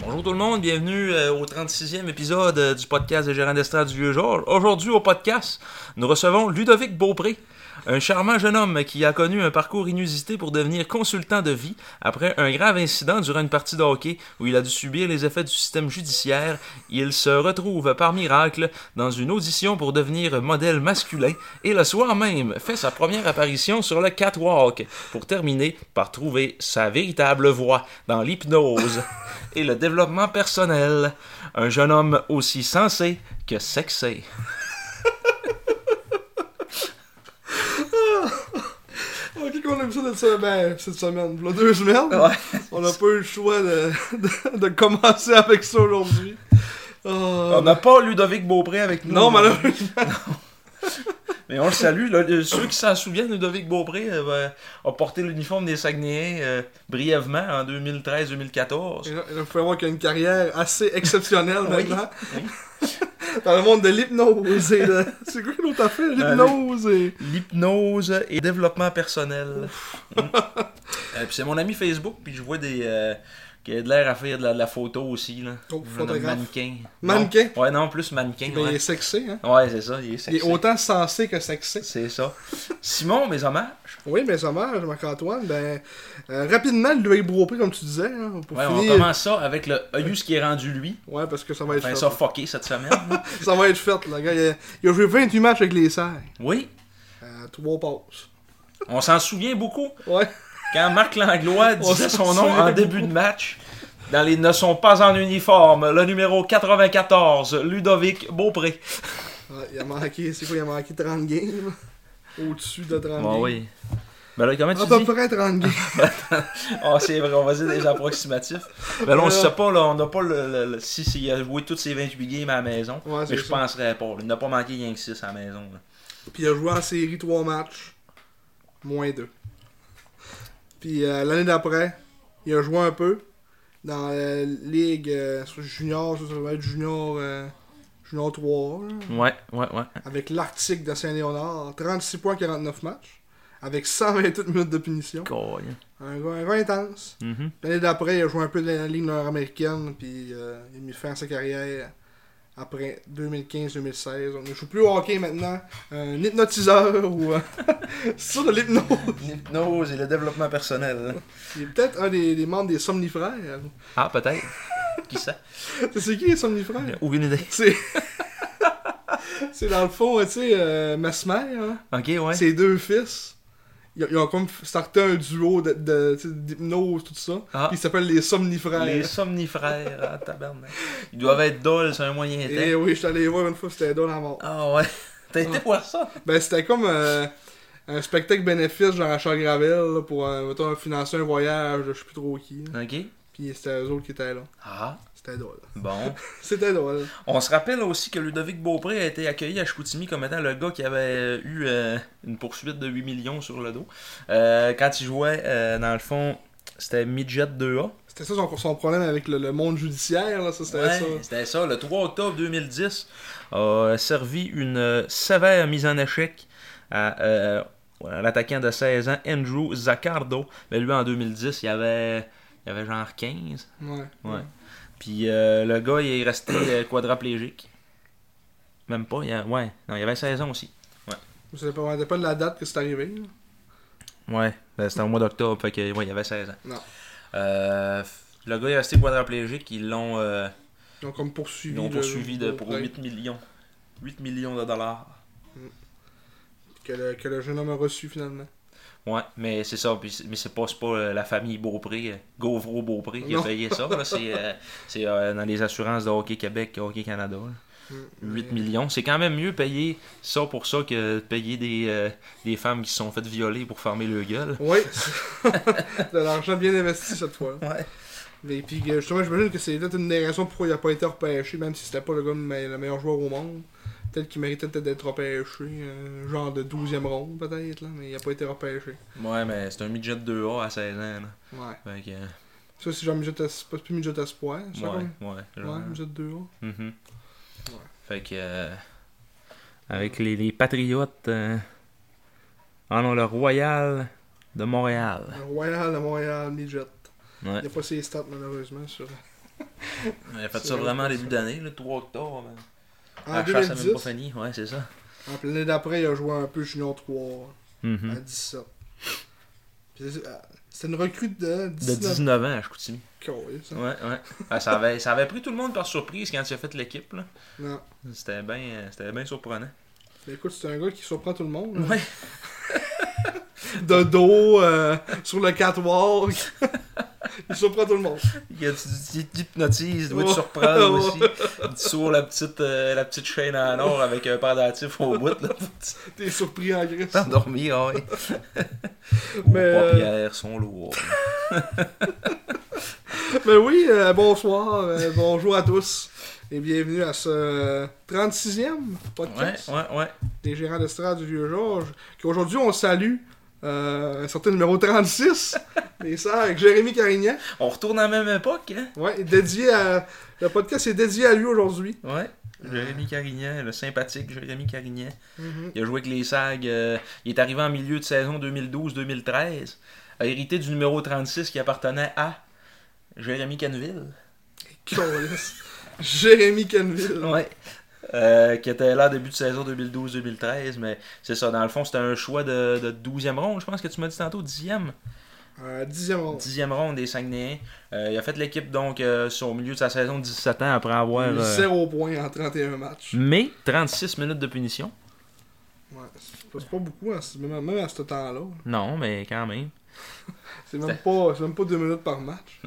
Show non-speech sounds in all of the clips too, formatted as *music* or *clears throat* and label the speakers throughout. Speaker 1: Bonjour tout le monde, bienvenue euh, au 36e épisode euh, du podcast des gérants d'estrade du Vieux Georges. Aujourd'hui au podcast, nous recevons Ludovic Beaupré, un charmant jeune homme qui a connu un parcours inusité pour devenir consultant de vie après un grave incident durant une partie de hockey où il a dû subir les effets du système judiciaire. Il se retrouve par miracle dans une audition pour devenir modèle masculin et le soir même fait sa première apparition sur le catwalk pour terminer par trouver sa véritable voix dans l'hypnose et le développement personnel. Un jeune homme aussi sensé que sexé.
Speaker 2: Ouais, qu'est-ce qu'on aime ça cette semaine? Cette semaine, voilà deux semaines. On n'a pas eu le choix de, de, de commencer avec ça aujourd'hui. Ah,
Speaker 1: On n'a pas Ludovic Beaupré avec nous.
Speaker 2: Non, malheureusement.
Speaker 1: Mais on le salue. là. Le- Ceux qui s'en souviennent, Ludovic Beaupré euh, ben, a porté l'uniforme des Saguenayens euh, brièvement en 2013-2014.
Speaker 2: Et là, et là, vous pouvez voir qu'il y a une carrière assez exceptionnelle maintenant. *laughs* Dans le monde de l'hypnose et de... C'est quoi l'autre affaire? L'hypnose et...
Speaker 1: L'hypnose et développement personnel. Mm. Euh, puis c'est mon ami Facebook, puis je vois des. euh, qu'il y a de l'air à faire de la, de la photo aussi. Là.
Speaker 2: Oh,
Speaker 1: Je
Speaker 2: photographe.
Speaker 1: nomme Mannequin.
Speaker 2: Mannequin?
Speaker 1: Non. Ouais, non, plus mannequin.
Speaker 2: Mais il est
Speaker 1: ouais,
Speaker 2: sexy, hein?
Speaker 1: Ouais, c'est ça, il est
Speaker 2: Il est
Speaker 1: sexy.
Speaker 2: autant sensé que sexy.
Speaker 1: C'est ça. Simon, mes hommages.
Speaker 2: Oui, mes hommages, Marc-Antoine. Ben, euh, rapidement, lui a brûlé, comme tu disais. hein, pour
Speaker 1: Ouais, on
Speaker 2: finir.
Speaker 1: commence ça avec le Ayus qui est rendu lui.
Speaker 2: Ouais, parce que ça va être
Speaker 1: Enfin,
Speaker 2: fait.
Speaker 1: ça fucké cette semaine. *laughs* là.
Speaker 2: Ça va être fait, là. gars. Il a, il a joué 28 matchs avec les Serres.
Speaker 1: oui,
Speaker 2: Euh, trois passes.
Speaker 1: on s'en souvient beaucoup.
Speaker 2: Ouais.
Speaker 1: Quand Marc Langlois disait
Speaker 2: On s'en
Speaker 1: son nom en
Speaker 2: souvient
Speaker 1: début de match, dans les Ne sont pas en uniforme, le numéro 94, Ludovic Beaupré.
Speaker 2: Ouais, il a manqué, c'est quoi, il a manqué 30 games. Au-dessus de
Speaker 1: Bah
Speaker 2: 30 games.
Speaker 1: Ben là, comment tu
Speaker 2: À peu
Speaker 1: dis?
Speaker 2: près 30 games.
Speaker 1: Ah, c'est vrai, on va dire des *laughs* approximatifs. Ben là, on sait pas, là, on n'a pas le, le- le- si s'il a joué toutes ses 28 games à la maison.
Speaker 2: *laughs* Ouais,
Speaker 1: mais
Speaker 2: c'est
Speaker 1: je
Speaker 2: ça.
Speaker 1: penserais pas. là. Il n'a pas manqué rien que 6 à la maison. là.
Speaker 2: Puis il a joué en série 3 matchs. Moins 2. Puis euh, l'année d'après, il a joué un peu. Dans la ligue euh, junior, ça, ça va être junior, euh, junior 3. là.
Speaker 1: Mm. Ouais, ouais, ouais.
Speaker 2: avec l'Arctique de Saint-Léonard, 36 points 49 matchs, avec 128 minutes de punition.
Speaker 1: Cool.
Speaker 2: Un gars, un gars intense.
Speaker 1: Mhm.
Speaker 2: L'année d'après, il a joué un peu dans la Ligue nord-américaine, puis euh, il a mis fin à sa carrière après 2015-2016. On ne joue plus au hockey maintenant. Un hypnotiseur ou euh, *laughs* sur de l'hypnose.
Speaker 1: L'hypnose et le développement personnel.
Speaker 2: Il est peut-être un des, des membres des Somnifrères.
Speaker 1: Ah, peut-être. Qui sait?
Speaker 2: *laughs* C'est qui les Somnifrères
Speaker 1: Aucune idée.
Speaker 2: C'est. *laughs* C'est dans le fond, tu sais, euh, Mesmer, hein?
Speaker 1: Ok, ouais.
Speaker 2: ses deux fils, ils, ils ont comme starté un duo de- de- tu sais, d'hypnose, tout ça.
Speaker 1: Ah.
Speaker 2: Puis ils s'appellent les Somnifrères.
Speaker 1: Les somnifères, ah, tabarnak. Ils doivent être dole sur un moyen temps.
Speaker 2: Et Eh oui, je suis allé les voir une fois, c'était dans la mort.
Speaker 1: Ah ouais. *laughs* T'as été voir ça?
Speaker 2: Ben, c'était comme euh, un spectacle bénéfice, genre à Charles Gravel, là, pour euh, mettons, financer un voyage, de je sais plus trop qui. là.
Speaker 1: Ok.
Speaker 2: Puis c'était eux autres qui étaient là.
Speaker 1: Ah,
Speaker 2: C'était drôle.
Speaker 1: bon.
Speaker 2: C'était drôle.
Speaker 1: On se rappelle aussi que Ludovic Beaupré a été accueilli à Chicoutimi comme étant le gars qui avait eu euh, une poursuite de 8 millions sur le dos. Euh, quand il jouait, euh, dans le fond, c'était Midget 2A.
Speaker 2: C'était ça son, son problème avec le, le monde judiciaire, là, ça, c'était
Speaker 1: Ouais,
Speaker 2: ça.
Speaker 1: C'était ça. Le 3 octobre 2010 a servi une euh, sévère mise en échec à, euh, à l'attaquant de 16 ans, Andrew Zaccardo. Mais lui, en 2010, il avait, il avait genre 15.
Speaker 2: Ouais.
Speaker 1: Ouais. Puis euh, le gars, il est resté euh, quadraplégique. Même pas. il a- ouais. Non, il avait 16 ans aussi.
Speaker 2: Ça dépendait pas de la date que c'est arrivé. là.
Speaker 1: Ouais. Ben, C'était au mois d'octobre. Fait que, ouais, il avait 16 ans.
Speaker 2: Non.
Speaker 1: Euh, f- le gars est resté quadraplégique. Ils l'ont euh,
Speaker 2: Ils ont comme
Speaker 1: ils
Speaker 2: poursuivi.
Speaker 1: l'ont
Speaker 2: le-
Speaker 1: poursuivi de,
Speaker 2: le-
Speaker 1: pour 8 millions. 8 millions de dollars.
Speaker 2: Que le, que le jeune homme a reçu finalement.
Speaker 1: Ouais, mais c'est ça. puis c'est- Mais c'est pas, c'est pas euh, la famille Beaupré, euh, Gauvreau Beaupré qui a
Speaker 2: Non.
Speaker 1: payé ça. là, C'est *laughs* euh, c'est, euh, dans les assurances de Hockey Québec, Hockey Canada. là.
Speaker 2: Mm.
Speaker 1: 8 millions. C'est quand même mieux payer ça pour ça que de payer des, euh, des femmes qui se sont faites violer pour fermer leur gueule.
Speaker 2: Oui, de l'argent bien investi cette fois.
Speaker 1: Ouais.
Speaker 2: Et puis euh, justement, j'imagine que c'est peut-être une des raisons pourquoi il a pas été repêché, même si c'était pas le gars le me- le meilleur joueur au monde. Peut-être qu'il méritait peut-être d'être repêché, euh, genre de 12e ronde peut-être, là, mais il a pas été repêché.
Speaker 1: Ouais, mais c'est un midget 2A à 16 ans. Là.
Speaker 2: Ouais.
Speaker 1: Fait que, euh,
Speaker 2: Ça, c'est genre midget es- pas plus midget espoir, ça
Speaker 1: ouais,
Speaker 2: comme-
Speaker 1: ouais. genre.
Speaker 2: Ouais, midget 2
Speaker 1: Mhm.
Speaker 2: Ouais.
Speaker 1: Fait que. euh, avec les, les Patriotes. euh, ah non, le Royal de Montréal.
Speaker 2: Royal à Montréal, midget.
Speaker 1: Ouais.
Speaker 2: Il a pas ses stats malheureusement sur.
Speaker 1: Il a fait
Speaker 2: C'est
Speaker 1: ça
Speaker 2: vrai,
Speaker 1: vraiment
Speaker 2: c'est
Speaker 1: début d'année, le 3 octobre. hein.
Speaker 2: En
Speaker 1: la chasse n'a même pas
Speaker 2: 2010,
Speaker 1: fini, ouais, c'est ça.
Speaker 2: en plein année d'après, il a joué un peu junior 3 à
Speaker 1: Mhm.
Speaker 2: 17. Hein? Puis c'est- euh, C'était une recrue de
Speaker 1: De
Speaker 2: 19 ans.
Speaker 1: 19 ans à Chicoutimi. Ouais,
Speaker 2: Non.
Speaker 1: ouais. Ah, ça, avait, ça avait pris tout le monde par surprise quand il a fait l'équipe. là. C'était bien euh, c'était bien surprenant.
Speaker 2: Mais écoute, c'est un gars qui surprend tout le monde. là.
Speaker 1: Ouais.
Speaker 2: *laughs* de dos, euh, sur le catwalk. *laughs* il surprend tout le monde.
Speaker 1: Il y a du- du- du hypnotise, il doit te *laughs*
Speaker 2: Ouais.
Speaker 1: surprendre aussi. Il te sourd la petite, euh, la petite chaîne en or avec un pendentif au bout là, pour te-
Speaker 2: T'es surpris en
Speaker 1: *laughs*
Speaker 2: gris.
Speaker 1: Ah. t'endormir. Ouais.
Speaker 2: *laughs*
Speaker 1: Aux
Speaker 2: Mais, euh,
Speaker 1: paupières sont
Speaker 2: *laughs*
Speaker 1: lourdes.
Speaker 2: Mais oui, euh, bonsoir, euh, bonjour à tous. Et bienvenue à ce euh, 36e
Speaker 1: Ouais,
Speaker 2: podcast
Speaker 1: ouais, ouais.
Speaker 2: des gérants d'estrade du Vieux-Georges. Qu'aujourd'hui, on salue euh, un certain numéro *laughs* 36 des sœurs avec Jérémy Carignan.
Speaker 1: On retourne à la même époque, hein?
Speaker 2: Ouais, dédié à... Le podcast est dédié à lui aujourd'hui.
Speaker 1: Ouais. Jérémy Carignan, le sympathique Jérémy Carignan. Il a joué avec les SAG. euh, il est arrivé en milieu de saison 2012-2013. A hérité du numéro 36 qui appartenait à Jérémy Canville.
Speaker 2: Câlisse. Jérémy Canville.
Speaker 1: Ouais. Euh, qui était là début de saison 2012-2013. Mais c'est ça, dans le fond, c'était un choix de, de 12e ronde. Je pense que tu m'as dit tantôt 10e.
Speaker 2: Euh, dixième ronde.
Speaker 1: 10e ronde des Saguenayens. Euh, il a fait l'équipe donc euh, sur- au milieu de sa saison de 17 ans après avoir.
Speaker 2: Il a eu
Speaker 1: euh,
Speaker 2: Zéro point en 31 matchs.
Speaker 1: mais 36 minutes de punition. Mm.
Speaker 2: Ouais, c'est pas- c'est pas beaucoup, hein, c'est même, même à ce temps-là.
Speaker 1: Non, mais quand même.
Speaker 2: C'est même, pas- c'est même pas deux minutes par match.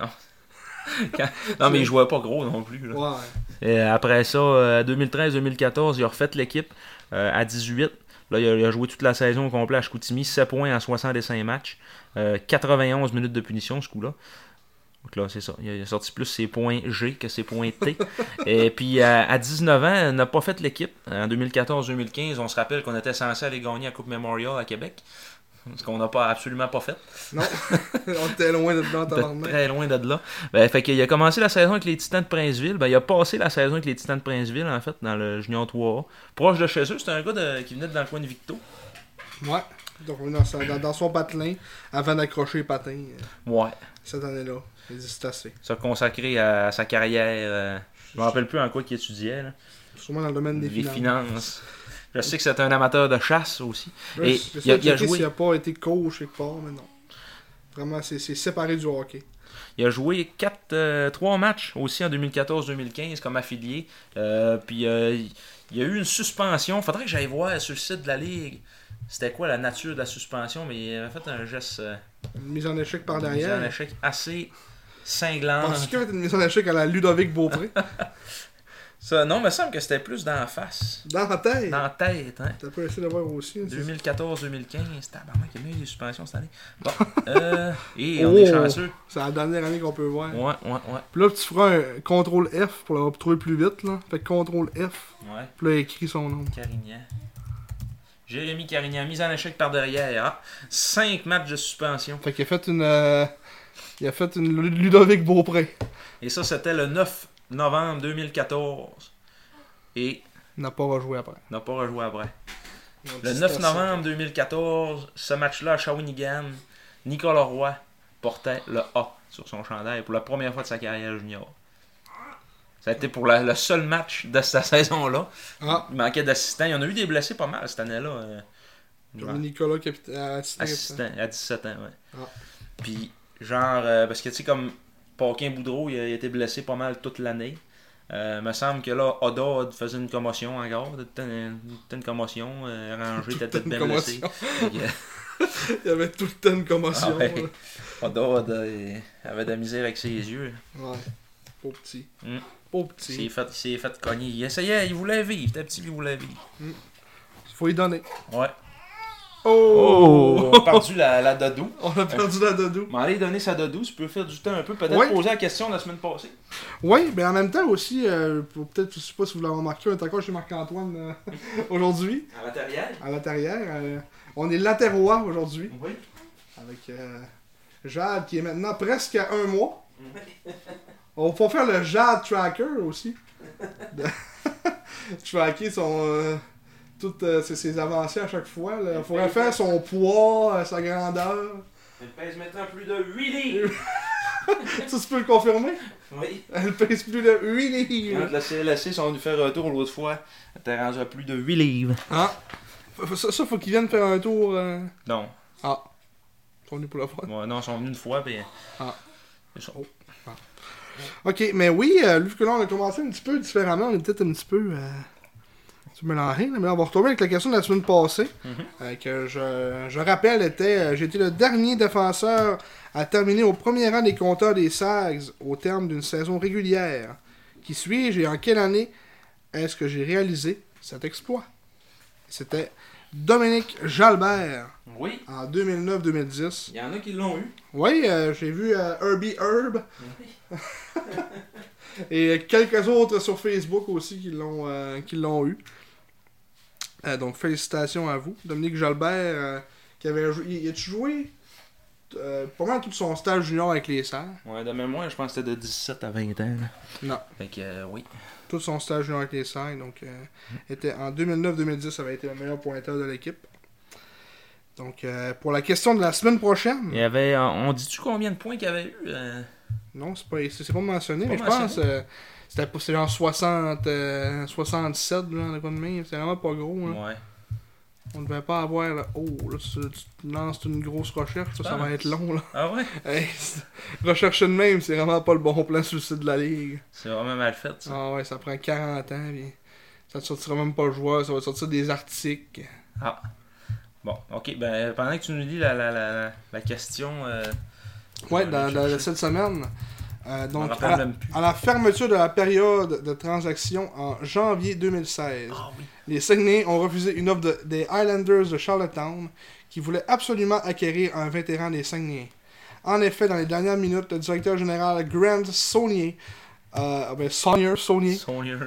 Speaker 1: Non, mais il jouait pas gros non plus. là.
Speaker 2: Ouais. *laughs*
Speaker 1: Et après ça, euh, 2013-2014, il a refait l'équipe euh, à 18. Là, il a, il a joué toute la saison au complet à Chicoutimi, 7 points en 65 matchs, euh, 91 minutes de punition ce coup-là. Donc là, c'est ça. Il a, il a sorti plus ses points G que ses points T. Et puis, à- à 19 ans, il n'a pas fait l'équipe. En 2014-2015, on se rappelle qu'on était censé aller gagner la Coupe Memorial à Québec. Ce qu'on n'a pas, absolument pas fait.
Speaker 2: Non, on était loin de dedans,
Speaker 1: de
Speaker 2: tabarnak.
Speaker 1: très loin de là. Ben, fait qu'il a commencé la saison avec les Titans de Princeville. Ben, il a passé la saison avec les Titans de Princeville, en fait, dans le Junior 3A. Proche de chez eux, c'était un gars de- qui venait de dans le coin de Victo.
Speaker 2: Ouais. Donc, on est dans, sa- dans- dans son patelin avant d'accrocher les patins euh,
Speaker 1: Ouais.
Speaker 2: cette année-là. Il dit c'est assez.
Speaker 1: Ça consacré à, sa carrière. euh, je me rappelle plus en quoi qu'il étudiait. là.
Speaker 2: Sûrement dans le domaine des
Speaker 1: Les
Speaker 2: finances.
Speaker 1: finances. Je sais que c'était un amateur de chasse aussi.
Speaker 2: Là,
Speaker 1: Et
Speaker 2: j'essaie
Speaker 1: il a-
Speaker 2: de
Speaker 1: il a
Speaker 2: checker
Speaker 1: joué-
Speaker 2: s'il a pas été coach quelque part, mais non. Vraiment, c'est c'est séparé du hockey.
Speaker 1: Il a joué 4, 3 matchs aussi en 2014-2015 comme affilié. Euh, puis euh, il- il y a eu une suspension. Faudrait que j'aille voir sur le site de la Ligue. C'était quoi la nature de la suspension, mais il avait fait un geste euh,
Speaker 2: Une mise en échec par
Speaker 1: de mise en
Speaker 2: derrière.
Speaker 1: échec assez cinglant.
Speaker 2: Penses-tu qu'il y a une mise en échec à la
Speaker 1: *laughs*
Speaker 2: Ludovic Beaupré?
Speaker 1: Ça, non, il me semble que c'était plus dans la face,
Speaker 2: Dans la tête!
Speaker 1: dans la tête. Hein?
Speaker 2: T'as pas essayé de voir aussi. hein, c'est-
Speaker 1: 2014-2015, tabarnak, il y a eu des suspensions cette année.
Speaker 2: *laughs*
Speaker 1: Bon, euh, et on est
Speaker 2: Oh.
Speaker 1: chanceux.
Speaker 2: C'est la dernière année qu'on peut voir.
Speaker 1: Ouais, ouais, ouais.
Speaker 2: Puis là, tu feras un CTRL F pour le trouver plus vite. Là. Fait que CTRL F,
Speaker 1: Ouais,
Speaker 2: puis là, écrit son nom.
Speaker 1: Carignan. Jérémy Carignan, mise en échec par derrière. 5 matchs de suspension.
Speaker 2: Fait qu'il a fait une. euh, Il a fait une Lu- Ludovic Beaupré.
Speaker 1: Et ça, c'était le 9 novembre 2014. Et
Speaker 2: Il n'a pas rejoué après.
Speaker 1: n'a pas rejoué après. Le 9 novembre 2014, ce match-là à Shawinigan, Nicolas Roy portait le A sur son chandail pour la première fois de sa carrière junior. Ça a été pour la- le seul match de cette *laughs* saison-là.
Speaker 2: Ah,
Speaker 1: Il manquait d'assistants. Il y en a eu des blessés pas mal cette année-là. euh,
Speaker 2: j'ai
Speaker 1: genre
Speaker 2: mis Nicolas capitaine. euh, assistant capitaine.
Speaker 1: assistant à 17 ans, ouais.
Speaker 2: Ah.
Speaker 1: Puis, genre, euh, parce que tu sais, comme Paquin Boudreau, il a été blessé pas mal toute l'année. Euh, me semble que là, Oda faisait une commotion encore. T'as une, t'as une commotion, euh, rangée, t'as peut-être
Speaker 2: Une
Speaker 1: bien blessé.
Speaker 2: commotion.
Speaker 1: Fait que-
Speaker 2: *laughs* Il y avait tout le temps une commotion.
Speaker 1: Ah ouais.
Speaker 2: là.
Speaker 1: Oda, Oda, il avait de la misère avec ses yeux.
Speaker 2: Ouais. Pauvre petit.
Speaker 1: Mm.
Speaker 2: Pauvre
Speaker 1: Il
Speaker 2: petit.
Speaker 1: s'est fait, il s'est fait cogner. Il essayait, il voulait vivre. Il était petit, il voulait vivre.
Speaker 2: Faut y donner.
Speaker 1: Ouais.
Speaker 2: Oh!
Speaker 1: On a perdu la, la dodou.
Speaker 2: *laughs* On a perdu la dodou.
Speaker 1: Mais aller donner sa dodou, ça peut faire du temps un peu. Peut-être
Speaker 2: Ouais.
Speaker 1: poser la question la semaine passée.
Speaker 2: Oui, mais en même temps aussi, euh, pour- peut-être, je sais pas si vous l'avez remarqué, on est encore chez Marc-Antoine euh, *laughs* aujourd'hui,
Speaker 1: En matériel.
Speaker 2: à l'intérieur. euh, on est latérois aujourd'hui,
Speaker 1: Oui.
Speaker 2: avec euh, Jade qui est maintenant presque à un mois. On va faire le Jade Tracker aussi. De- *laughs* Tracker son. euh, toutes euh, ses, ses avancées à chaque fois. Il faudrait faire son poids, euh, sa grandeur.
Speaker 1: Elle pèse maintenant plus de 8 livres.
Speaker 2: Ça, tu peux le confirmer?
Speaker 1: Oui.
Speaker 2: Elle pèse plus de 8 livres.
Speaker 1: Quand la CLSC sont venus faire un tour l'autre fois, t'es rendu à plus de 8 livres.
Speaker 2: Hein? Ça, ça, faut qu'il vienne faire un tour. euh,
Speaker 1: Non.
Speaker 2: Ah. T'en es pour la fois.
Speaker 1: Moi, non, ils sont venus une fois, puis.
Speaker 2: Ah.
Speaker 1: Ils sont-
Speaker 2: Ok, mais oui, euh, vu que là, on a commencé un petit peu différemment, on est peut-être un petit peu. Euh, un petit mélangé, là, mais on va retrouver avec la question de la semaine passée. euh, que je, je rappelle, était euh, j'étais le dernier défenseur à terminer au premier rang des compteurs des Sags au terme d'une saison régulière. Qui suis-je et en quelle année est-ce que j'ai réalisé cet exploit C'était Dominique Jalbert
Speaker 1: Oui.
Speaker 2: en 2009-2010.
Speaker 1: Il y en a qui l'ont eu.
Speaker 2: Oui, euh, j'ai vu euh, Herbie Herb. Et quelques autres sur Facebook aussi qui l'ont euh, qui l'ont eu. Euh, donc félicitations à vous. Dominique Jalbert, euh, qui avait joué. Il a-tu joué euh, pas mal tout son stage junior avec les Serres
Speaker 1: Ouais, de mémoire, je pense que c'était de 17 à 20 ans. là.
Speaker 2: Non.
Speaker 1: Fait que, euh, oui.
Speaker 2: Tout son stage junior avec les Serres. Donc euh, était, en 2009-2010, ça avait été le meilleur pointeur de l'équipe. Donc euh, pour la question de la semaine prochaine.
Speaker 1: Il y avait. euh, On dit-tu combien de points qu'il y avait eu euh,
Speaker 2: Non, c'est pas, c'est c'est pas mentionné,
Speaker 1: Pas
Speaker 2: mais
Speaker 1: mentionné.
Speaker 2: je pense euh, c'était pas- c'est genre 60, euh, 67, genre, de quoi de même. C'est vraiment pas gros. Là.
Speaker 1: Ouais.
Speaker 2: On devait pas avoir. Là, oh, là, tu, tu te lances une grosse recherche, ça, ça va
Speaker 1: penses?
Speaker 2: être long. là. *laughs*
Speaker 1: Ah ouais?
Speaker 2: Hey, c'est- rechercher de même, c'est vraiment pas le bon plan sur le site de la ligue.
Speaker 1: C'est vraiment mal fait, ça.
Speaker 2: Ah ouais, ça prend 40 ans, puis ça te sortira même pas le joueur, ça va te sortir des articles.
Speaker 1: Bon, ok, ben pendant que tu nous lis la, la, la, la- la question, euh,
Speaker 2: Ouais,
Speaker 1: On va
Speaker 2: dans,
Speaker 1: aller
Speaker 2: dans
Speaker 1: chercher.
Speaker 2: cette semaine. Euh,
Speaker 1: on
Speaker 2: donc,
Speaker 1: rappelle
Speaker 2: à la,
Speaker 1: même plus.
Speaker 2: à la fermeture de la période de transaction en janvier 2016.
Speaker 1: Ah oui.
Speaker 2: Les Saguenay ont refusé une offre de- des Highlanders de Charlottetown qui voulaient absolument acquérir un vétéran des Saguenay. En effet, dans les dernières minutes, le directeur général Grant Saunier, euh, ben, Saunier, Saunier,
Speaker 1: Sawyer.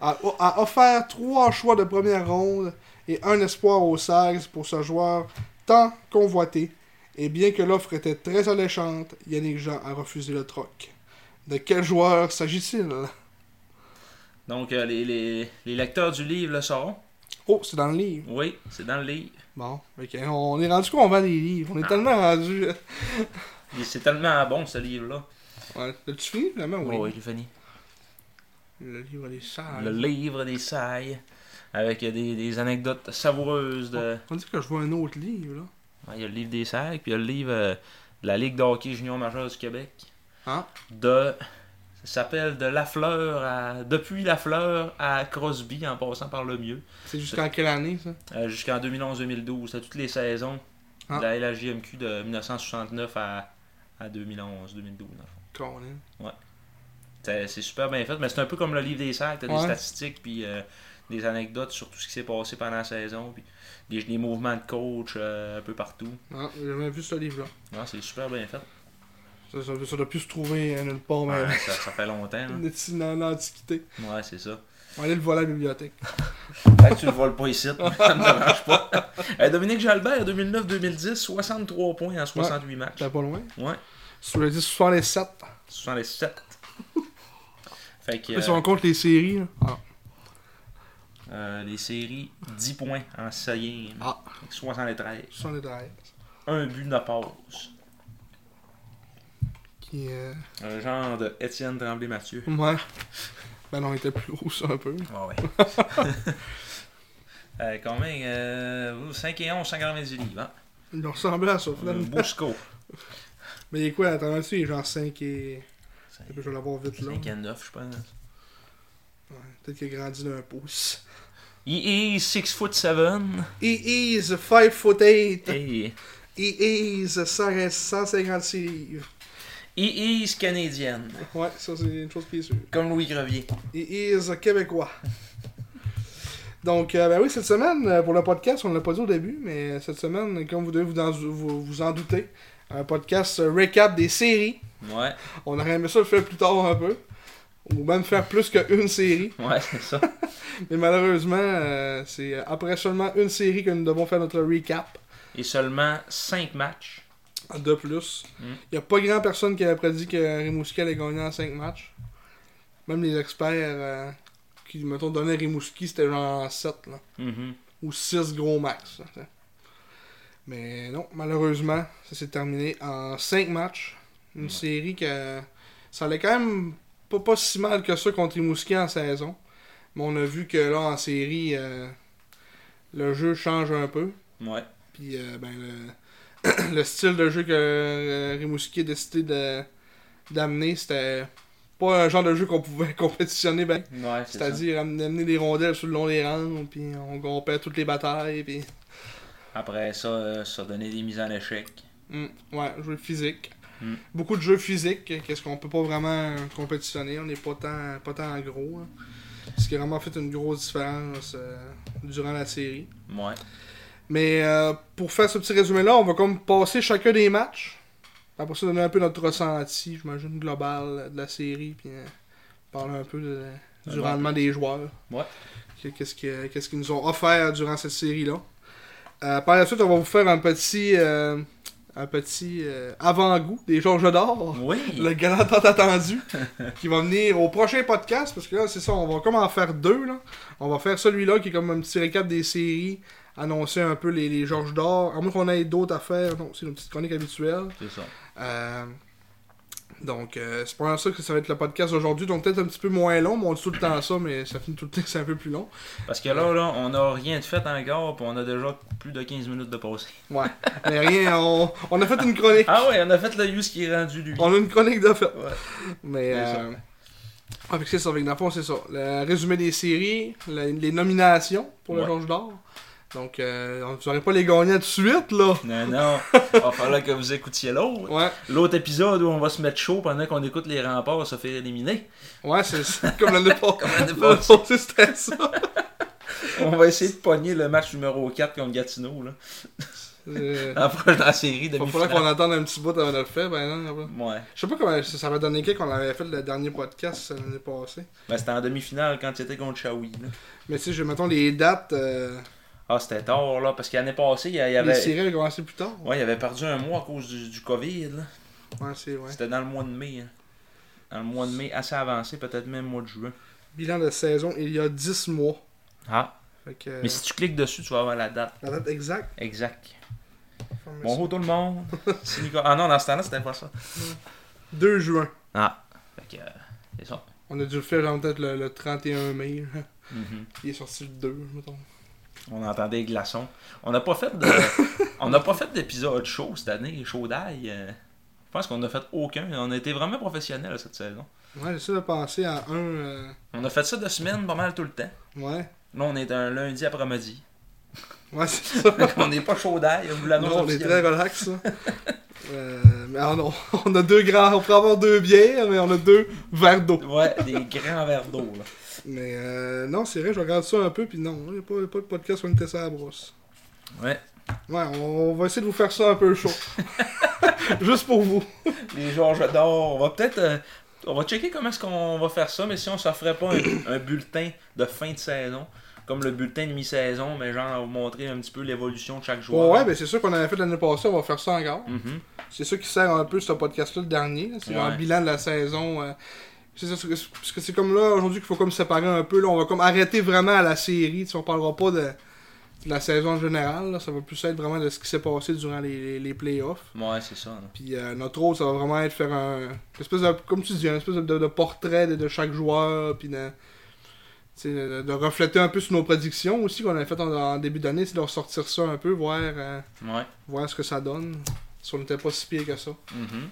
Speaker 2: a, a offert trois choix de première ronde et un espoir aux Sags pour ce joueur tant convoité. Et bien que l'offre était très alléchante, Yannick Jean a refusé le troc. De quel joueur s'agit-il
Speaker 1: Donc, euh, les, les, les lecteurs du livre le sauront.
Speaker 2: Oh, c'est dans le livre.
Speaker 1: Oui, c'est dans le livre.
Speaker 2: Bon, ok, on est rendu qu'on vend des livres. On est tellement rendu. euh,
Speaker 1: Et C'est tellement bon, ce livre-là.
Speaker 2: Ouais, l'as-tu fini finalement Oui. Ah,
Speaker 1: Oh, oui, il est fini.
Speaker 2: Le livre des sages.
Speaker 1: Le livre des sailles, avec euh, des, des anecdotes savoureuses de...
Speaker 2: On dit que je vois un autre livre là.
Speaker 1: Ouais, il y a le livre des sailles, puis il y a le livre euh, de la Ligue de hockey junior majeure du Québec.
Speaker 2: Hein
Speaker 1: De... Ça s'appelle de la fleur à... Depuis la fleur à Crosby, en passant par le mieux.
Speaker 2: C'est jusqu'en quelle année ça
Speaker 1: Euh, jusqu'en 2011-2012. C'était toutes les saisons
Speaker 2: Ah.
Speaker 1: de la LHJMQ de 1969 à, à 2011-2012. dans le fond.
Speaker 2: Conan.
Speaker 1: C'est c'est super bien fait, mais c'est un peu comme le livre des sacs. T'as des
Speaker 2: Ouais.
Speaker 1: statistiques, puis euh, des anecdotes sur tout ce qui s'est passé pendant la saison, puis des, des mouvements de coach euh, un peu partout.
Speaker 2: Non, j'ai jamais vu ce livre là.
Speaker 1: Non, c'est super bien fait.
Speaker 2: Ça, ça, ça doit plus se trouver euh, nulle part, mais.
Speaker 1: Ouais, ça, ça fait longtemps. hein.
Speaker 2: *laughs* C'est dans l'Antiquité.
Speaker 1: Ouais, c'est ça.
Speaker 2: On va aller le voir à la bibliothèque.
Speaker 1: Fait que tu le voles pas ici, *laughs* mais ça me dérange pas. Euh, Dominique Jalbert, 2009-2010, 63 points en 68 matchs.
Speaker 2: T'es pas loin
Speaker 1: Ouais,
Speaker 2: Sur le 10 67.
Speaker 1: 67. Fait que.
Speaker 2: Après, Si
Speaker 1: euh,
Speaker 2: on compte les séries, là. Ah,
Speaker 1: Euh, les séries, 10 points en saillant.
Speaker 2: Ah.
Speaker 1: 73.
Speaker 2: 73.
Speaker 1: Un but de pause.
Speaker 2: Qui. Euh...
Speaker 1: Un genre de Étienne Tremblay-Mathieu.
Speaker 2: Ouais. *laughs* Ben non, il était plus gros ça un peu.
Speaker 1: Ah ouais. *laughs* euh, combien euh, 5 et 11, 190 livres. Hein?
Speaker 2: Il ressemblait à ça,
Speaker 1: Un
Speaker 2: finalement.
Speaker 1: beau score.
Speaker 2: Mais il est quoi, attends, tu il est genre 5 et.
Speaker 1: Cinq-
Speaker 2: Je vais l'avoir vite là.
Speaker 1: 5 et 9, je pense.
Speaker 2: Ouais, Peut-être qu'il a grandi d'un pouce.
Speaker 1: He is 6 foot 7.
Speaker 2: He is 5 foot 8.
Speaker 1: Hey.
Speaker 2: He is 100 156 livres.
Speaker 1: He is canadienne.
Speaker 2: *laughs* Ouais, ça c'est une chose qui est sûre.
Speaker 1: Comme Louis Grevier.
Speaker 2: He is québécois. Donc, euh, ben oui, cette semaine, euh, pour le podcast, on ne l'a pas dit au début, mais cette semaine, comme vous devez vous en, vous, vous en douter, un podcast euh, recap des séries.
Speaker 1: Ouais,
Speaker 2: On aurait aimé ça le faire plus tard un peu, ou même faire plus qu'une série.
Speaker 1: ouais, c'est ça.
Speaker 2: Mais malheureusement, euh, c'est après seulement une série que nous devons faire notre recap
Speaker 1: Et seulement 5 matchs.
Speaker 2: de plus.
Speaker 1: Mm.
Speaker 2: Il n'y a pas grand personne qui avait prédit que Rimouski allait gagner en 5 matchs. Même les experts euh, qui, mettons, donnaient Rimouski, c'était genre 7 là,
Speaker 1: Mhm.
Speaker 2: ou 6 gros max. là, tu sais. Mais non, malheureusement, ça s'est terminé en 5 matchs. Une série que ça allait quand même pas, pas si mal que ça contre Rimouski en saison. Mais on a vu que là, en série, euh, le jeu change un peu.
Speaker 1: Ouais.
Speaker 2: Puis, euh, ben, le, le *clears throat* style de jeu que euh, Rimouski a décidé de- d'amener, c'était pas un genre de jeu qu'on pouvait *laughs* compétitionner. Ben,
Speaker 1: Ouais, c'est ça.
Speaker 2: C'est-à-dire am- amener des rondelles sur le long des rangs, puis on, on perd toutes les batailles, puis
Speaker 1: Après ça, euh, ça donnait des mises en échec.
Speaker 2: Mm, ouais, jeu physique.
Speaker 1: Mm.
Speaker 2: Beaucoup de jeux physiques, qu'est-ce qu'on peut pas vraiment compétitionner, on n'est pas tant, pas tant gros. hein. Ce qui a vraiment fait une grosse différence euh, durant la série.
Speaker 1: Ouais.
Speaker 2: Mais euh, pour faire ce petit résumé-là, on va comme passer chacun des matchs. Après ça, donner un peu notre ressenti, j'imagine, global de la série. Puis euh, parler un peu de- du
Speaker 1: bon
Speaker 2: rendement des joueurs.
Speaker 1: Ouais.
Speaker 2: Que- Qu'est-ce que- qu'est-ce qu'ils nous ont offert durant cette série-là. Euh, par la suite, on va vous faire un petit, euh, un petit euh, avant-goût des Georges d'Or.
Speaker 1: Oui.
Speaker 2: Le *laughs* gala tant attendu qui va venir au prochain podcast parce que là c'est ça, on va comme en faire deux là. On va faire celui-là qui est comme un petit récap des séries, annoncer un peu les, les Georges d'or, à moins qu'on ait d'autres à faire, non, c'est une petite chronique habituelle.
Speaker 1: C'est ça.
Speaker 2: Euh, donc euh, c'est pour ça que ça va être le podcast aujourd'hui, donc peut-être un petit peu moins long, mais on dit tout le temps ça, mais ça finit tout le temps que c'est un peu plus long.
Speaker 1: Parce que là, là, on n'a rien de fait encore, puis on a déjà plus de 15 minutes de passé.
Speaker 2: Ouais. mais rien, on, on a fait une chronique.
Speaker 1: Ah ouais, on a fait le use qui est rendu lui.
Speaker 2: On a une chronique de fait.
Speaker 1: Ouais.
Speaker 2: Mais
Speaker 1: C'est ça.
Speaker 2: euh, avec ça, avec Napon, c'est ça. Le résumé des séries, le- les nominations pour le
Speaker 1: Ouais.
Speaker 2: Georges d'or. Donc, euh, on- vous n'aurez pas les gagnants tout de suite, là.
Speaker 1: Non, non, il va falloir que vous écoutiez l'autre.
Speaker 2: Ouais,
Speaker 1: L'autre épisode où on va se mettre chaud pendant qu'on écoute les remparts se faire éliminer.
Speaker 2: ouais,
Speaker 1: *laughs*
Speaker 2: c'est- c'est comme l'année pas.
Speaker 1: Comme l'année
Speaker 2: L'année
Speaker 1: passée. Ah,
Speaker 2: passée, c'était ça.
Speaker 1: On va essayer de pogner le match numéro 4 contre Gatineau, là.
Speaker 2: Euh,
Speaker 1: En proche de la série
Speaker 2: Il va falloir qu'on
Speaker 1: demi-finale.
Speaker 2: attende un petit bout avant de le faire, ben non, après.
Speaker 1: Ouais.
Speaker 2: Je sais pas comment ça, ça va donner quand on avait fait le dernier podcast euh, l'année passée.
Speaker 1: Ben, c'était en demi-finale quand c'était contre Shawi. là.
Speaker 2: Mais tu sais, je mettons les dates. euh,
Speaker 1: Ah, c'était tard, là, parce qu'année passée, il y avait...
Speaker 2: Les séries avaient commencé plus tard.
Speaker 1: Ouais, il avait perdu un mois à cause du, du COVID. là.
Speaker 2: Ouais, c'est ouais.
Speaker 1: C'était dans le mois de mai. hein. Dans le mois de mai, assez avancé, peut-être même mois de juin.
Speaker 2: Bilan de saison, il y a 10 mois.
Speaker 1: Ah,
Speaker 2: Fait que, euh,
Speaker 1: mais si tu cliques dessus, tu vas avoir la date
Speaker 2: la date exacte.
Speaker 1: exacte.
Speaker 2: Fermez ça.
Speaker 1: Bonjour tout le monde. *laughs* C'est Nicolas. Ah non, dans ce temps-là, c'était pas ça.
Speaker 2: 2 juin.
Speaker 1: Ah, fait que, euh, c'est ça.
Speaker 2: On a dû le faire genre peut-être le, le 31 mai. là.
Speaker 1: Mhm.
Speaker 2: Il est sorti le 2, mettons.
Speaker 1: On entendait les glaçons. On n'a pas fait *laughs* de... on n'a pas fait d'épisode chaud cette année, chaud d'ail. euh. Je pense qu'on n'a fait aucun. On a été vraiment professionnels cette saison.
Speaker 2: Ouais, j'essaie de penser à un. euh,
Speaker 1: On a fait ça de semaine pas mal tout le temps.
Speaker 2: Ouais.
Speaker 1: Là, on est un lundi *laughs* après-midi.
Speaker 2: Ouais, c'est *laughs* ça.
Speaker 1: on n'est pas chaud d'ail, on vous l'annonce
Speaker 2: Non, on est très
Speaker 1: officiellement.
Speaker 2: relax, ça. *laughs* Euh, mais ah non, *laughs* on a deux grands. On pourrait avoir deux bières, mais on a deux verres d'eau.
Speaker 1: Ouais, des grands verres d'eau, là.
Speaker 2: Mais euh, non, c'est vrai, je regarde ça un peu, puis non, il n'y a pas, il y a pas de podcast où on était ça à la brosse.
Speaker 1: Ouais.
Speaker 2: Ouais, on, on va essayer de vous faire ça un peu *laughs* chaud. Juste pour vous.
Speaker 1: Les Georges d'or, on va peut-être... euh, on va checker comment est-ce qu'on va faire ça, mais si on se ferait pas un, *coughs* un bulletin de fin de saison, comme le bulletin de mi-saison, mais genre, vous montrer un petit peu l'évolution de chaque
Speaker 2: Ouais,
Speaker 1: joueur.
Speaker 2: ouais, ben c'est sûr qu'on avait fait l'année passée, on va faire ça encore.
Speaker 1: Mhm.
Speaker 2: C'est ça qui sert un peu ce podcast-là, le dernier. là. C'est
Speaker 1: Ouais.
Speaker 2: un bilan de la saison. euh, c'est ça, c'est- parce que c'est comme là, aujourd'hui, qu'il faut comme séparer un peu. Là, on va comme arrêter vraiment à la série. tu sais, on parlera pas de, de la saison en général. là. Ça va plus être vraiment de ce qui s'est passé durant les, les, les playoffs.
Speaker 1: Ouais, c'est ça. là.
Speaker 2: Puis euh, notre rôle, ça va vraiment être faire un... une espèce de, comme tu dis, un espèce de, de portrait de, de chaque joueur. Puis de, tu sais, de, de refléter un peu sur nos prédictions aussi qu'on avait fait en, en début d'année. C'est de ressortir ça un peu, voir, euh,
Speaker 1: Ouais.
Speaker 2: voir ce que ça donne. Si on n'était pas si pire que ça.
Speaker 1: Mhm.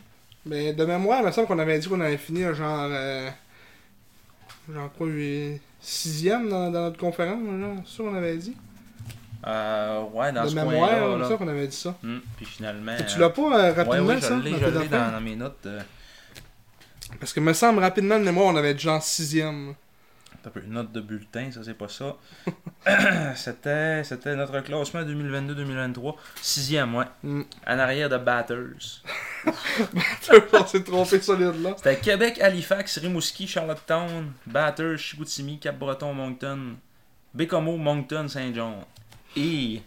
Speaker 2: Mais de mémoire, il me semble qu'on avait dit qu'on avait fini euh, genre euh, Genre quoi, il est sixième dans, dans notre conférence, là, c'est ça qu'on avait dit.
Speaker 1: Euh, ouais, dans
Speaker 2: de
Speaker 1: ce
Speaker 2: mémoire,
Speaker 1: coin-là.
Speaker 2: c'est
Speaker 1: là.
Speaker 2: ça qu'on avait dit ça.
Speaker 1: Hum, puis finalement.
Speaker 2: Tu
Speaker 1: euh,
Speaker 2: l'as pas euh,
Speaker 1: ouais,
Speaker 2: rapidement,
Speaker 1: ouais, je
Speaker 2: ça,
Speaker 1: l'ai,
Speaker 2: dans
Speaker 1: je
Speaker 2: tes
Speaker 1: l'ai
Speaker 2: affaires?
Speaker 1: dans, dans mes notes. euh,
Speaker 2: Parce que me semble rapidement de mémoire, on avait dit genre sixième. *laughs*
Speaker 1: T'as peu, note de bulletin, ça c'est pas ça. *coughs* c'était, c'était notre classement 2022-2023, sixième, ouais.
Speaker 2: Mm.
Speaker 1: En arrière de Batters.
Speaker 2: on s'est trompé solide là.
Speaker 1: C'était Québec, Halifax, Rimouski, Charlottetown, Batters, Chicoutimi, Cap-Breton, Moncton, Bécomo, Moncton, Saint-John. Et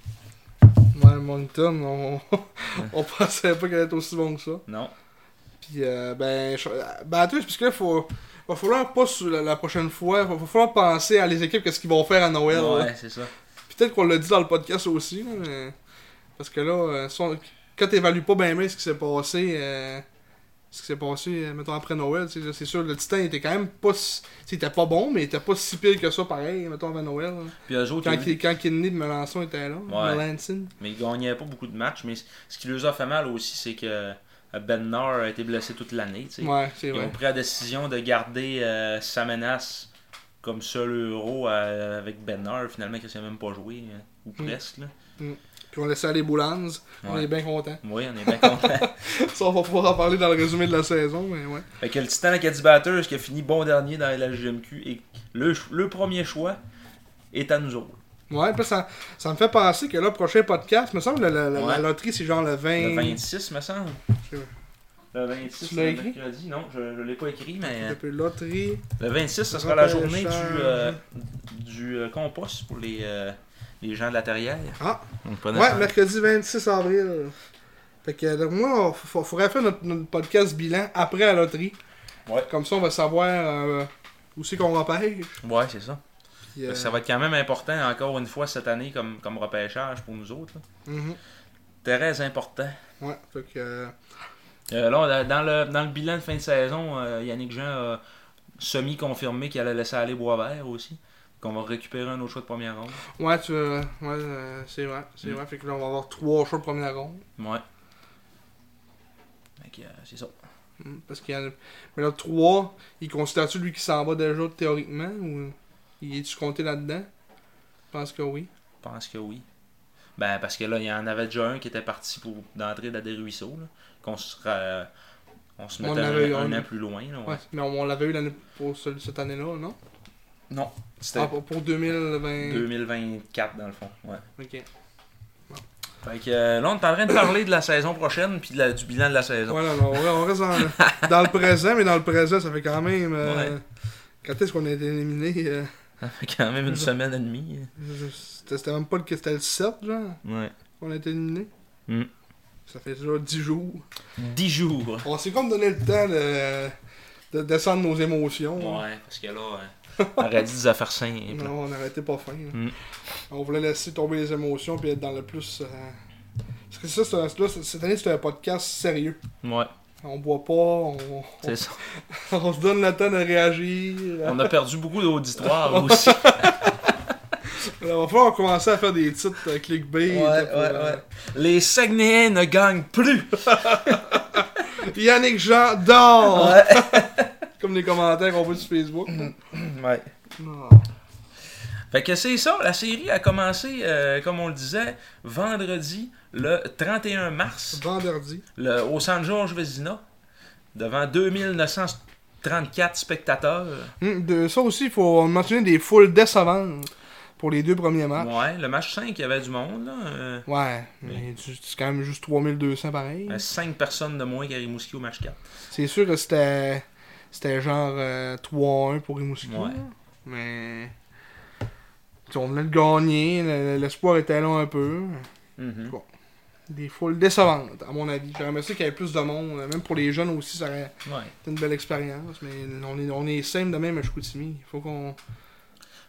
Speaker 2: Ouais, Moncton, on, on pensait pas qu'elle allait être aussi bon que ça.
Speaker 1: non,
Speaker 2: Puis, euh, ben, je- Batters, parce que là, faut, va falloir pas sur la, la prochaine fois, va, va falloir penser à les équipes, qu'est-ce qu'ils vont faire à Noël. là.
Speaker 1: ouais, c'est ça.
Speaker 2: Puis Peut-être qu'on l'a dit dans le podcast aussi, là, mais- parce que là, euh, si on- quand t'évalues pas bien bien ce qui s'est passé, euh, ce qui s'est passé, euh, mettons, après Noël, tu sais, là, c'est sûr, le Titan était quand même pas si... tu sais, il était pas bon, mais il était pas si pire que ça, pareil, mettons, avant Noël. là.
Speaker 1: Puis eux autres,
Speaker 2: Quand,
Speaker 1: ils-
Speaker 2: il- quand Kidney de Melançon était là, Melanson.
Speaker 1: mais ils gagnaient pas beaucoup de matchs, mais ce qui leur a fait mal aussi, c'est que Ben Nord a été blessé toute l'année, tu sais.
Speaker 2: Ouais, c'est
Speaker 1: Ils ont
Speaker 2: vrai.
Speaker 1: pris la décision de garder euh, sa menace comme seul euro euh, avec Benner, finalement, qui s'est même pas joué, euh, ou
Speaker 2: Mm.
Speaker 1: presque. là.
Speaker 2: Puis on laissait aller Boulans, on
Speaker 1: Ouais.
Speaker 2: est bien content.
Speaker 1: Oui, on est bien content.
Speaker 2: *laughs* Ça, on va pouvoir en parler dans le résumé de la saison, mais ouais.
Speaker 1: fait que le Titan Acadie Batters qui a fini bon dernier dans la LHJMQ et le, ch- le premier choix est à nous autres.
Speaker 2: Ouais, puis ça, ça me fait penser que là, prochain podcast, me semble, la, la- la
Speaker 1: Ouais.
Speaker 2: loterie, c'est genre le 20.
Speaker 1: Le 26, me semble.
Speaker 2: Je sais
Speaker 1: Le 26,
Speaker 2: Ben, Tu l'as
Speaker 1: le
Speaker 2: écrit?
Speaker 1: mercredi. Non, je ne l'ai pas écrit, mais euh,
Speaker 2: Depuis loterie.
Speaker 1: le 26, ce sera la journée du,
Speaker 2: Repêchage.
Speaker 1: euh, du euh, compost pour les, euh, les gens de la terrière.
Speaker 2: Ah.
Speaker 1: Donc, prenez
Speaker 2: Ouais,
Speaker 1: ça.
Speaker 2: mercredi 26 avril. Fait que donc, moi, il faudrait faire notre, notre podcast bilan après la loterie.
Speaker 1: Ouais.
Speaker 2: Comme ça, on va savoir euh, où c'est qu'on repêche.
Speaker 1: ouais c'est ça.
Speaker 2: Puis,
Speaker 1: Fait
Speaker 2: euh,
Speaker 1: que Ben, Ça va être quand même important encore une fois cette année comme, comme repêchage pour nous autres. là.
Speaker 2: mhm.
Speaker 1: Très important.
Speaker 2: Ouais, fait que. euh,
Speaker 1: Euh, là, on a- dans le, dans le bilan de fin de saison, euh, Yannick Jean a semi-confirmé qu'il allait laisser aller Boisvert aussi. Qu'on va récupérer un autre choix de première ronde.
Speaker 2: ouais, tu veux- ouais euh, c'est vrai. C'est
Speaker 1: Mm.
Speaker 2: vrai. Fait que là, on va avoir trois choix de première ronde.
Speaker 1: Ouais. Fait que, euh, c'est ça.
Speaker 2: Mm, Parce qu'il y en a. Mais là, trois, il considère-tu lui qui s'en va déjà théoriquement ou il est-tu compté là-dedans Je pense que oui.
Speaker 1: Je pense que oui. Ben, parce que là, il y en avait déjà un qui était parti pour d'entrée dans des ruisseaux. là. Qu'on se, ra- on se
Speaker 2: On
Speaker 1: mettait
Speaker 2: avait eu
Speaker 1: un, un
Speaker 2: un.
Speaker 1: an plus loin. là, ouais.
Speaker 2: Ouais, mais on, on l'avait eu l'année pour ce- cette année-là, non
Speaker 1: Non, c'était
Speaker 2: ah, pour, pour 2020.
Speaker 1: 2024 dans le fond. Ouais.
Speaker 2: Ok.
Speaker 1: Fait que euh, là, on est en train de parler de la saison prochaine puis de la- du bilan de la saison.
Speaker 2: Voilà, on, on reste dans, dans le présent, mais dans le présent, ça fait quand même. euh,
Speaker 1: Ouais.
Speaker 2: Quand est-ce qu'on a été éliminé euh,
Speaker 1: Ça fait *laughs* quand même une semaine et demie.
Speaker 2: je- C'était c'était même pas le, c'était le 7, genre,
Speaker 1: Ouais.
Speaker 2: qu'on a été éliminé.
Speaker 1: Mm.
Speaker 2: Ça fait déjà 10 jours.
Speaker 1: 10 jours.
Speaker 2: On s'est comme donné le temps de, de descendre nos émotions. hein.
Speaker 1: Ouais, parce que là, euh, on aurait dit des affaires simples.
Speaker 2: Non, on n'arrêtait pas fin. là.
Speaker 1: Mm.
Speaker 2: On voulait laisser tomber les émotions puis être dans le plus. euh, Parce que ça, c'est un- là, c'est- cette année, c'est un podcast sérieux.
Speaker 1: Ouais,
Speaker 2: On boit pas, on, *laughs*
Speaker 1: c'est ça.
Speaker 2: on se donne le temps de réagir.
Speaker 1: On a perdu beaucoup d'auditoires aussi.
Speaker 2: Alors, on va falloir commencer à faire des titres euh, clickbait. là, pour, euh,
Speaker 1: Les Saguenayens ne gagnent plus.
Speaker 2: Yannick Jean dort!
Speaker 1: Ouais. Mm.
Speaker 2: Comme les commentaires qu'on voit sur Facebook. Ah,
Speaker 1: ouais.
Speaker 2: Non.
Speaker 1: Fait que c'est ça, la série a commencé, euh, comme on le disait, vendredi le 31 mars.
Speaker 2: Vendredi.
Speaker 1: le- au San George Vezina, devant 2934 spectateurs.
Speaker 2: Hum, de, ça aussi, il faut mentionner des foules décevantes pour les deux premiers matchs.
Speaker 1: Ouais, le match 5, il y avait du monde. Là. euh,
Speaker 2: Ouais, mais tu- c'est quand même juste 3200 pareil.
Speaker 1: euh, cinq personnes de moins qu'à Rimouski au match 4.
Speaker 2: C'est sûr que c'était. C'était genre euh, 3-1 pour Rimouski.
Speaker 1: Ouais.
Speaker 2: là. Mais. tu sais, On venait de gagner, le- l'espoir était là un peu.
Speaker 1: Mhm.
Speaker 2: Des foules décevantes, à mon avis. J'aurais aimé ça qu'il y avait plus de monde. Même pour les jeunes aussi, ça aurait
Speaker 1: Ouais.
Speaker 2: été une belle expérience. Mais on est, on est simple de même à Chicoutimi. Il faut qu'on.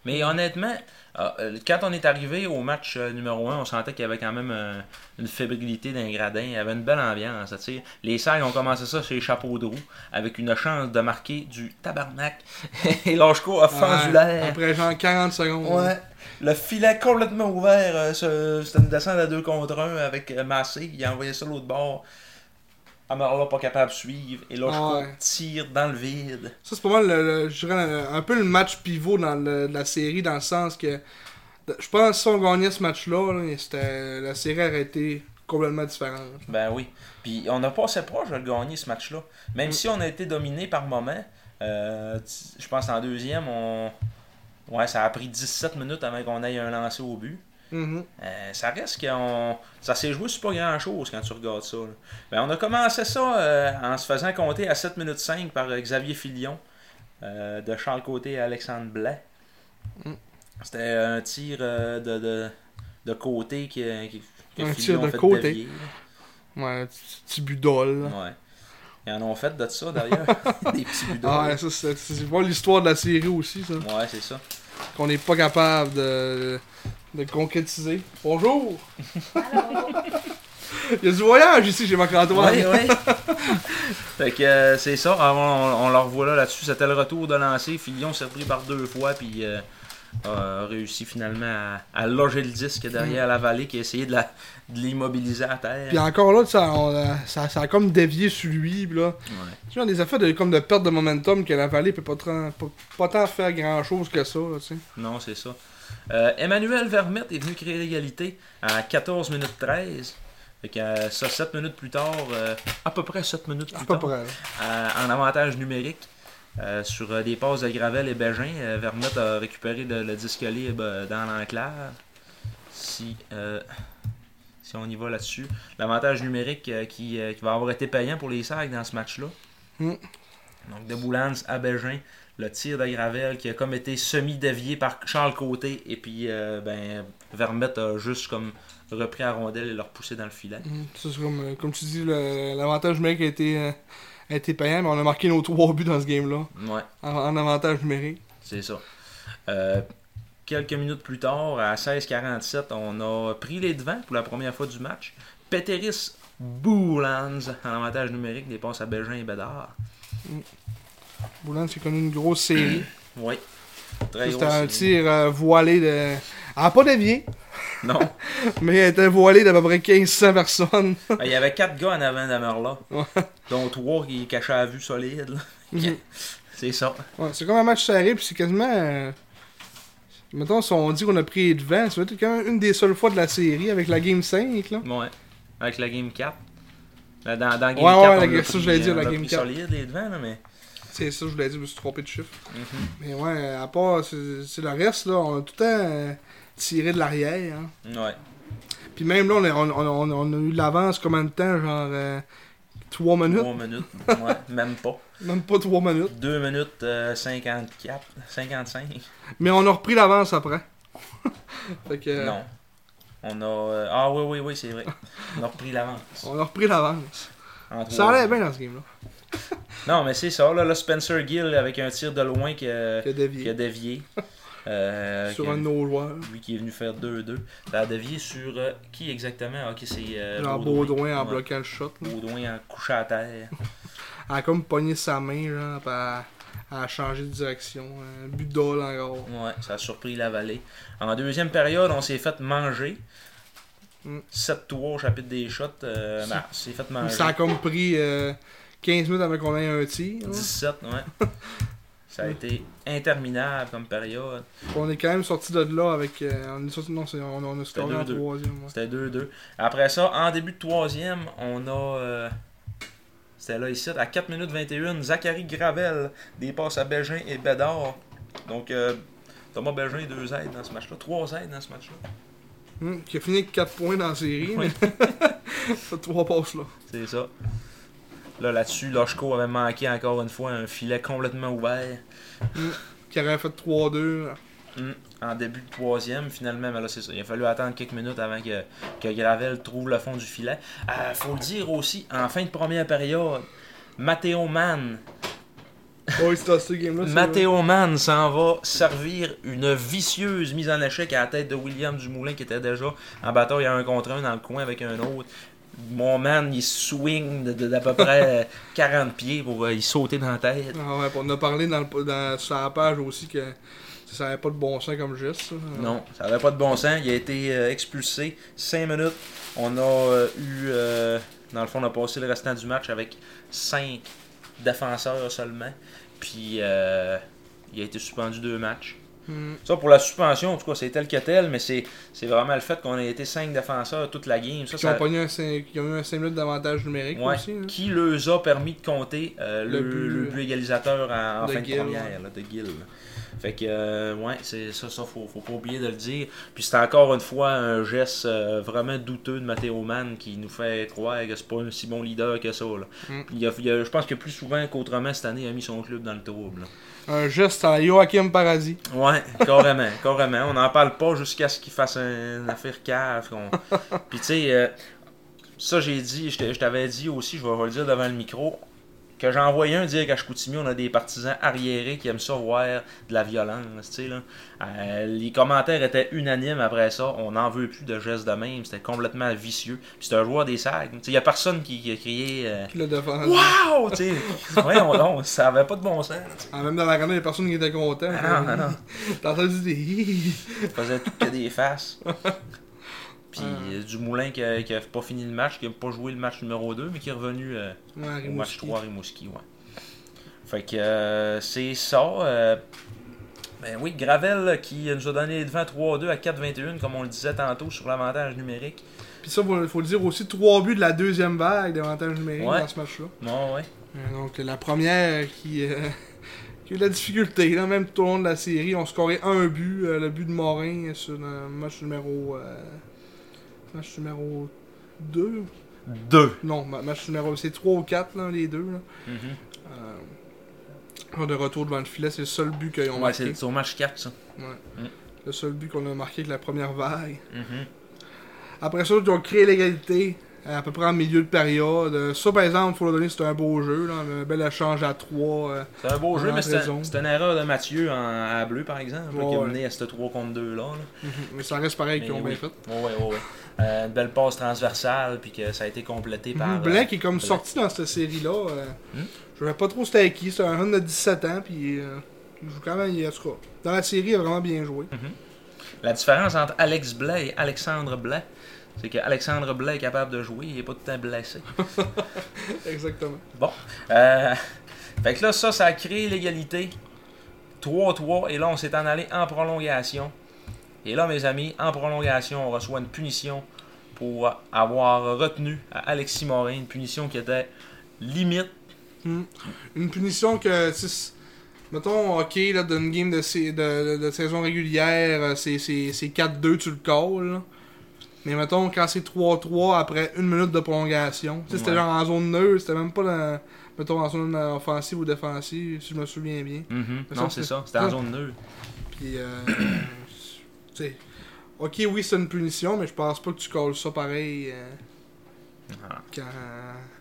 Speaker 1: Mais honnêtement, euh, euh, quand on est arrivé au match euh, numéro 1, on sentait qu'il y avait quand même euh, une fébrilité d'un gradin. Il y avait une belle ambiance. tu sais. Les Sags ont commencé ça chez les chapeaux de roue, avec une chance de marquer du tabarnak. *laughs* Et Lachko a fendu
Speaker 2: Ouais,
Speaker 1: l'air.
Speaker 2: euh, Après genre 40 secondes.
Speaker 1: Ouais. Le filet complètement ouvert. euh, ce- C'était une descente à 2 contre 1 avec euh, Massé. Il a envoyé ça l'autre bord. Amarla pas capable de suivre. Et Loshko
Speaker 2: Ouais.
Speaker 1: tire dans le vide.
Speaker 2: Ça, c'est pas mal, le- le- je dirais, le- un peu le match pivot dans le- de la série, dans le sens que je pense que si on gagnait ce match-là, là, c'était- la série aurait été complètement différente.
Speaker 1: Ben oui. Puis on a pas assez proche de le gagner ce match-là.
Speaker 2: Mm.
Speaker 1: Même si on a été dominé par moment, euh, t- je pense en deuxième, on... ouais, ça a pris 17 minutes avant qu'on aille un lancer au but.
Speaker 2: Mhm.
Speaker 1: Euh, ça reste qu'on. Ça s'est joué sur pas grand chose quand tu regardes ça. là. Ben, on a commencé ça euh, en se faisant compter à 7 minutes 5 par euh, Xavier Filion euh, de Charles Côté et Alexandre Blais.
Speaker 2: Mm.
Speaker 1: C'était un tir euh, de, de, de côté qui, qui, que
Speaker 2: Un
Speaker 1: Filion
Speaker 2: tir
Speaker 1: a
Speaker 2: de
Speaker 1: fait
Speaker 2: côté.
Speaker 1: dévier,
Speaker 2: Ouais, un petit petit but d'ol, là.
Speaker 1: là. Ouais. Ils en ont fait de ça *laughs* d'ailleurs. Des petits buts d'or.
Speaker 2: Ah ouais, ça, c'est c'est voir l'histoire de la série aussi, ça.
Speaker 1: Ouais, c'est ça.
Speaker 2: Qu'on n'est pas capable de, de concrétiser. Bonjour! *laughs* Il y a du voyage ici chez Marc-Antoine.
Speaker 1: Ouais, ouais. fait que euh, c'est ça. Ah, on, on leur revoit là là-dessus. C'était le retour de lancer. Fillon s'est repris par deux fois. Puis euh, a réussi finalement à, à loger le disque derrière la vallée qui a essayé de la- de l'immobiliser à terre.
Speaker 2: Puis encore là, tu sais, on, euh, ça, ça a comme dévié sur lui, pis là.
Speaker 1: Ouais.
Speaker 2: Tu sais, on a des affaires de, comme de perte de momentum que la vallée peut pas, tant- pas, pas tant faire grand chose que ça, là, tu sais.
Speaker 1: Non, c'est ça. Euh, Emmanuel Vermette est venu créer l'égalité à 14 minutes 13. Fait que euh, ça, 7 minutes plus tard, euh, à peu près 7 minutes
Speaker 2: À
Speaker 1: plus
Speaker 2: peu
Speaker 1: tard,
Speaker 2: près. là.
Speaker 1: euh, en avantage numérique. euh, sur euh, des passes de Gravel et Bégin, euh, Vermette a récupéré le, le disque libre euh, dans l'enclave. Si, euh, si on y va là-dessus. L'avantage numérique euh, qui, euh, qui va avoir été payant pour les sacs dans ce match-là.
Speaker 2: Mm.
Speaker 1: Donc de Boulance à Bégin, le tir de Gravel qui a comme été semi-dévié par Charles Côté. Et puis euh, ben, Vermette a juste comme repris la rondelle et l'a repoussé dans le filet.
Speaker 2: Mm. Ça, c'est comme, euh, comme tu dis, le- l'avantage numérique a été, euh, a été payant, mais on a marqué nos trois buts dans ce game-là,
Speaker 1: Ouais.
Speaker 2: en, en avantage numérique.
Speaker 1: C'est ça. Euh, quelques minutes plus tard, à 16h47, on a pris les devants pour la première fois du match. Peteris Boulans en avantage numérique des passes à Bégin et Bédard.
Speaker 2: Boulan, c'est connu une grosse série.
Speaker 1: Oui. Très
Speaker 2: Ça,
Speaker 1: gros
Speaker 2: C'était un
Speaker 1: signe.
Speaker 2: tir euh, voilé de. Ah, pas dévié, *laughs*
Speaker 1: Non.
Speaker 2: mais il était voilé d'à peu près 1500 personnes.
Speaker 1: Ben, Il y avait quatre gars en avant d'Amerla,
Speaker 2: Ouais.
Speaker 1: dont trois qui cachaient à vue solide. là.
Speaker 2: Mhm.
Speaker 1: C'est ça.
Speaker 2: *laughs* Ouais, c'est comme un match serré, puis c'est quasiment. euh, Mettons, si on dit qu'on a pris les devants, ça va être quand même une des seules fois de la série avec la Game 5, là.
Speaker 1: Ouais. Avec la Game 4. Dans, dans Game 4,
Speaker 2: ouais,
Speaker 1: on
Speaker 2: la-
Speaker 1: l'a
Speaker 2: ça,
Speaker 1: pris-
Speaker 2: je l'ai dit,
Speaker 1: on
Speaker 2: la
Speaker 1: l'a
Speaker 2: Game
Speaker 1: pris
Speaker 2: 4.
Speaker 1: solide les devants, là, mais...
Speaker 2: C'est ça, je vous l'ai dit, je me suis trompé de chiffre.
Speaker 1: Mhm.
Speaker 2: Mais ouais, à part c'est c'est le reste, là, on a tout le temps euh, tiré de l'arrière. hein.
Speaker 1: Ouais.
Speaker 2: Puis même là, on a, on, on- on a eu de l'avance combien de temps Genre euh, 3 minutes
Speaker 1: Trois minutes. Ouais, même pas.
Speaker 2: Même pas 3 minutes.
Speaker 1: 2 minutes euh, 54, 55.
Speaker 2: Mais on a repris l'avance après. *laughs* fait que, euh,
Speaker 1: Non. On a. euh, ah oui, oui, oui, c'est vrai. On a repris l'avance.
Speaker 2: On a repris l'avance.
Speaker 1: en
Speaker 2: Ça
Speaker 1: trois
Speaker 2: allait
Speaker 1: ans.
Speaker 2: bien dans ce game-là.
Speaker 1: Non, mais c'est ça. Là, là, Spencer Gill avec un tir de loin qui a,
Speaker 2: Que
Speaker 1: qui a
Speaker 2: dévié.
Speaker 1: dévié. Euh,
Speaker 2: Sur
Speaker 1: qui a-
Speaker 2: un de nos joueurs.
Speaker 1: Lui qui est venu faire 2-2. Ça a dévié sur euh, qui exactement Ah, Ok, c'est. euh,
Speaker 2: Genre Baudouin en
Speaker 1: Ouais.
Speaker 2: bloquant le shot. là.
Speaker 1: Baudouin en couchant à terre.
Speaker 2: Elle a comme pogné sa main, genre, puis elle- elle a changé de direction. Un but d'ol encore.
Speaker 1: Ouais, ça a surpris la vallée. En deuxième période, on s'est fait manger.
Speaker 2: Mm.
Speaker 1: 7-3 au chapitre des shots. euh, ben, on s'est fait manger.
Speaker 2: Ça a comme pris euh, 15 minutes avant qu'on ait un tir. là.
Speaker 1: 17, ouais. Ça a été interminable comme période.
Speaker 2: On est quand même sorti de là avec. euh, on est sorti, non, c'est- on, on a scoré en
Speaker 1: deux-deux.
Speaker 2: troisième. ouais.
Speaker 1: C'était 2-2. Après ça, en début de troisième, on a. euh, C'était là ici, à 4 minutes 21, Zachary Gravel, des passes à Bégin et Bédard. Donc, euh, Thomas Bégin, deux aides dans ce match-là. Trois aides dans ce match-là.
Speaker 2: Hum, qui a fini avec 4 points dans la série,
Speaker 1: Oui.
Speaker 2: mais. *laughs* ça, 3 passes là.
Speaker 1: C'est ça. Là, là-dessus, Loshko avait manqué encore une fois un filet complètement ouvert.
Speaker 2: Qui aurait fait 3-2. là.
Speaker 1: Mm. En début de troisième, finalement, mais là, c'est ça. Il a fallu attendre quelques minutes avant que, que Gravel trouve le fond du filet. Euh, faut le dire aussi, en fin de première période, Matteo Mann,
Speaker 2: Ouais, c'est dans ce game-là. c'est
Speaker 1: Matteo Mann s'en va servir une vicieuse mise en échec à la tête de William Dumoulin qui était déjà en bataille à un contre un dans le coin avec un autre. Mon man, il swing de- de- d'à peu près euh,
Speaker 2: *laughs*
Speaker 1: 40 pieds pour euh, y sauter dans la tête.
Speaker 2: vrai. Ah ouais, puis on a parlé dans le, dans, sur la page aussi que ça n'avait pas de bon sens comme geste. ça.
Speaker 1: Non, ça n'avait pas de bon sens. Il a été euh, expulsé. 5 minutes. On a euh, eu euh, Dans le fond, on a passé le restant du match avec 5 défenseurs seulement. Puis euh, il a été suspendu deux matchs.
Speaker 2: Hmm.
Speaker 1: Ça, pour la suspension, en tout cas, c'est tel que tel, mais c'est c'est vraiment le fait qu'on ait été 5 défenseurs toute la game. Ça,
Speaker 2: Qui
Speaker 1: ça-
Speaker 2: ont, pogné un cinq- qui ont eu un 5 minutes d'avantage numérique
Speaker 1: Ouais,
Speaker 2: aussi. hein. là.
Speaker 1: qui leur a permis de compter euh, le,
Speaker 2: Le but,
Speaker 1: le but égalisateur en, en
Speaker 2: de
Speaker 1: fin de
Speaker 2: Gill,
Speaker 1: première là, de Gill. là. Fait que, euh, ouais, c'est ça, ça, faut, faut pas oublier de le dire. Puis c'est encore une fois un geste euh, vraiment douteux de Matteo Mann qui nous fait croire que c'est pas un si bon leader que ça. là.
Speaker 2: Mm.
Speaker 1: Puis il a- il a- je pense que plus souvent qu'autrement, cette année, il a mis son club dans le trouble. là.
Speaker 2: Un geste à la Joachim Paradis.
Speaker 1: Ouais, carrément, *laughs* carrément. On n'en parle pas jusqu'à ce qu'il fasse un- une affaire cave. qu'on- Puis tu sais, euh, ça j'ai dit, je t'ai- je t'avais dit aussi, je vais le dire devant le micro, que j'en voyais un dire qu'à Chicoutimi, on a des partisans arriérés qui aiment ça voir de la violence, tu sais, là. Euh, les commentaires étaient unanimes après ça, on n'en veut plus de gestes de même, c'était complètement vicieux. Puis c'est un joueur des sacs, tu sais, il n'y a personne qui, qui a crié... euh,
Speaker 2: Qui l'a défendu.
Speaker 1: Wow! Tu sais, voyons donc, ça avait pas de bon sens.
Speaker 2: Ah, même dans la randonnée, il y a personne qui était content.
Speaker 1: Ah non, ah non.
Speaker 2: *laughs* T'as entendu des hi
Speaker 1: faisait tout que des
Speaker 2: *laughs*
Speaker 1: faces. Puis euh, Dumoulin qui a, qui a pas fini le match, qui a pas joué le match numéro 2, mais qui est revenu euh,
Speaker 2: Ouais,
Speaker 1: au match
Speaker 2: Rimouski.
Speaker 1: 3 à Rimouski. Ouais. Fait que euh, c'est ça. euh, ben oui, Gravel qui nous a donné les devants 3-2 à 4-21, comme on le disait tantôt, sur l'avantage numérique.
Speaker 2: Puis ça, faut, faut le dire aussi, trois buts de la deuxième vague d'avantage numérique
Speaker 1: Ouais.
Speaker 2: dans ce match-là.
Speaker 1: Ouais, ouais.
Speaker 2: Euh, Donc la première qui, euh, *laughs* qui a eu de la difficulté, là, même tout au long de la série, on scorait un but, euh, le but de Morin sur le match numéro... euh, match numéro 2
Speaker 1: 2.
Speaker 2: Non, ma- match numéro... C'est 3 ou 4, là, les deux. Là.
Speaker 1: Mm-hmm.
Speaker 2: Euh, de retour devant le filet, c'est le seul but qu'ils ont
Speaker 1: Ouais, c'est
Speaker 2: marqué.
Speaker 1: c'est Mm. au match 4, ça.
Speaker 2: Le seul but qu'on a marqué avec la première vague.
Speaker 1: Mhm.
Speaker 2: Après ça, ils ont créé l'égalité euh, à peu près en milieu de période. Euh, Ça, par exemple, faut le donner, c'était un beau jeu. Là. Un bel échange à euh. 3.
Speaker 1: C'est un beau jeu,
Speaker 2: Ouais,
Speaker 1: mais c'est un-
Speaker 2: raison.
Speaker 1: c'est une erreur de Mathieu en, à bleu, par exemple, là, qui a
Speaker 2: Ouais.
Speaker 1: mené à ce 3 contre 2 là. là.
Speaker 2: *laughs* Mais ça reste pareil qu'ils
Speaker 1: Mais
Speaker 2: ont
Speaker 1: oui.
Speaker 2: bien fait.
Speaker 1: Ouais, ouais, ouais, ouais. Euh, une belle passe transversale, puis que ça a été complété par.
Speaker 2: Mhm.
Speaker 1: euh,
Speaker 2: Blanc qui est comme
Speaker 1: Blanc.
Speaker 2: sorti dans cette série-là. euh,
Speaker 1: Mhm.
Speaker 2: Je ne sais pas trop c'était avec qui. C'était un jeune de 17 ans. Puis euh, il joue quand même, il en tout cas, Dans la série, il a vraiment bien joué. *laughs*
Speaker 1: Mhm. La différence entre Alex Blais et Alexandre Blais, c'est que Alexandre Blais est capable de jouer, il n'est pas tout le temps blessé.
Speaker 2: Exactement.
Speaker 1: Euh, fait que là, ça, ça a créé l'égalité. 3-3, et là, on s'est en allé en prolongation. Et là, mes amis, en prolongation, on reçoit une punition pour avoir retenu à Alexis Morin, une punition qui était limite.
Speaker 2: Mhm. Une punition que, tu sais, c'est- mettons, ok, là, d'une game de, sa- de, de- de saison régulière, euh, c'est c'est- c'est 4-2, tu le calls. là. Mais mettons, quand c'est 3-3 après une minute de prolongation, tu sais, c'était
Speaker 1: Ouais.
Speaker 2: genre en zone neutre, c'était même pas dans, mettons, en zone euh, offensive ou défensive, si je me souviens bien.
Speaker 1: Non, c'est ça,
Speaker 2: Ah.
Speaker 1: c'était en zone neutre.
Speaker 2: Puis, euh, *coughs* tu sais, ok, oui, c'est une punition, mais je pense pas que tu calls ça pareil euh,
Speaker 1: Ah.
Speaker 2: quand-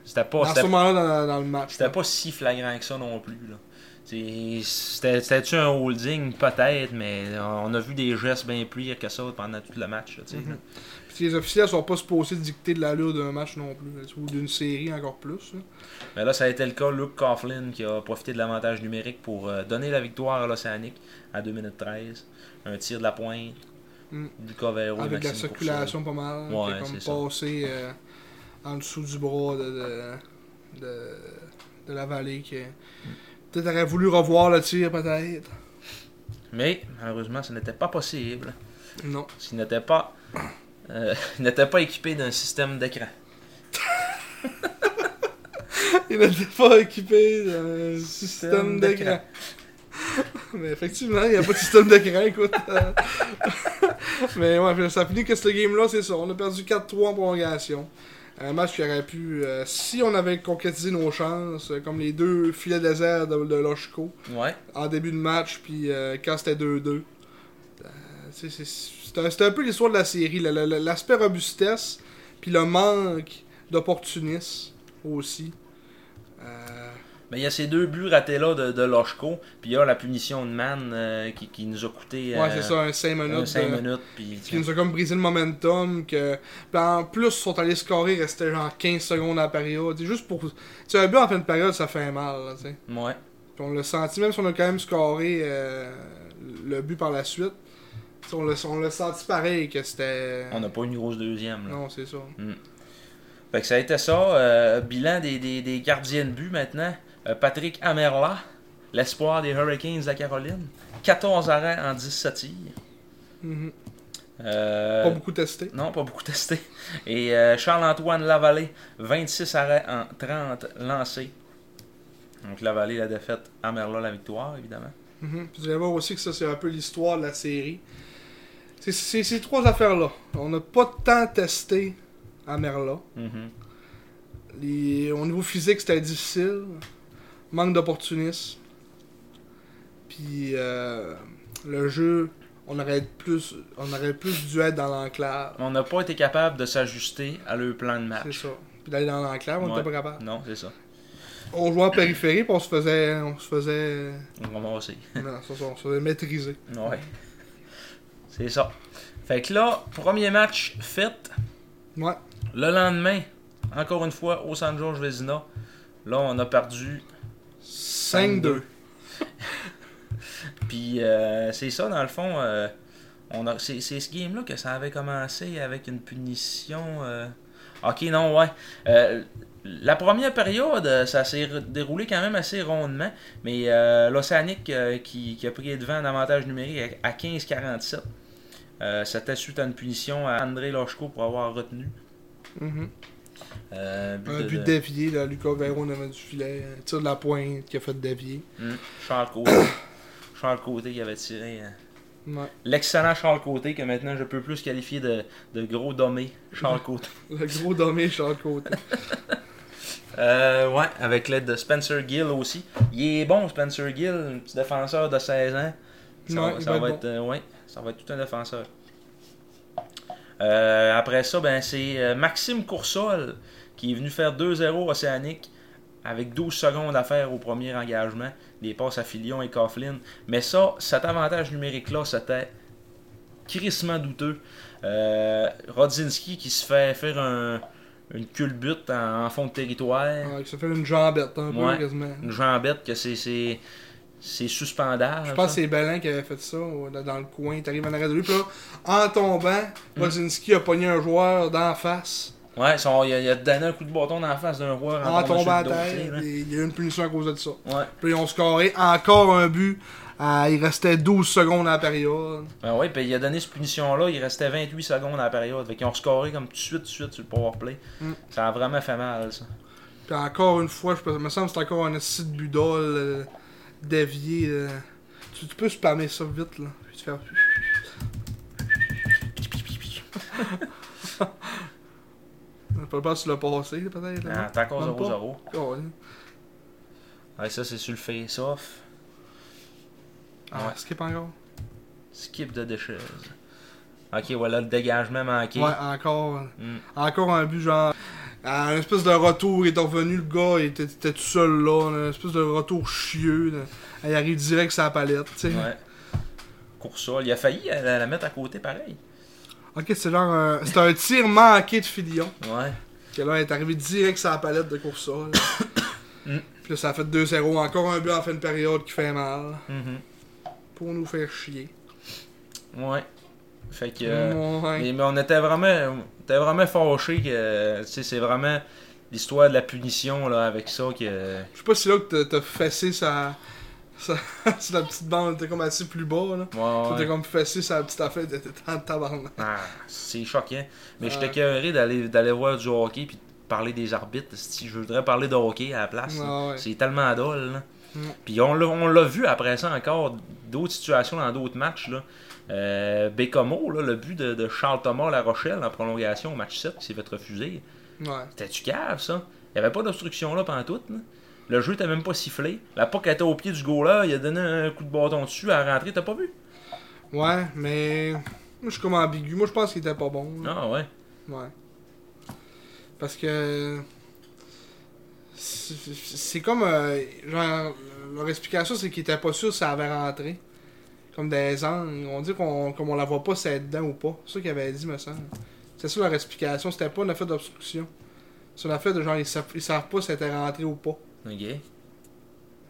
Speaker 1: C'était pas.
Speaker 2: dans
Speaker 1: c'était
Speaker 2: ce moment-là dans, dans le match.
Speaker 1: C'était pas si flagrant que ça non plus. là. C'est- C'était- C'était-tu un holding Peut-être, mais on a vu des gestes bien pires que ça pendant tout le match. là, tu sais,
Speaker 2: Mhm.
Speaker 1: là.
Speaker 2: Puis les officiels sont pas supposés dicter de l'allure d'un match non plus, ou d'une série encore plus. là.
Speaker 1: Mais là, ça a été le cas. Luke Coughlin qui a profité de l'avantage numérique pour euh, donner la victoire à l'Océanique à 2 minutes 13. Un tir de la pointe.
Speaker 2: Mm.
Speaker 1: Lucas Vero et
Speaker 2: Avec la
Speaker 1: Maxime Courcelles.
Speaker 2: circulation pas mal,
Speaker 1: Ouais,
Speaker 2: qui est
Speaker 1: c'est ça.
Speaker 2: comme passé euh, en dessous du bras de, de, de, de la vallée. qui Peut-être aurait voulu revoir le tir, peut-être.
Speaker 1: Mais malheureusement, ce n'était pas possible.
Speaker 2: Non.
Speaker 1: Parce qu'il n'était pas, euh, *laughs* il n'était pas équipé d'un système d'écran.
Speaker 2: *laughs* Il n'était pas équipé d'un euh, système d'écran.
Speaker 1: d'écran.
Speaker 2: *laughs* Mais effectivement, il n'y a pas de système d'écran, écoute. Euh, *laughs* Mais ouais, ça finit que ce game-là, c'est ça. On a perdu 4-3 en prolongation. Un match qui aurait pu, euh, si on avait concrétisé nos chances, euh, comme les deux filets déserts de, de Lochko
Speaker 1: Ouais.
Speaker 2: en début de match, puis euh, quand c'était 2-2. Euh, c'est- c'est- c'est un- C'était un peu l'histoire de la série. le- le- le- L'aspect robustesse, puis le manque d'opportunisme aussi. Euh,
Speaker 1: Mais il y a ces deux buts ratés là de, de Lochko, puis il y a la punition de Mann euh, qui, qui nous a coûté
Speaker 2: ouais, c'est ça, euh, un 5 minutes.
Speaker 1: 5
Speaker 2: euh,
Speaker 1: minutes. Puis,
Speaker 2: qui nous a comme brisé le momentum. Que... Puis en plus, ils sont allés scorer, il restait genre 15 secondes à la période. C'est juste pour. Tu sais, un but en fin de période, ça fait mal. Là, tu sais.
Speaker 1: Ouais.
Speaker 2: Puis on l'a senti, même si on a quand même scoré euh, le but par la suite, tu sais, on l'a, on l'a senti pareil que c'était.
Speaker 1: On n'a pas une grosse deuxième. Là.
Speaker 2: Non, c'est ça.
Speaker 1: Fait que ça a été ça. euh, bilan des, des- des gardiens de but maintenant. Euh, Patrick Amerla, l'espoir des Hurricanes de la Caroline. 14 arrêts en 17 tirs.
Speaker 2: Mhm.
Speaker 1: Euh,
Speaker 2: Pas beaucoup testé.
Speaker 1: non, pas beaucoup testé. Et euh, Charles-Antoine Lavallée, 26 arrêts en 30 lancés. Donc Lavallée, la défaite. Amerla, la victoire, évidemment.
Speaker 2: Mhm. Puis vous allez voir aussi que ça, c'est un peu l'histoire de la série. C'est- C'est ces trois affaires-là. On n'a pas tant testé à Merla.
Speaker 1: Mhm.
Speaker 2: Les- Au niveau physique, c'était difficile. Manque d'opportunisme. Puis euh, le jeu, on aurait, plus, on aurait plus dû être dans l'enclave.
Speaker 1: On n'a pas été capable de s'ajuster à leur plan de
Speaker 2: C'est
Speaker 1: match.
Speaker 2: ça. Puis d'aller dans l'enclave, on
Speaker 1: Ah. Ouais.
Speaker 2: n'était pas capable.
Speaker 1: Non, c'est ça.
Speaker 2: On jouait en périphérie, puis on se faisait. On se faisait. *laughs*
Speaker 1: On va aussi.
Speaker 2: non, ça, ça, on se faisait maîtriser.
Speaker 1: Ouais. C'est ça. Fait que là, premier match fait.
Speaker 2: Ouais.
Speaker 1: Le lendemain, encore une fois, au San George Vezina. Là, on a perdu
Speaker 2: 5-2.
Speaker 1: *laughs* Puis euh, c'est ça, dans le fond. euh, on a, c'est, c'est ce game-là que ça avait commencé avec une punition. euh, Ok, non, ouais. Euh, la première période, euh, ça s'est re- déroulé quand même assez rondement. Mais euh, l'Océanic euh, qui, qui a pris le devant en avantage numérique à à 15-47. Euh, c'était suite à une punition à André Lochko pour avoir retenu.
Speaker 2: Mhm.
Speaker 1: Euh, but
Speaker 2: Un
Speaker 1: de-
Speaker 2: but
Speaker 1: de-
Speaker 2: dévié, là, Lucas Veyron en avant du filet, un tir de la pointe qui a fait dévier.
Speaker 1: Hmm, Charles Côté. *coughs* Charles Côté qui avait tiré. euh,
Speaker 2: Ouais.
Speaker 1: L'excellent Charles Côté, que maintenant je peux plus qualifier de, de gros dommé,
Speaker 2: Mhm.
Speaker 1: Charles Côté.
Speaker 2: Le gros dommé sur le *laughs* côté.
Speaker 1: Euh, ouais, avec l'aide de Spencer Gill aussi. Il est bon, Spencer Gill, un petit défenseur de 16 ans. Ça,
Speaker 2: Ouais,
Speaker 1: va-
Speaker 2: il
Speaker 1: ça
Speaker 2: va
Speaker 1: va,
Speaker 2: être
Speaker 1: être, euh, ouais, ça va être tout un défenseur. Euh, après ça, ben, c'est euh, Maxime Coursol qui est venu faire 2-0 Océanique avec 12 secondes à faire au premier engagement. Des passes à Filion et Coughlin. Mais ça, cet avantage numérique-là, c'était crissement douteux. Euh, Rodzinski qui se fait faire un- une culbute en, en fond de territoire.
Speaker 2: Ouais, ça fait une jambette, un
Speaker 1: Ouais.
Speaker 2: peu quasiment.
Speaker 1: Une jambette que c'est- c'est c'est suspendable.
Speaker 2: Je pense que
Speaker 1: ça.
Speaker 2: c'est Bellin qui avait fait ça ouais, dans- dans le coin. T'arrives en arrêt de lui, puis là, en tombant,
Speaker 1: Hmm.
Speaker 2: Bozinski a pogné un joueur d'en face.
Speaker 1: Ouais, son- il, a, il a donné un coup de bâton dans la face d'un roi
Speaker 2: En tombant Ah, à
Speaker 1: sur le dos, tu sais,
Speaker 2: terre,
Speaker 1: là.
Speaker 2: et il y a eu une punition à cause de ça.
Speaker 1: Ouais.
Speaker 2: Puis ils ont scoré encore un but. Ah, il restait 12 secondes à la période.
Speaker 1: Ben ouais, puis il a donné cette punition-là, il restait 28 secondes à la période. Fait qu'ils ont scoré comme tout de suite, tout de suite sur le powerplay.
Speaker 2: Mm.
Speaker 1: Ça a vraiment fait mal, ça.
Speaker 2: Puis encore une fois, je pense- me semble que c'est encore un assis de budol euh, dévié. euh. Tu, tu peux spammer ça vite, là. Puis tu fais- *laughs* Je peux pas si tu l'as passé, peut-être.
Speaker 1: Non,
Speaker 2: là. Oh, hein.
Speaker 1: t'es encore
Speaker 2: Mm-hmm. Même pas.
Speaker 1: 0-0.
Speaker 2: Colin.
Speaker 1: Ouais, ça, c'est sur le face-off.
Speaker 2: Ah,
Speaker 1: Ah Ouais.
Speaker 2: skip encore.
Speaker 1: Skip de déchets. Ok, voilà, le dégagement manqué.
Speaker 2: Ouais, encore. euh,
Speaker 1: Mm.
Speaker 2: Encore un but, genre. à un espèce de retour, il est revenu, le gars, il était, était tout seul là, là, un espèce de retour chieux. là. Il arrive direct sur la palette, tu sais.
Speaker 1: Ouais. Coursol, il a failli euh, la, la mettre à côté pareil.
Speaker 2: Ok, c'est genre un. C'est un tir manqué de Filion.
Speaker 1: Ouais.
Speaker 2: Que là, il est arrivé direct sur la palette de course. là.
Speaker 1: *coughs* Mm.
Speaker 2: Puis là, ça a fait 2-0. Encore un but en fin de période qui fait mal.
Speaker 1: Mhm.
Speaker 2: Pour nous faire chier.
Speaker 1: Ouais. Fait que. euh,
Speaker 2: Ouais.
Speaker 1: Mais, mais on était vraiment, on était vraiment fâchés que. Tu sais, c'est vraiment l'histoire de la punition là, avec ça que.
Speaker 2: Je sais pas si là que t'as- t'as fessé sa. sa... *laughs* sur la petite bande, t'es comme assis plus bas là.
Speaker 1: Ouais, ouais.
Speaker 2: T'es comme fessé sa petite affaire, t'étais en tabarnak.
Speaker 1: Ah, c'est choquant. Mais j'étais
Speaker 2: Ouais.
Speaker 1: curé d'aller d'aller voir du hockey puis de parler des arbitres. Si je voudrais parler de hockey à la place. là.
Speaker 2: Ah ouais.
Speaker 1: C'est tellement dole. là.
Speaker 2: Mm.
Speaker 1: Puis on l'a on l'a vu après ça encore, d'autres situations dans d'autres matchs. Là. Euh, Bécomo, là, le but de, de Charles Thomas La Rochelle en prolongation au match 7 qui s'est fait refuser.
Speaker 2: Ouais.
Speaker 1: C'était-tu cave, ça? Il n'y avait pas d'obstruction là pendant tout. Le jeu n'était même pas sifflé. La POC était au pied du goaler. Il a donné un coup de bâton dessus à rentrer. T'as pas vu?
Speaker 2: Ouais, mais. Moi, je suis comme ambigu. Moi, je pense qu'il était pas bon. là.
Speaker 1: Ah ouais.
Speaker 2: Ouais. Parce que. C'est c'est comme. euh, genre, leur explication, c'est qu'ils étaient pas sûrs si ça avait rentré. Comme des angles. On dit qu'on comme on la voit pas, si elle est dedans ou pas. C'est ça qu'ils avaient dit, me semble. C'est ça leur explication. C'était pas une affaire d'obstruction. C'est une affaire de genre, ils savent, ils savent pas si elle était rentrée ou pas.
Speaker 1: Ok.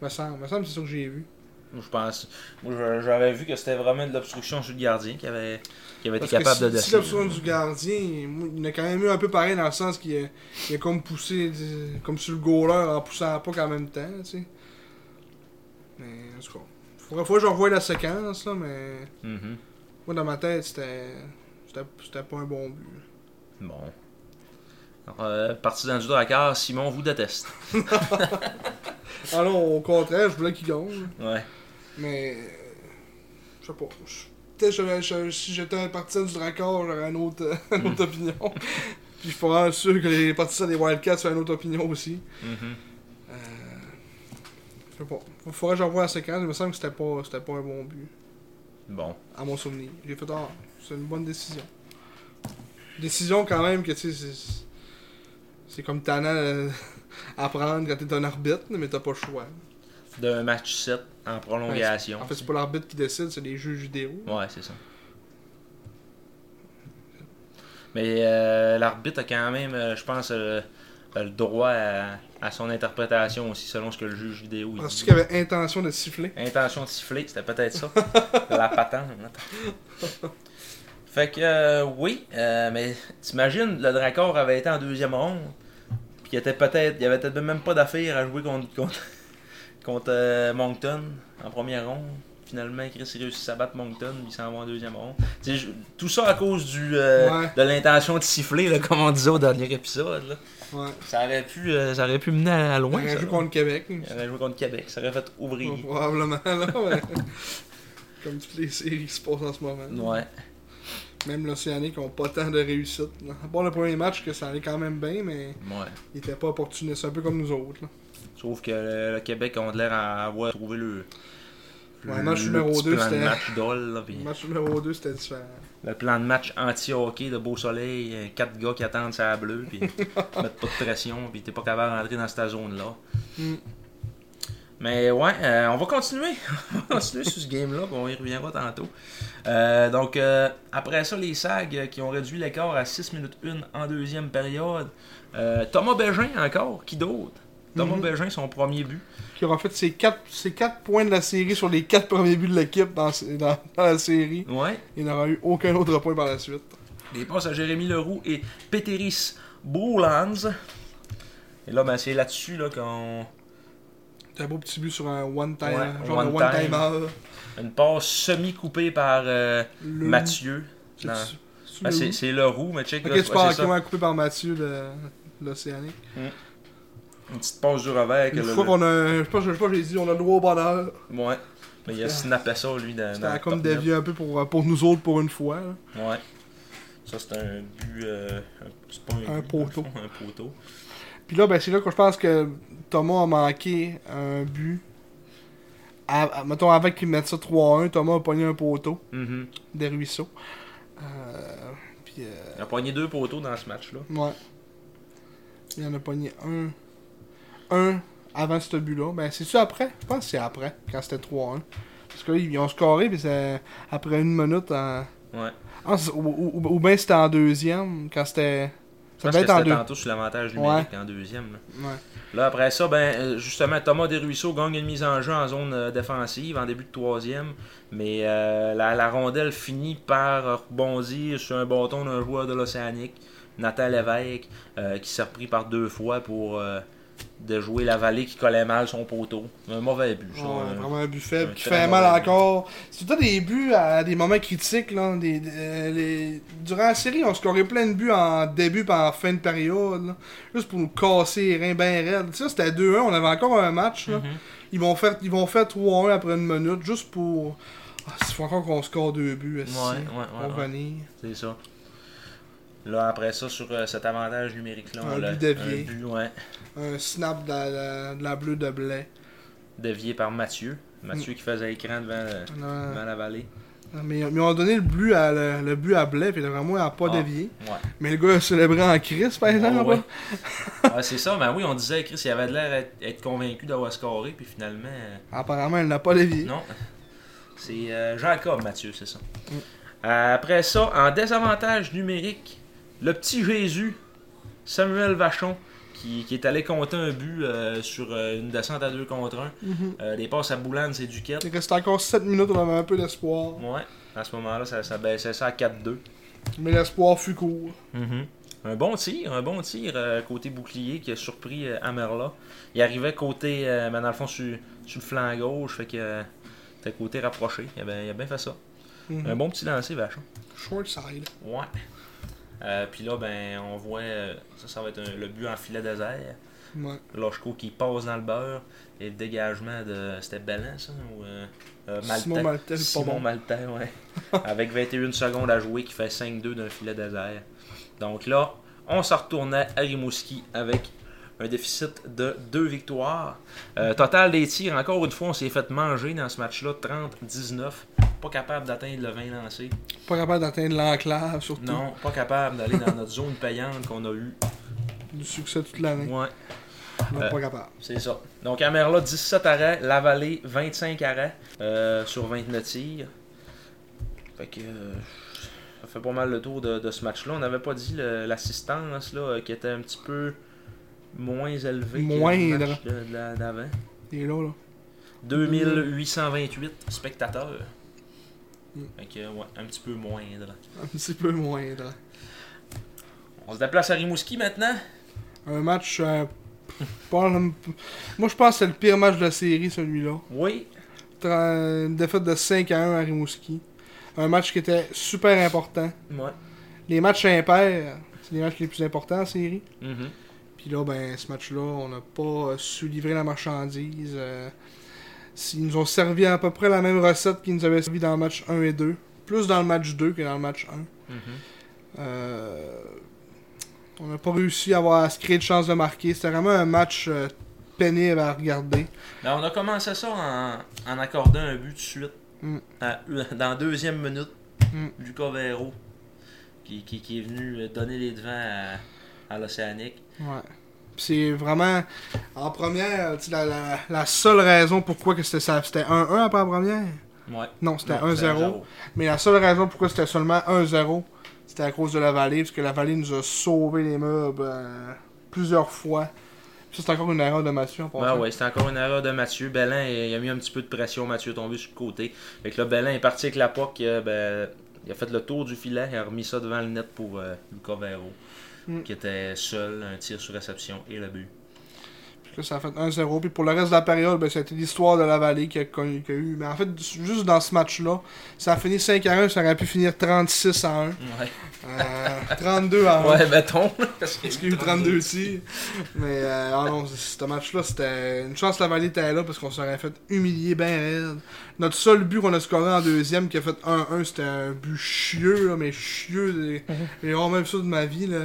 Speaker 2: Me semble. Me semble, que c'est ça que j'ai vu.
Speaker 1: Moi, je pense. Moi, je- j'avais vu que c'était vraiment de l'obstruction sur le gardien qui avait, qui avait été
Speaker 2: Parce que
Speaker 1: capable
Speaker 2: si,
Speaker 1: de
Speaker 2: si
Speaker 1: descendre.
Speaker 2: l'obstruction du gardien, moi, il en a quand même eu un peu pareil dans le sens qu'il a, il a comme poussé, euh, comme sur le goaler en poussant la puck en même temps, tu sais. Mais en tout cas, faudrait, faudrait que je revoie la séquence, là, mais
Speaker 1: Mhm.
Speaker 2: moi dans ma tête, c'était c'était- c'était pas un bon but.
Speaker 1: Bon. Alors, euh, partisan du Drakkar, Simon vous déteste.
Speaker 2: Alors, au contraire, je voulais qu'il gagne.
Speaker 1: Ouais.
Speaker 2: Mais. euh, Je sais pas. Je- Peut-être j'aurais- j'aurais- si j'étais un partisan du Drakkar, j'aurais une autre, *laughs* une autre
Speaker 1: Hmm.
Speaker 2: opinion. Puis il faut être sûr que les partisans des Wildcats aient une autre opinion aussi.
Speaker 1: Mhm.
Speaker 2: Euh, je sais pas. Il faudrait que j'envoie la séquence. Il me semble que c'était pas, c'était pas un bon but,
Speaker 1: Bon.
Speaker 2: à mon souvenir. J'ai fait ah, c'est une bonne décision. Décision quand même que tu sais, c'est- c'est comme tannant euh, *laughs* à prendre quand t'es un arbitre, mais t'as pas le choix.
Speaker 1: D'un match 7 en prolongation.
Speaker 2: En fait, c'est pas l'arbitre qui décide, c'est les juges vidéo.
Speaker 1: Ouais, c'est ça. Mais euh, l'arbitre a quand même, euh, je pense, euh, a le droit à, à son interprétation aussi, selon ce que le juge vidéo il dit.
Speaker 2: Penses-tu qu'il avait intention de siffler
Speaker 1: Intention de siffler, c'était peut-être ça. *laughs* La patente. Fait que, euh, oui, euh, mais t'imagines, le Dracor avait été en deuxième ronde, puis il était peut-être, il avait peut-être même pas d'affaire à jouer contre, contre, *laughs* contre, euh, Moncton en première ronde. Finalement, Chris il réussit à battre Moncton, puis il s'en va en deuxième ronde. Tu sais, je- tout ça à cause du, euh,
Speaker 2: Ouais.
Speaker 1: de l'intention de siffler, là, comme on disait au dernier épisode. là.
Speaker 2: Ouais.
Speaker 1: Ça, aurait pu, euh, ça aurait pu mener à
Speaker 2: On
Speaker 1: loin.
Speaker 2: a
Speaker 1: ça,
Speaker 2: joué
Speaker 1: là.
Speaker 2: contre Québec.
Speaker 1: Il aurait joué contre Québec, ça aurait fait ouvrir.
Speaker 2: Probablement, là. *laughs* mais- Comme toutes les séries qui se passent en ce moment.
Speaker 1: Ouais.
Speaker 2: Même l'Océanique ont pas tant de réussite. là. À part le premier match, que ça allait quand même bien, mais
Speaker 1: Ouais.
Speaker 2: ils étaient pas opportunistes. Un peu comme nous autres. Là.
Speaker 1: Sauf que le, le Québec ont l'air à avoir trouvé le.
Speaker 2: Ouais, match numéro
Speaker 1: petit
Speaker 2: deux,
Speaker 1: plan de
Speaker 2: c'était-
Speaker 1: match d'ol, là, puis
Speaker 2: Le match numéro 2, c'était différent.
Speaker 1: Le plan de match anti-hockey de Beau Soleil, euh, quatre gars qui attendent ça bleu, puis mettent pas de pression, puis t'es pas capable d'entrer dans cette zone-là.
Speaker 2: Mm.
Speaker 1: Mais ouais, euh, on va continuer. *laughs* on va continuer sur ce game-là, puis on y reviendra tantôt. Euh, donc, euh, après ça, les SAG euh, qui ont réduit l'écart à 6 minutes 1 en deuxième période. Euh, Thomas Bégin encore, qui d'autre Thomas
Speaker 2: Mhm.
Speaker 1: Bégin, son premier but.
Speaker 2: Qui aura fait ses 4 quatre, ses quatre points de la série sur les 4 premiers buts de l'équipe dans, dans- dans la série.
Speaker 1: Ouais.
Speaker 2: Il n'aura eu aucun autre point par la suite.
Speaker 1: Des passes à Jérémy Leroux et Peteris Boulands. Et là, ben, c'est là-dessus là, qu'on.
Speaker 2: C'était un beau petit but sur un one-time.
Speaker 1: Ouais,
Speaker 2: genre
Speaker 1: one
Speaker 2: de one-timer.
Speaker 1: Une passe semi-coupée par euh,
Speaker 2: Le-
Speaker 1: Mathieu.
Speaker 2: C'est-
Speaker 1: Non.
Speaker 2: c'est-
Speaker 1: Ben, c'est c'est Leroux, mais check.
Speaker 2: Ok,
Speaker 1: là,
Speaker 2: tu
Speaker 1: ouais,
Speaker 2: parles
Speaker 1: c'est ça.
Speaker 2: comment coupé par Mathieu de l'Océanique.
Speaker 1: Une petite passe du revers. Que
Speaker 2: Une
Speaker 1: le-
Speaker 2: fois qu'on a. Je pense que je pense que j'ai dit, on a le droit au bonheur.
Speaker 1: Ouais. Mais il a snappé ça, lui, dans. dans
Speaker 2: Ah. C'était
Speaker 1: le
Speaker 2: comme
Speaker 1: top net.
Speaker 2: dévié un peu pour, euh, pour nous autres pour une fois. là.
Speaker 1: Ouais. Ça, c'est un but. euh, un- c'est pas un,
Speaker 2: Un
Speaker 1: but, dans le
Speaker 2: poteau.
Speaker 1: fond, *laughs* un poteau.
Speaker 2: Puis là, ben, c'est là que je pense que Thomas a manqué un but. À- à- mettons, avant qu'il mette ça 3-1, Thomas a pogné un poteau
Speaker 1: Mhm.
Speaker 2: des ruisseaux. Euh, puis, euh,
Speaker 1: Il a poigné deux poteaux dans ce match-là.
Speaker 2: ouais. Il en a pogné un. Un avant ce but-là. Ben, c'est-tu après Je pense que c'est après, quand c'était 3-1. Parce que là, ils ont scoré, puis c'est après une minute en.
Speaker 1: Ouais.
Speaker 2: Ah, c'est- ou, ou, ou bien c'était en deuxième, quand c'était.
Speaker 1: Je
Speaker 2: Ça
Speaker 1: pense
Speaker 2: devait
Speaker 1: que
Speaker 2: être en
Speaker 1: c'était
Speaker 2: deux.
Speaker 1: tantôt sur l'avantage numérique en deuxième. là.
Speaker 2: Ouais.
Speaker 1: Là, après ça, ben, euh, justement, Thomas Desruisseaux gagne une mise en jeu en zone euh, défensive en début de troisième, mais euh, la, la rondelle finit par rebondir sur un bâton d'un joueur de l'Océanique, Nathan Lévesque, euh, qui s'est repris par deux fois pour euh, de jouer la vallée qui collait mal son poteau. Un mauvais but, ça.
Speaker 2: Ouais,
Speaker 1: euh,
Speaker 2: vraiment un but faible
Speaker 1: un
Speaker 2: qui
Speaker 1: très
Speaker 2: fait mal
Speaker 1: mauvais but.
Speaker 2: encore. C'est tout le temps des buts à des moments critiques. Là, des, des- euh, les- Durant la série, on scorait plein de buts en début et en fin de période. là, Juste pour nous casser les reins bien raides. Tu sais, c'était 2-1, on avait encore un match.
Speaker 1: Mhm.
Speaker 2: là. Ils vont faire, ils vont faire 3-1 après une minute juste pour. Ah, il faut encore qu'on score deux buts. esti,
Speaker 1: Ouais, ouais, ouais,
Speaker 2: pour
Speaker 1: ouais.
Speaker 2: venir.
Speaker 1: C'est ça. Là, après ça, sur euh, cet avantage numérique-là,
Speaker 2: Un
Speaker 1: on
Speaker 2: but
Speaker 1: l'a-
Speaker 2: dévié.
Speaker 1: un but, ouais,
Speaker 2: Un snap de la, la- de la bleue de blé.
Speaker 1: dévié par Mathieu.
Speaker 2: Mm.
Speaker 1: Mathieu qui faisait écran devant, euh,
Speaker 2: On a-
Speaker 1: devant la vallée.
Speaker 2: Mais, mais on a donné le but à, le, le but à Blais, puis vraiment, il a pas
Speaker 1: Ah.
Speaker 2: dévié.
Speaker 1: Ouais. Ah
Speaker 2: Mais le gars a célébré en crise, par exemple.
Speaker 1: ouais. Ah, c'est ça, ben oui, on disait, Chris, il avait de l'air d'être- être convaincu d'avoir scoré, puis finalement, euh,
Speaker 2: Apparemment, il n'a pas dévié.
Speaker 1: non. C'est euh, Jacob Mathieu, c'est ça. Euh, Après ça, en désavantage numérique, le petit Jésus, Samuel Vachon, qui, qui est allé compter un but euh, sur euh, une descente à 2 contre 1. Euh, des passes à Boulan, c'est Duquette.
Speaker 2: Il restait encore 7 minutes, on avait un peu d'espoir.
Speaker 1: Ouais, à ce moment-là, ça, ça baissait ça à 4-2.
Speaker 2: Mais l'espoir fut court.
Speaker 1: Mhm. Un bon tir, un bon tir euh, côté bouclier qui a surpris euh, Amerla. Il arrivait côté, euh, ben, dans le fond, sur, sur le flanc gauche, fait que euh, c'était côté rapproché. Il a bien, il a bien fait ça.
Speaker 2: Mhm.
Speaker 1: Un bon petit lancer, Vachon.
Speaker 2: Short side.
Speaker 1: Ouais. Euh, Puis là, ben, on voit, euh, ça, ça va être un- le but en filet désert.
Speaker 2: Ouais.
Speaker 1: Lochko qui passe dans le beurre et le dégagement de. C'était Bellin, ça ou, euh, euh, Maltais.
Speaker 2: Simon Maltais, c'est pas
Speaker 1: Simon
Speaker 2: bon.
Speaker 1: Maltais,
Speaker 2: *laughs*
Speaker 1: ouais. Avec 21 secondes à jouer qui fait 5-2 d'un filet désert. Donc là, on se retournait à Rimouski avec un déficit de 2 victoires. Euh, total des tirs, encore une fois, on s'est fait manger dans ce match-là 30-19. Pas capable d'atteindre le 20 lancé.
Speaker 2: Pas capable d'atteindre l'enclave, surtout.
Speaker 1: Non, pas capable d'aller dans
Speaker 2: *laughs*
Speaker 1: notre zone payante qu'on a eue.
Speaker 2: Du succès toute l'année.
Speaker 1: Ouais.
Speaker 2: Non,
Speaker 1: Euh,
Speaker 2: Pas capable.
Speaker 1: C'est ça. Donc, Amerla, 17 arrêts. Lavalée, 25 arrêts euh, sur 29 tirs. Fait que. euh, Ça fait pas mal le tour de, de ce match-là. On n'avait pas dit le- l'assistance là, euh, qui était un petit peu moins élevée que le
Speaker 2: Moindre.
Speaker 1: match de- de la- d'avant.
Speaker 2: Il est là, là.
Speaker 1: 2828 spectateurs.
Speaker 2: Mm.
Speaker 1: Fait que, ouais, un petit peu moindre.
Speaker 2: Un petit peu moindre.
Speaker 1: On se déplace à Rimouski maintenant.
Speaker 2: Un match. euh, pas le- Moi, je pense que c'est le pire match de la série, celui-là.
Speaker 1: Oui.
Speaker 2: Tra- Une défaite de 5 à 1 à Rimouski. Un match qui était super important.
Speaker 1: Ouais.
Speaker 2: Les matchs impairs, c'est les matchs les plus importants en série.
Speaker 1: Mhm.
Speaker 2: Puis là, ben, ce match-là, on n'a pas euh, su livrer la marchandise. euh, s- ils nous ont servi à peu près la même recette qu'ils nous avaient servi dans le match 1 et 2. Plus dans le match 2 que dans le match 1.
Speaker 1: Mhm.
Speaker 2: Euh, on n'a pas réussi à, avoir, à se créer de chance de marquer. C'était vraiment un match euh, pénible à regarder.
Speaker 1: Ben, on a commencé ça en, en accordant un but de suite.
Speaker 2: Mm.
Speaker 1: À- *laughs* dans la deuxième minute,
Speaker 2: Mm.
Speaker 1: Lucas Vero, qui, qui- qui est venu euh, donner les devants à, à l'Océanique.
Speaker 2: Ouais. Puis C'est vraiment, en première, tu sais, la, la- la seule raison pourquoi que c'était ça- c'était 1-1 après la première.
Speaker 1: Ouais.
Speaker 2: Non, c'était
Speaker 1: Non,
Speaker 2: 1-0. Mais la seule raison pourquoi c'était seulement 1-0, c'était à cause de la vallée, parce que la vallée nous a sauvé les meubles euh, plusieurs fois. Puis ça, c'est encore une erreur de Mathieu en
Speaker 1: Ben
Speaker 2: passant.
Speaker 1: ouais, c'était encore une erreur de Mathieu. Bellin, il a mis un petit peu de pression. Mathieu est tombé sur le côté. Fait que là, Bellin est parti avec la POC. euh, Ben, il a fait le tour du filet. Il a remis ça devant le net pour euh, Lucas Vero,
Speaker 2: Mm.
Speaker 1: qui était seul. Un tir sur réception et le but.
Speaker 2: Puis là, ça a fait 1-0. Puis pour le reste de la période, ben, c'était l'histoire de la vallée qu'il y a, connu- qu'il y a eu. Mais en fait, juste dans ce match-là, ça a fini 5 à 1, ça aurait pu finir 36 à 1.
Speaker 1: Ouais,
Speaker 2: Euh, *laughs* 32 à 1.
Speaker 1: ouais mettons.
Speaker 2: Parce qu'il y a eu 32 tirs. *laughs* Mais euh, ah non, c- ce match-là, c'était une chance que la vallée était là parce qu'on s'aurait fait humilier ben raide. Notre seul but qu'on a scoré en deuxième qui a fait 1-1, c'était un but chieux, là, mais chieux. des-
Speaker 1: Mhm.
Speaker 2: Mais oh, même ça de ma vie. Là.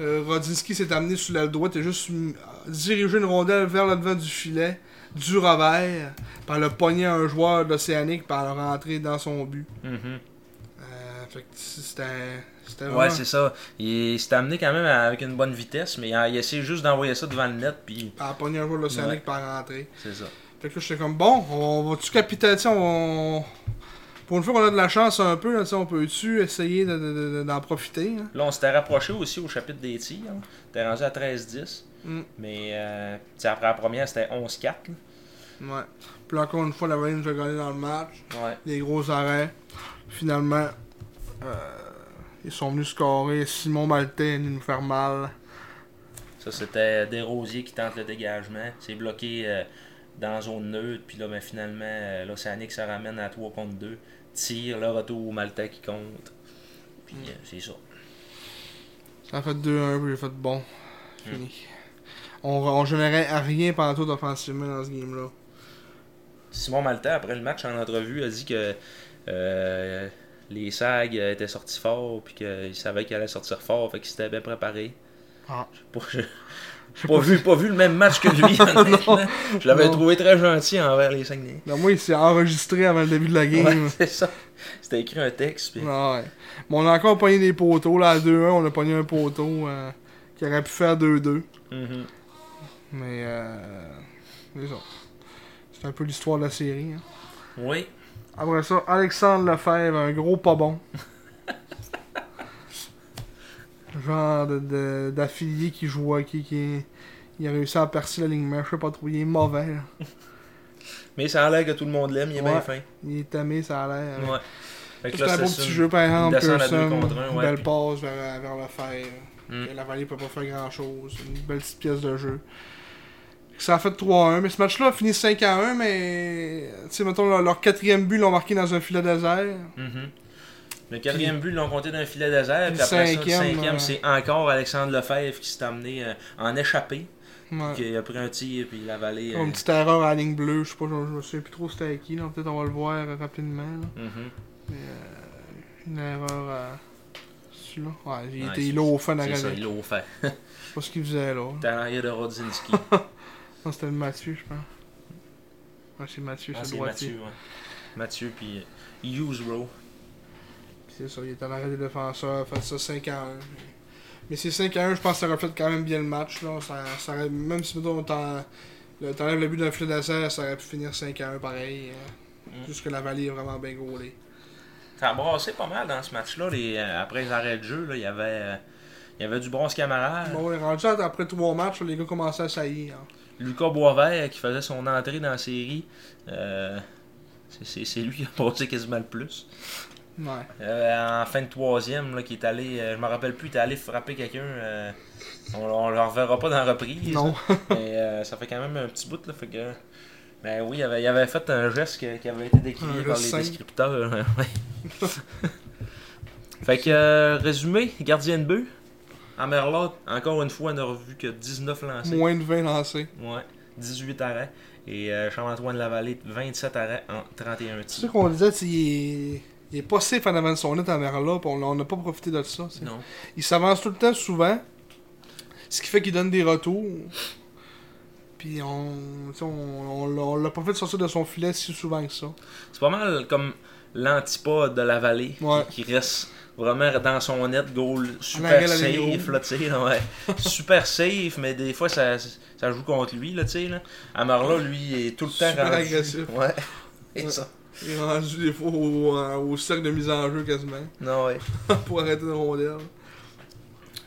Speaker 2: Euh, Rodzinski s'est amené sur l'aile droite et juste mm, dirigé une rondelle vers le devant du filet, du revers, par le pogner un joueur d'Océanique, par le rentrer dans son but.
Speaker 1: Mhm.
Speaker 2: Euh, fait que c'était. C'était
Speaker 1: Ouais,
Speaker 2: vraiment-
Speaker 1: c'est ça. Il s'est amené quand même à- avec une bonne vitesse, mais il a- il essaie juste d'envoyer ça devant le net, puis
Speaker 2: par pogner un joueur d'Océanique,
Speaker 1: Ouais.
Speaker 2: par rentrer.
Speaker 1: c'est ça.
Speaker 2: Fait que là, j'étais comme, bon, on va-tu capitaliser, tu sais, on... Pour une fois qu'on a de la chance un peu, là, tu sais, on peut-tu essayer de- de- de- de- d'en profiter, hein?
Speaker 1: Là, on s'était rapproché aussi au chapitre des tirs. hein. T'es rendu à 13-10,
Speaker 2: Mm.
Speaker 1: mais euh, tu sais, après la première, c'était 11-4.
Speaker 2: Ouais. Puis là, encore une fois, la Vallée nous a gagné dans le match.
Speaker 1: là. Ouais.
Speaker 2: Les gros arrêts. Finalement, euh, ils sont venus scorer. Simon Maltais est venu nous faire mal.
Speaker 1: Ça, c'était Desrosiers qui tente le dégagement. C'est bloqué euh, dans zone neutre, puis là, ben, finalement, euh, l'Océanique se ramène à 3 contre 2. Tire, le retour au Maltais qui compte. Puis euh, c'est ça.
Speaker 2: Ça a fait 2-1, puis j'ai fait, bon, fini. On, on générait à rien pendant tout offensivement dans ce game-là.
Speaker 1: Simon Maltais, après le match en entrevue, a dit que euh, les SAG euh, étaient sortis fort, puis qu'il savait qu'il allait sortir fort, fait qu'il s'était bien préparé.
Speaker 2: Ah.
Speaker 1: J'ai pas- j'ai- j'ai pas, vu, pas vu le même match que
Speaker 2: *laughs*
Speaker 1: lui, honnêtement. Je l'avais
Speaker 2: Non.
Speaker 1: trouvé très gentil envers les Saguenay.
Speaker 2: Là, Ben, moi, il s'est enregistré avant le début de la game.
Speaker 1: Ouais, *laughs* c'est ça. C'était écrit un texte, puis
Speaker 2: Ah ouais. Mais on a encore pogné des poteaux. Là, à 2-1, on a pogné un poteau euh, qui aurait pu faire 2-2.
Speaker 1: Mhm.
Speaker 2: Mais, euh, c'est ça. C'est un peu l'histoire de la série. hein.
Speaker 1: Oui.
Speaker 2: Après ça,
Speaker 1: *laughs*
Speaker 2: Alexandre Lefebvre, un gros pas bon. genre de- de- d'affilié qui joue au hockey, qui il a réussi à percer l'alignement. Je sais pas trop, il est mauvais. là.
Speaker 1: Mais ça a l'air que tout le monde l'aime, il est bien
Speaker 2: Ouais.
Speaker 1: fin.
Speaker 2: Il est tamé, ça a l'air.
Speaker 1: Ouais. Fait que
Speaker 2: C'est un beau
Speaker 1: c'est
Speaker 2: petit
Speaker 1: une-
Speaker 2: jeu, par exemple,
Speaker 1: descendre à deux
Speaker 2: Pearson,
Speaker 1: contre un,
Speaker 2: une
Speaker 1: ouais,
Speaker 2: belle
Speaker 1: puis-
Speaker 2: passe vers, vers le fer.
Speaker 1: Mm.
Speaker 2: Et La vallée peut pas faire grand-chose. Une belle petite pièce de jeu. Ça a fait 3-1, mais ce match-là a fini 5-1, mais... Tu sais, mettons, leur, leur quatrième but, ils l'ont marqué dans un filet désert.
Speaker 1: Mhm. Le quatrième but, ils l'ont compté d'un filet désert. Puis
Speaker 2: Le
Speaker 1: après ça, le
Speaker 2: cinquième,
Speaker 1: cinquième,
Speaker 2: euh,
Speaker 1: c'est encore Alexandre Lefebvre qui s'est amené euh, en échappé.
Speaker 2: Ouais.
Speaker 1: Qui a pris un tir, puis il a avalé. euh,
Speaker 2: Une petite erreur à la ligne bleue, je sais pas, je, je me souviens plus trop c'était à qui, là. peut-être on va le voir euh, rapidement. là.
Speaker 1: mhm.
Speaker 2: Mais, euh, une erreur à... Celui-là? Ouais, il
Speaker 1: Ouais,
Speaker 2: était
Speaker 1: c'est-
Speaker 2: là au fond
Speaker 1: C'est ça,
Speaker 2: d'arrêter.
Speaker 1: il l'a offert.
Speaker 2: Je sais pas ce qu'il faisait là.
Speaker 1: T'es à l'arrière de
Speaker 2: *laughs*
Speaker 1: Rodzinski.
Speaker 2: Ah, Non, c'était Mathieu, je pense. Ouais, c'est Mathieu,
Speaker 1: Ah,
Speaker 2: c'est
Speaker 1: c'est
Speaker 2: le droitier.
Speaker 1: Mathieu, ouais. Mathieu, puis euh, Hughes Rowe.
Speaker 2: Puis C'est ça, il est en arrêt des défenseurs, a fait ça 5 à 1. Mais c'est 5 à 1, je pense que ça reflète quand même bien le match. Là. Ça, ça aurait- même si mettons, t'en- le- t'enlèves le but d'un filet d'assaut, ça aurait pu finir 5 à 1 pareil. hein.
Speaker 1: Mm.
Speaker 2: Juste que la vallée est vraiment bien gaulée.
Speaker 1: Ça a brassé pas mal dans ce match-là. les- euh, après les arrêts de jeu, là, il y avait, euh, il y avait du bronze camarade.
Speaker 2: Bon, on est rendu à- après 3 matchs, les gars commençaient à saillir. hein.
Speaker 1: Lucas Boisvert qui faisait son entrée dans la série. euh, c'est- c'est c'est lui qui a brassé quasiment le plus.
Speaker 2: Ouais.
Speaker 1: Euh, en fin de troisième, là, qui est allé, euh, je me rappelle plus, il est allé frapper quelqu'un. euh, on, on le reverra pas dans la reprise.
Speaker 2: Non.
Speaker 1: là, mais euh, ça fait quand même un petit bout. Là, fait que, ben oui, il avait, il avait fait un geste que- qui avait été décrié
Speaker 2: Un
Speaker 1: par les
Speaker 2: geste simple.
Speaker 1: descripteurs. hein,
Speaker 2: *laughs*
Speaker 1: ouais. fait que, euh, résumé, gardien de but. Amerlot, encore une fois, on a revu que 19 lancés.
Speaker 2: Moins de 20 lancés.
Speaker 1: Ouais, 18 arrêts. Et euh, Charles-Antoine Lavallée, 27 arrêts en 31
Speaker 2: C'est ça
Speaker 1: tirs.
Speaker 2: qu'on disait, tu sais, il est, il est pas safe en avant de son net à Merla, puis on on n'a pas profité de ça. tu sais.
Speaker 1: Non.
Speaker 2: Il s'avance tout le temps souvent, ce qui fait qu'il donne des retours. Puis on, tu sais, on, on l'a- on l'a pas fait sortir de son filet si souvent que ça.
Speaker 1: C'est pas mal comme l'antipode de la vallée qui-
Speaker 2: Ouais.
Speaker 1: qui, reste vraiment dans son net goal super
Speaker 2: arrière de la ligne
Speaker 1: safe là, tu sais,
Speaker 2: *laughs*
Speaker 1: là, ouais. super safe mais des fois ça, ça joue contre lui là tu sais là. Amarla lui il est tout le temps
Speaker 2: Super
Speaker 1: rendu-
Speaker 2: agressif.
Speaker 1: Ouais. *laughs* Et ça.
Speaker 2: Il est rendu des fois au, euh, au cercle de mise en jeu quasiment *laughs*
Speaker 1: Non ouais.
Speaker 2: pour arrêter de rondelle.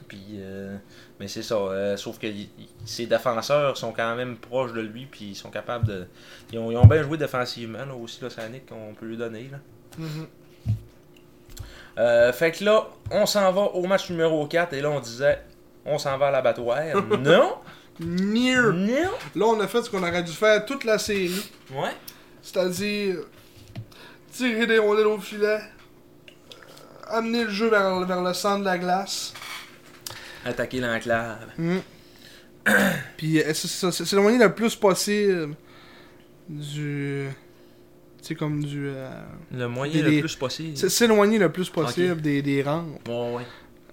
Speaker 1: Puis euh, mais c'est ça euh, sauf que il- il- ses défenseurs sont quand même proches de lui puis ils sont capables de ils ont, ils ont bien joué défensivement là aussi l'Océanique qu'on peut lui donner là.
Speaker 2: Mm-hmm.
Speaker 1: Euh, fait que là, on s'en va au match numéro 4 et là on disait on s'en va à
Speaker 2: *laughs*
Speaker 1: l'abattoir. non!
Speaker 2: Near.
Speaker 1: Non!
Speaker 2: Là, on a fait ce qu'on aurait dû faire toute la série,
Speaker 1: Ouais.
Speaker 2: c'est-à-dire tirer des rondelles au filet, euh, amener le jeu vers, vers le centre de la glace.
Speaker 1: Attaquer l'enclave.
Speaker 2: Mm. Puis euh, c'est ça, c'est- s'éloigner le plus possible du. Tu sais, comme du. euh,
Speaker 1: Le moyen
Speaker 2: Des-
Speaker 1: le
Speaker 2: des-
Speaker 1: plus possible.
Speaker 2: c'est- S'éloigner le plus possible des, des rangs.
Speaker 1: Ouais, ouais.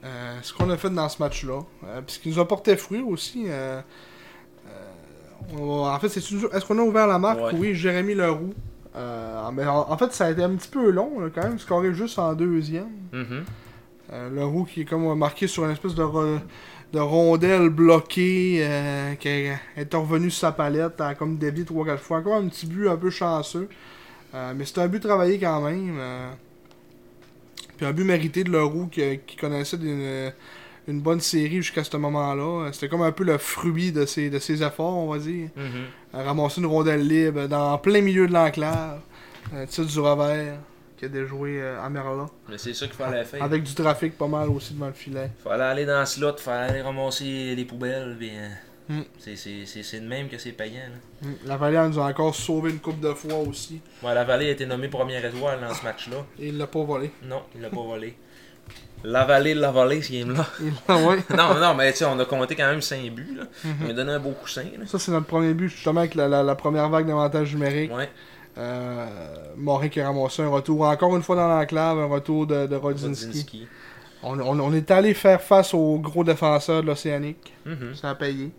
Speaker 2: Euh, ce qu'on a fait dans ce match-là. Euh, puis ce qui nous a porté fruit aussi. euh, euh, on- en fait, c'est une- est-ce qu'on a ouvert la marque
Speaker 1: Ouais.
Speaker 2: Oui, Jérémy Leroux. Euh, mais en, en fait, ça a été un petit peu long là, quand même, scoré juste en deuxième.
Speaker 1: Mhm.
Speaker 2: Euh, Leroux qui est comme marqué sur une espèce de, ro- de rondelle bloquée euh, qui est revenu sur sa palette, a comme dévié 3-4 fois. Encore un petit but un peu chanceux. Euh, mais c'est un but travaillé quand même. euh. Puis un but mérité de Leroux qui, qui connaissait d'une- euh, une bonne série jusqu'à ce moment-là. Euh, C'était comme un peu le fruit de ses, de ses efforts, on va dire.
Speaker 1: Mhm.
Speaker 2: Euh, ramasser une rondelle libre dans plein milieu de l'enclave. Un tir du revers qui a déjoué euh, à Merlin.
Speaker 1: Mais c'est ça qu'il fallait faire.
Speaker 2: Avec du trafic pas mal aussi devant le filet.
Speaker 1: Fallait aller dans ce lot, fallait aller ramasser les poubelles. Puis, euh,
Speaker 2: Mm.
Speaker 1: c'est, c'est, c'est, c'est de même que c'est payant. Là.
Speaker 2: La Valiant nous a encore sauvé une coupe de fois aussi.
Speaker 1: Ouais, la vallée a été nommée première étoile dans ce match-là.
Speaker 2: Et il l'a pas volé.
Speaker 1: Non, il l'a pas volé. La vallée l'a volé ce game-là.
Speaker 2: *laughs* Il l'a, ouais.
Speaker 1: *laughs* non, non, mais tu sais, on a compté quand même 5 buts. Là.
Speaker 2: Mm-hmm.
Speaker 1: On a donné un beau coussin. Là.
Speaker 2: Ça, c'est notre premier but, justement, avec la, la- la première vague d'avantage numérique.
Speaker 1: Ouais,
Speaker 2: Euh, Morin qui a ramassé un retour, encore une fois dans l'enclave, un retour de, de Rodzinski.
Speaker 1: Rodzinski.
Speaker 2: On, on- on est allé faire face aux gros défenseurs de l'Océanique.
Speaker 1: Mhm.
Speaker 2: Ça a payé.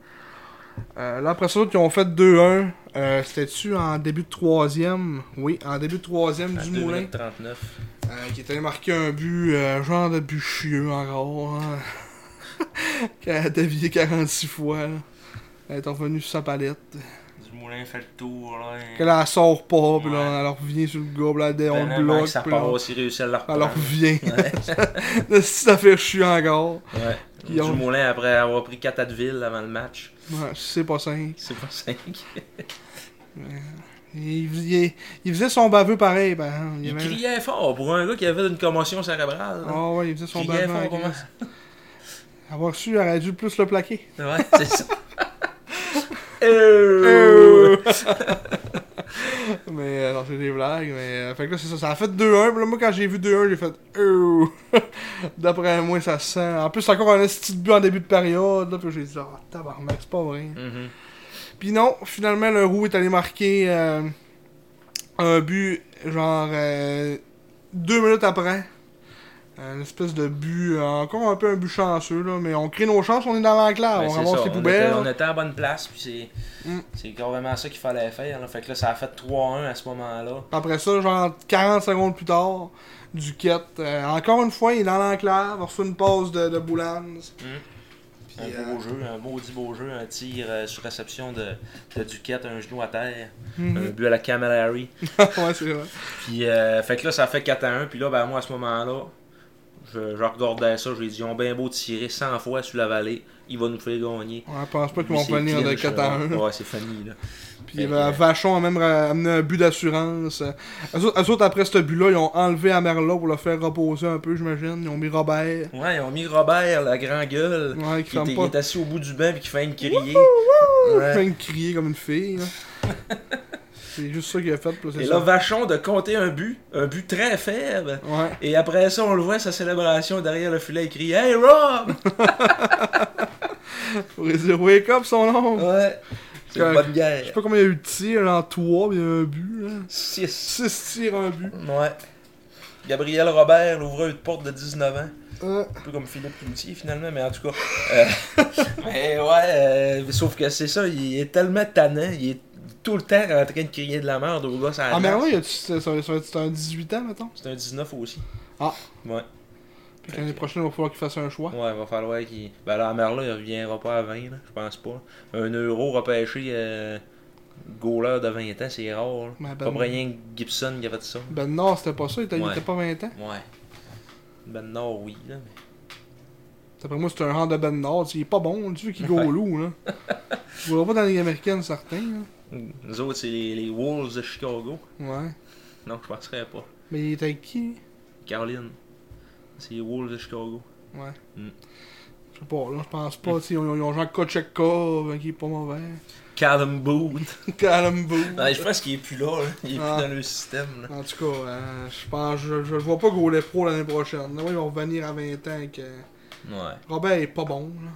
Speaker 2: Euh, là, après ça, ils ont fait 2-1. Euh, C'était-tu en début de troisième Oui, en début de troisième
Speaker 1: À
Speaker 2: du
Speaker 1: 2
Speaker 2: Moulin.
Speaker 1: minutes 39.
Speaker 2: Euh, qui est allé marquer un but, euh, genre de but chieux encore, hein. *laughs* qui a dévié 46 fois. là. Elle est revenue sur sa palette.
Speaker 1: Du Moulin fait le tour. Là, et-
Speaker 2: Que là, elle sort pas, puis
Speaker 1: Ouais.
Speaker 2: là, elle revient sur le gars, puis là, elle- on
Speaker 1: Ben, là, Max,
Speaker 2: le bloque,
Speaker 1: ça
Speaker 2: puis là,
Speaker 1: part aussi réussi à la
Speaker 2: elle
Speaker 1: reprendre.
Speaker 2: *laughs* revient.
Speaker 1: Ouais.
Speaker 2: Si *laughs* ça fait chiant encore.
Speaker 1: Ouais.
Speaker 2: Ils ont-
Speaker 1: Dumoulin, après avoir pris 4 Advil avant le match, *laughs*
Speaker 2: Ouais, c'est pas simple.
Speaker 1: c'est pas 5.
Speaker 2: Il, il- il faisait son baveux pareil, ben. hein,
Speaker 1: Il
Speaker 2: avait-
Speaker 1: criait fort pour un gars qui avait une commotion cérébrale. là.
Speaker 2: Ah ouais, il faisait son
Speaker 1: Il criait
Speaker 2: baveux.
Speaker 1: fort
Speaker 2: en
Speaker 1: pour
Speaker 2: crise. Avoir su, il aurait dû plus le plaquer.
Speaker 1: moi. Ouais, c'est
Speaker 2: *laughs*
Speaker 1: ça. Euh.
Speaker 2: mais euh, non, c'est des blagues, mais. euh, fait que là, c'est ça. Ça a fait 2-1. Puis là, moi, quand j'ai vu 2-1, j'ai fait. Oh! *laughs* D'après moi, ça se sent. En plus, c'est encore un petit but en début de période. Là, puis j'ai dit, ah, tabarnak, c'est pas vrai.
Speaker 1: Mhm.
Speaker 2: Puis non, finalement, le roux est allé marquer euh, un but, genre, euh, deux minutes après. Une espèce de but, euh, encore un peu un but chanceux, là, mais on crée nos chances, on est dans l'enclave,
Speaker 1: Ben,
Speaker 2: Ah, on
Speaker 1: c'est
Speaker 2: ramasse
Speaker 1: ça,
Speaker 2: les
Speaker 1: on
Speaker 2: poubelles.
Speaker 1: était- On était, à la bonne place, puis c'est
Speaker 2: Mm.
Speaker 1: c'est carrément ça qu'il fallait faire. là. Fait que là, ça a fait 3-1 à ce moment-là.
Speaker 2: Après ça, genre 40 secondes plus tard, Duquette, euh, encore une fois, il est dans l'enclave, on reçoit une pause de, de Boulans. Puis,
Speaker 1: Un
Speaker 2: euh,
Speaker 1: beau jeu, un maudit beau jeu, un tir euh, sur réception de, de Duquette, un genou à terre, un
Speaker 2: mhm.
Speaker 1: but à la Camillary.
Speaker 2: *laughs* ouais, c'est vrai.
Speaker 1: Puis, euh, fait que là, ça fait 4 à 1. Puis là, ben, moi, à ce moment-là, je, je regardais ça. J'ai dit, on bien beau tirer 100 fois sur la vallée. Il va nous faire gagner.
Speaker 2: On pense pas qu'ils
Speaker 1: Lui,
Speaker 2: vont
Speaker 1: c'est
Speaker 2: venir de
Speaker 1: clinch,
Speaker 2: 4 à 1.
Speaker 1: là. Ouais, c'est fini, là.
Speaker 2: Puis
Speaker 1: Fait que,
Speaker 2: euh,
Speaker 1: euh,
Speaker 2: Vachon a même ra- amené un but d'assurance. Euh, Eux autres, eux autres, après ce but-là, ils ont enlevé Amerlo pour le faire reposer un peu, j'imagine. Ils ont mis Robert.
Speaker 1: Ouais, ils ont mis Robert, la grand gueule,
Speaker 2: Ouais, qui
Speaker 1: qui était,
Speaker 2: ferme
Speaker 1: il
Speaker 2: pas.
Speaker 1: est assis au bout du banc puis qui fait une crier.
Speaker 2: *laughs* Il
Speaker 1: Ouais.
Speaker 2: fait crier comme une fille. là. c'est juste ça qu'il a fait. puis là, c'est
Speaker 1: Et là,
Speaker 2: ça.
Speaker 1: Vachon de compter un but, un but très faible.
Speaker 2: Ouais.
Speaker 1: Et après ça, on le voit, sa célébration derrière le filet, il crie Hey Rob!
Speaker 2: *laughs* Pour dire Wake up, son nom.
Speaker 1: Ouais. C'est une
Speaker 2: Quand-
Speaker 1: bonne
Speaker 2: Je sais
Speaker 1: guerre.
Speaker 2: pas combien il y a eu de tirs, genre 3, mais il y a eu un but. Là.
Speaker 1: 6.
Speaker 2: 6 tirs, un but.
Speaker 1: Ouais. Gabriel Robert, l'ouvreur de porte de 19 ans.
Speaker 2: Euh,
Speaker 1: Un peu comme Philippe Cloutier finalement, mais en tout cas. euh,
Speaker 2: *laughs*
Speaker 1: mais ouais, euh, sauf que c'est ça, il est tellement tannant, il est tout le temps en train de crier de la merde au gars. ça
Speaker 2: ah, mais là, il y a ça, ça, ça va être un 18 ans, mettons.
Speaker 1: C'est un 19 aussi.
Speaker 2: Ah.
Speaker 1: Ouais.
Speaker 2: Puis l'année prochaine, il va falloir qu'il fasse un choix.
Speaker 1: Ouais, il va falloir qu'il. Ben là, Merlot, il reviendra pas à 20, là. Je pense pas. Un euro repêché euh, goaler de 20 ans, c'est rare. là.
Speaker 2: Ben,
Speaker 1: Pas
Speaker 2: ben,
Speaker 1: pour rien que Gibson qui avait de ça.
Speaker 2: ben non, c'était pas ça. Il était il
Speaker 1: Ouais.
Speaker 2: était pas 20 ans.
Speaker 1: Ouais. Ben non, oui, là. mais-
Speaker 2: D'après moi, c'est un rang de Ben Nord. Il est pas bon, tu veux qu'il go
Speaker 1: *laughs*
Speaker 2: loup, là. Je vois pas dans la Ligue américaine, certain, là.
Speaker 1: Nous autres, c'est les, les Wolves de Chicago.
Speaker 2: Ouais.
Speaker 1: Non, je penserais pas.
Speaker 2: Mais il est avec qui, lui?
Speaker 1: Caroline. C'est les Wolves de Chicago.
Speaker 2: Ouais.
Speaker 1: Mm.
Speaker 2: Je sais pas, là, je pense pas. tu sais, Ils ont, ils ont genre Kochekka, euh, qui est pas mauvais.
Speaker 1: *laughs* Callum *laughs* Booth.
Speaker 2: Calambo.
Speaker 1: Ouais, Ben, je pense qu'il est plus là, là. Il est
Speaker 2: Ah.
Speaker 1: plus dans le système, là.
Speaker 2: En tout cas, euh, je pense, je, je le vois pas gros les pro l'année prochaine. Là, ils vont revenir à 20 ans que
Speaker 1: Ouais.
Speaker 2: Robert est pas bon, là.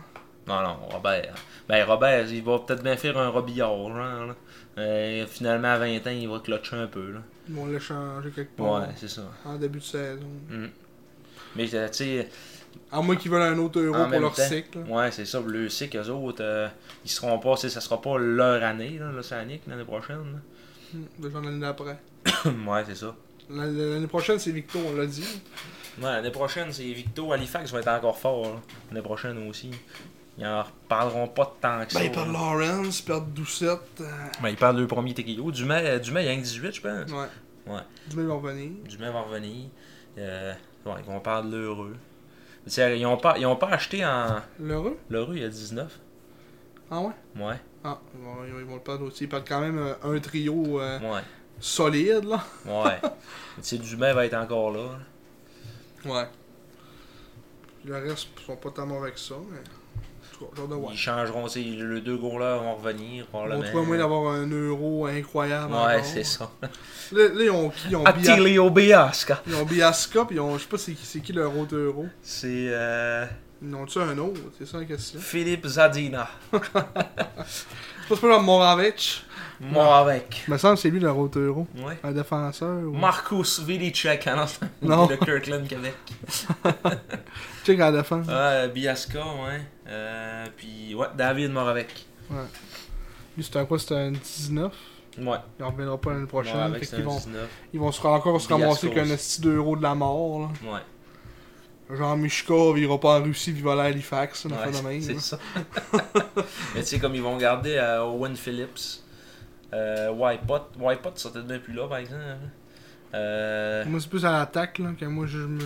Speaker 1: Non, non, Robert. Ben, Robert, il va peut-être bien faire un Robillard, genre, là. Euh, finalement, à 20 ans, il va clutcher un peu, là.
Speaker 2: Ils vont l'échanger quelque part
Speaker 1: Ouais, c'est ça.
Speaker 2: en début de saison.
Speaker 1: Mais, euh, tu sais,
Speaker 2: À moins qu'ils veulent un autre euro
Speaker 1: En
Speaker 2: pour
Speaker 1: même
Speaker 2: leur
Speaker 1: temps.
Speaker 2: cycle. là.
Speaker 1: ouais, c'est ça. Le sait qu'eux autres, euh, ils seront pas, c'est- ça sera pas leur année, là, l'Océanique, l'année prochaine,
Speaker 2: Mm, Le genre l'année d'après.
Speaker 1: là. *laughs* ouais, c'est ça.
Speaker 2: L'année l'année prochaine, c'est Victo, on l'a dit.
Speaker 1: Ouais, l'année prochaine, c'est Victo. Halifax va être encore fort, là. L'année prochaine aussi. Ils en reparleront pas de tant que ça.
Speaker 2: Ben, ils perdent
Speaker 1: là.
Speaker 2: Lawrence, ils perdent Doucette. euh,
Speaker 1: Ben, ils perdent le premier Tequio. Dumais, euh, Dumais, il y a un 18, je pense.
Speaker 2: Ouais.
Speaker 1: Ouais.
Speaker 2: Du même, ils vont revenir.
Speaker 1: Dumain va revenir. Euh, ouais, ils vont perdre l'heureux. Mais tu sais, Ils ont, pas, ils ont pas acheté en.
Speaker 2: L'heureux
Speaker 1: L'heureux, il y a 19.
Speaker 2: Ah ouais
Speaker 1: Ouais,
Speaker 2: Ah, ils vont, ils vont le perdre aussi. Ils perdent quand même euh, un trio euh,
Speaker 1: ouais,
Speaker 2: solide, là. *laughs*
Speaker 1: ouais. Mais tu sais, Dumain va être encore là. là.
Speaker 2: Ouais. Le reste, ils sont pas tant mauvais que ça, mais. En tout cas, genre de
Speaker 1: Ils
Speaker 2: watch.
Speaker 1: changeront, tu sais, les deux là vont revenir.
Speaker 2: On
Speaker 1: probablement.
Speaker 2: trouve un moyen d'avoir un euro incroyable.
Speaker 1: Ouais,
Speaker 2: encore.
Speaker 1: c'est ça.
Speaker 2: Là, là, ils ont qui Ils ont, Bia...
Speaker 1: Attilio Beasca.
Speaker 2: ils ont Biasca, puis ils ont. Je sais pas c'est qui, c'est qui leur autre euro.
Speaker 1: C'est euh,
Speaker 2: Ils ont-tu un autre C'est ça la question.
Speaker 1: Philippe Zadina.
Speaker 2: Je pense pas leur Moravec.
Speaker 1: Moi avec.
Speaker 2: Il me semble que c'est lui leur autre euro.
Speaker 1: Ouais.
Speaker 2: Un défenseur. Ou...
Speaker 1: Marcus Vilicek, hein, non,
Speaker 2: Non.
Speaker 1: de Kirkland, Québec.
Speaker 2: Check à la défense.
Speaker 1: Ah, Biasca, ouais. Euh, puis, ouais, David Moravec.
Speaker 2: Lui, c'était un quoi C'était un 19.
Speaker 1: Ouais,
Speaker 2: Il en reviendra pas l'année prochaine.
Speaker 1: Moravec,
Speaker 2: fait
Speaker 1: c'est
Speaker 2: qu'ils
Speaker 1: un
Speaker 2: vont,
Speaker 1: 19.
Speaker 2: ils vont se, encore se
Speaker 1: Biasca
Speaker 2: ramasser avec un
Speaker 1: aussi.
Speaker 2: esti d'euro de la mort. Là.
Speaker 1: Ouais.
Speaker 2: Genre Mishkov, il ira pas en Russie, puis il va aller à Halifax.
Speaker 1: Ouais,
Speaker 2: hein.
Speaker 1: *laughs*
Speaker 2: un phénomène.
Speaker 1: c'est ça. Mais tu sais, comme ils vont garder euh, Owen Phillips, Euh, Wipeout, Wipeout sortait de bien plus là, par exemple. hein. Euh,
Speaker 2: Moi, c'est plus à l'attaque, là, que moi, je me. Tu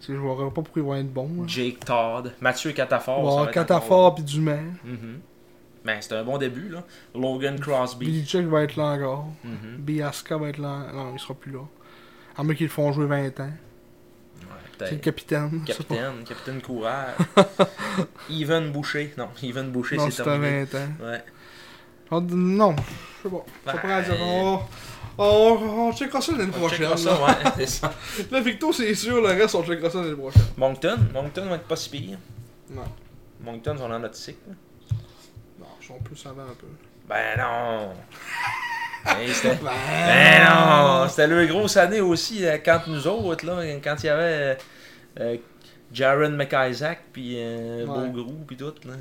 Speaker 2: sais, je vois pas pourquoi ils vont être bons. là.
Speaker 1: Jake Todd, Mathieu Catafort. ça
Speaker 2: Bon,
Speaker 1: va être
Speaker 2: Catafort pis Duman.
Speaker 1: encore- Mhm. Ben, c'était un bon début, là. Logan Crosby.
Speaker 2: Billy Chuck va être là encore.
Speaker 1: Mhm.
Speaker 2: Biaska va être là. Non, il sera plus là. À moins qu'ils le font jouer 20 ans.
Speaker 1: Ouais,
Speaker 2: C'est le
Speaker 1: peut-être.
Speaker 2: capitaine. je sais pas.
Speaker 1: Capitaine, Capitaine
Speaker 2: *laughs*
Speaker 1: Courage. Ivan Boucher. Non, Ivan Boucher,
Speaker 2: Non,
Speaker 1: c'est
Speaker 2: c'est à
Speaker 1: terminé.
Speaker 2: 20 ans.
Speaker 1: Ouais.
Speaker 2: Ah, d- Non, je sais pas. Je suis pas prêt à dire. On, on, on checkera ça l'année
Speaker 1: Ben. On
Speaker 2: prochaine.
Speaker 1: checkera
Speaker 2: Là.
Speaker 1: ça, ouais, c'est ça.
Speaker 2: Là, Victo, c'est sûr, le reste, on checkera ça l'année prochaine.
Speaker 1: Moncton, Moncton va être pas si pire.
Speaker 2: Non,
Speaker 1: Moncton, on en a de cycle.
Speaker 2: non, ils sont plus savants un peu.
Speaker 1: Ben
Speaker 2: *laughs*
Speaker 1: non! Hey, c'était-
Speaker 2: Ben,
Speaker 1: Ben non! C'était le grosse année aussi, euh, quand nous autres, là, quand il y avait euh, euh, Jaron McIsaac, puis euh,
Speaker 2: Ouais.
Speaker 1: Beaugrou, puis tout. Là.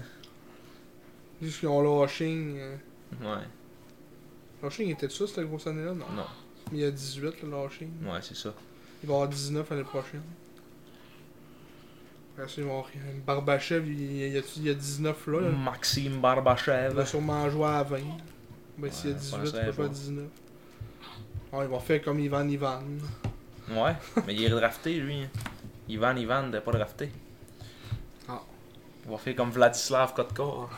Speaker 2: Juste qu'ils ont Lashing. euh,
Speaker 1: Ouais,
Speaker 2: Lashing était ça, cette grosse année-là Non.
Speaker 1: non,
Speaker 2: Mais il y a 18, le Lashing.
Speaker 1: ouais, c'est ça.
Speaker 2: Il va y avoir 19 l'année prochaine. Après ça, ils vont. Barbachev, il y a- il y a, il y a 19 là. là.
Speaker 1: Maxime
Speaker 2: Il va
Speaker 1: Barbachev.
Speaker 2: sûrement jouer à 20. Ben, s'il y a
Speaker 1: Ouais,
Speaker 2: 18,
Speaker 1: je
Speaker 2: il
Speaker 1: pensais
Speaker 2: va jouer
Speaker 1: pas.
Speaker 2: à 19. Ouais, ils vont faire comme Ivan Ivan.
Speaker 1: Ouais, mais il est redrafté, lui. hein. Ivan Ivan n'est pas drafté.
Speaker 2: Ah.
Speaker 1: On va faire comme Vladislav Kotkor.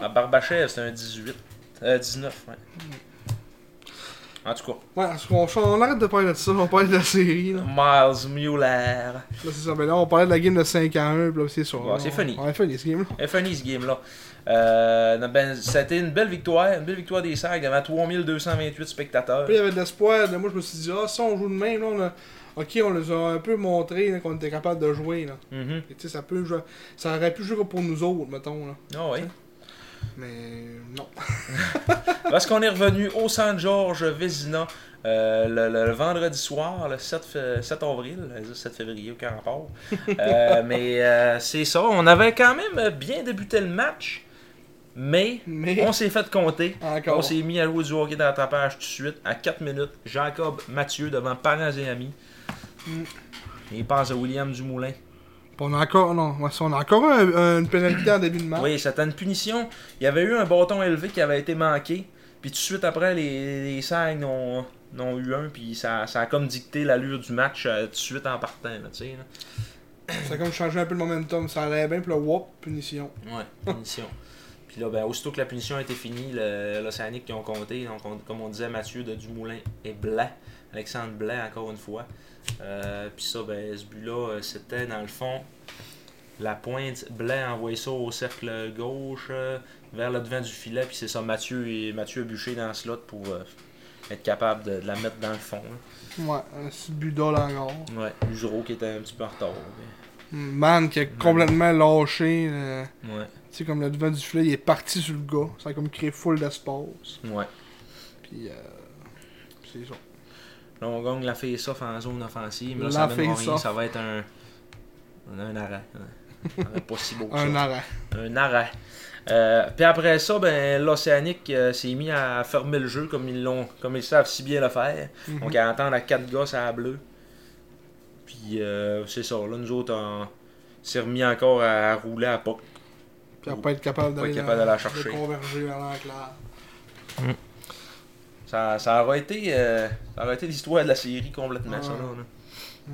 Speaker 1: à Barbachev, c'est un 18. Euh, 19, ouais. En tout cas,
Speaker 2: Ouais, parce qu'on on arrête de parler de ça, on parle de la série. Là, là
Speaker 1: Miles Mueller.
Speaker 2: c'est ça. Ben là, on parlait de la game de 5 à 1, puis là, c'est sûr.
Speaker 1: Ouais,
Speaker 2: là,
Speaker 1: c'est
Speaker 2: on-
Speaker 1: fini.
Speaker 2: On a fini ce game-là.
Speaker 1: Elle est funny ce game-là. Euh, non, ben, ça a été une belle victoire, une belle victoire des Sags devant 3228 spectateurs.
Speaker 2: Puis il y avait de l'espoir. là, Moi, je me suis dit, ah, si on joue de même, là, on a- Ok, on les a un peu montré là, qu'on était capable de jouer. Là.
Speaker 1: Mhm.
Speaker 2: Et, tu sais, ça, peut, jouer- ça aurait pu jouer pour nous autres, mettons. Là.
Speaker 1: Ah oui.
Speaker 2: Mais non.
Speaker 1: Parce qu'on est revenu au San George Vézina euh, le, le- le vendredi soir, le 7, fe- 7 avril, euh, 7 février, aucun rapport.
Speaker 2: *laughs*
Speaker 1: Euh, mais euh, c'est ça, on avait quand même bien débuté le match, mais
Speaker 2: Mais
Speaker 1: on s'est fait compter. On
Speaker 2: encore.
Speaker 1: s'est mis à jouer du hockey d'attrapage tout de suite. À 4 minutes, Jacob Mathieu devant parents et amis.
Speaker 2: Mm.
Speaker 1: Il passe à William Dumoulin.
Speaker 2: Puis On a encore, non, ouais, ça, on a encore un- un- une pénalité en début de match.
Speaker 1: Oui, c'était une punition. Il y avait eu un bâton élevé qui avait été manqué. Puis tout de suite après, les, les Sags n'ont n'ont eu un. Puis ça, ça a comme dicté l'allure du match euh, tout de suite en partant. Là, tu sais, là.
Speaker 2: Ça a comme changé un peu le momentum. Ça allait bien, puis le whoop, punition.
Speaker 1: Ouais, punition. puis là, ben, aussitôt que la punition a été finie, le- l'Océanique qui ont compté, donc on- comme on disait, Mathieu de Dumoulin et Blanc. Alexandre Blanc, encore une fois. Euh, puis ça, ben, ce but-là, euh, c'était dans le fond. La pointe, Blanc envoyé ça au cercle gauche, euh, vers le devant du filet, puis c'est ça, Mathieu et Mathieu Bûcher dans le slot pour euh, être capable de, de la mettre dans le fond. là.
Speaker 2: Ouais, un petit but d'ol encore.
Speaker 1: Ouais, Usureau qui était un petit peu en retard.
Speaker 2: Hmm, Man qui a complètement lâché. euh,
Speaker 1: mais- Ouais,
Speaker 2: Tu sais, comme le devant du filet, il est parti sur le gars. Ça a comme créé full d'espace.
Speaker 1: ouais.
Speaker 2: Puis, euh, c'est ça.
Speaker 1: Là, on gagne la face off en zone offensive, mais là,
Speaker 2: La
Speaker 1: ça mène à rien.
Speaker 2: face-off.
Speaker 1: Ça va être un. Un arrêt. ouais. Ça va être pas si beau que ça.
Speaker 2: *laughs* Un arrêt.
Speaker 1: Un arrêt. Euh, puis après ça, ben, l'Océanique euh, s'est mis à fermer le jeu comme ils l'ont, comme ils savent si bien le faire.
Speaker 2: Mhm.
Speaker 1: Donc à attendre à quatre gosses à la bleue. Puis euh, c'est ça, là nous autres on s'est remis encore à rouler à pas.
Speaker 2: Puis, elle pas être capable
Speaker 1: Pas
Speaker 2: d'aller
Speaker 1: être capable
Speaker 2: dans-
Speaker 1: d'aller la chercher.
Speaker 2: De converger vers l'enclave.
Speaker 1: Ça, ça aurait été, euh, ça aurait été l'histoire de la série complètement, ça. là, là.
Speaker 2: Mm.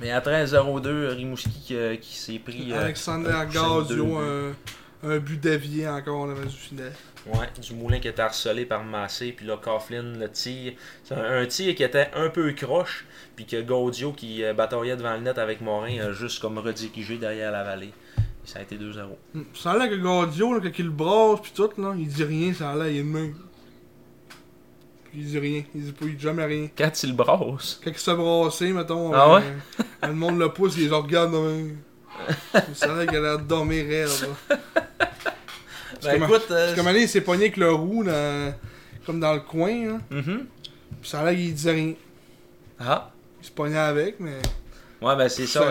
Speaker 1: Mais à 13-02, Rimouski qui, qui s'est pris. euh,
Speaker 2: Alexander
Speaker 1: un crochet de deux
Speaker 2: Gazio, un, un but dévié encore en avant du filet.
Speaker 1: Ouais, du moulin qui était harcelé par Massé, puis là, Coughlin le tire. C'est un, un tir qui était un peu croche, puis que Gaudio, qui euh, bataillait devant le net avec Morin, a juste comme redirigé derrière la vallée. Et ça a été 2-0.
Speaker 2: Mm. Ça a l'air que Gaudio, là, quand il le brasse pis tout, là, il dit rien, ça a l'air, il est de même. Puis il dit rien, il dit, pas- il dit jamais rien.
Speaker 1: Quand il brosse.
Speaker 2: Quand il se brassé, mettons,
Speaker 1: Ah ouais?
Speaker 2: euh, le monde le pousse, il les regarde de même. Ça a l'air qu'il a l'air de dormir raide, là.
Speaker 1: Ben
Speaker 2: comme-
Speaker 1: écoute, euh,
Speaker 2: Parce que Mané, il s'est pogné avec le roux, là, comme dans le coin, là.
Speaker 1: mhm.
Speaker 2: Puis ça a l'air qu'il disait rien.
Speaker 1: Ah,
Speaker 2: Il se pognait avec, mais.
Speaker 1: ouais, ben c'est ça.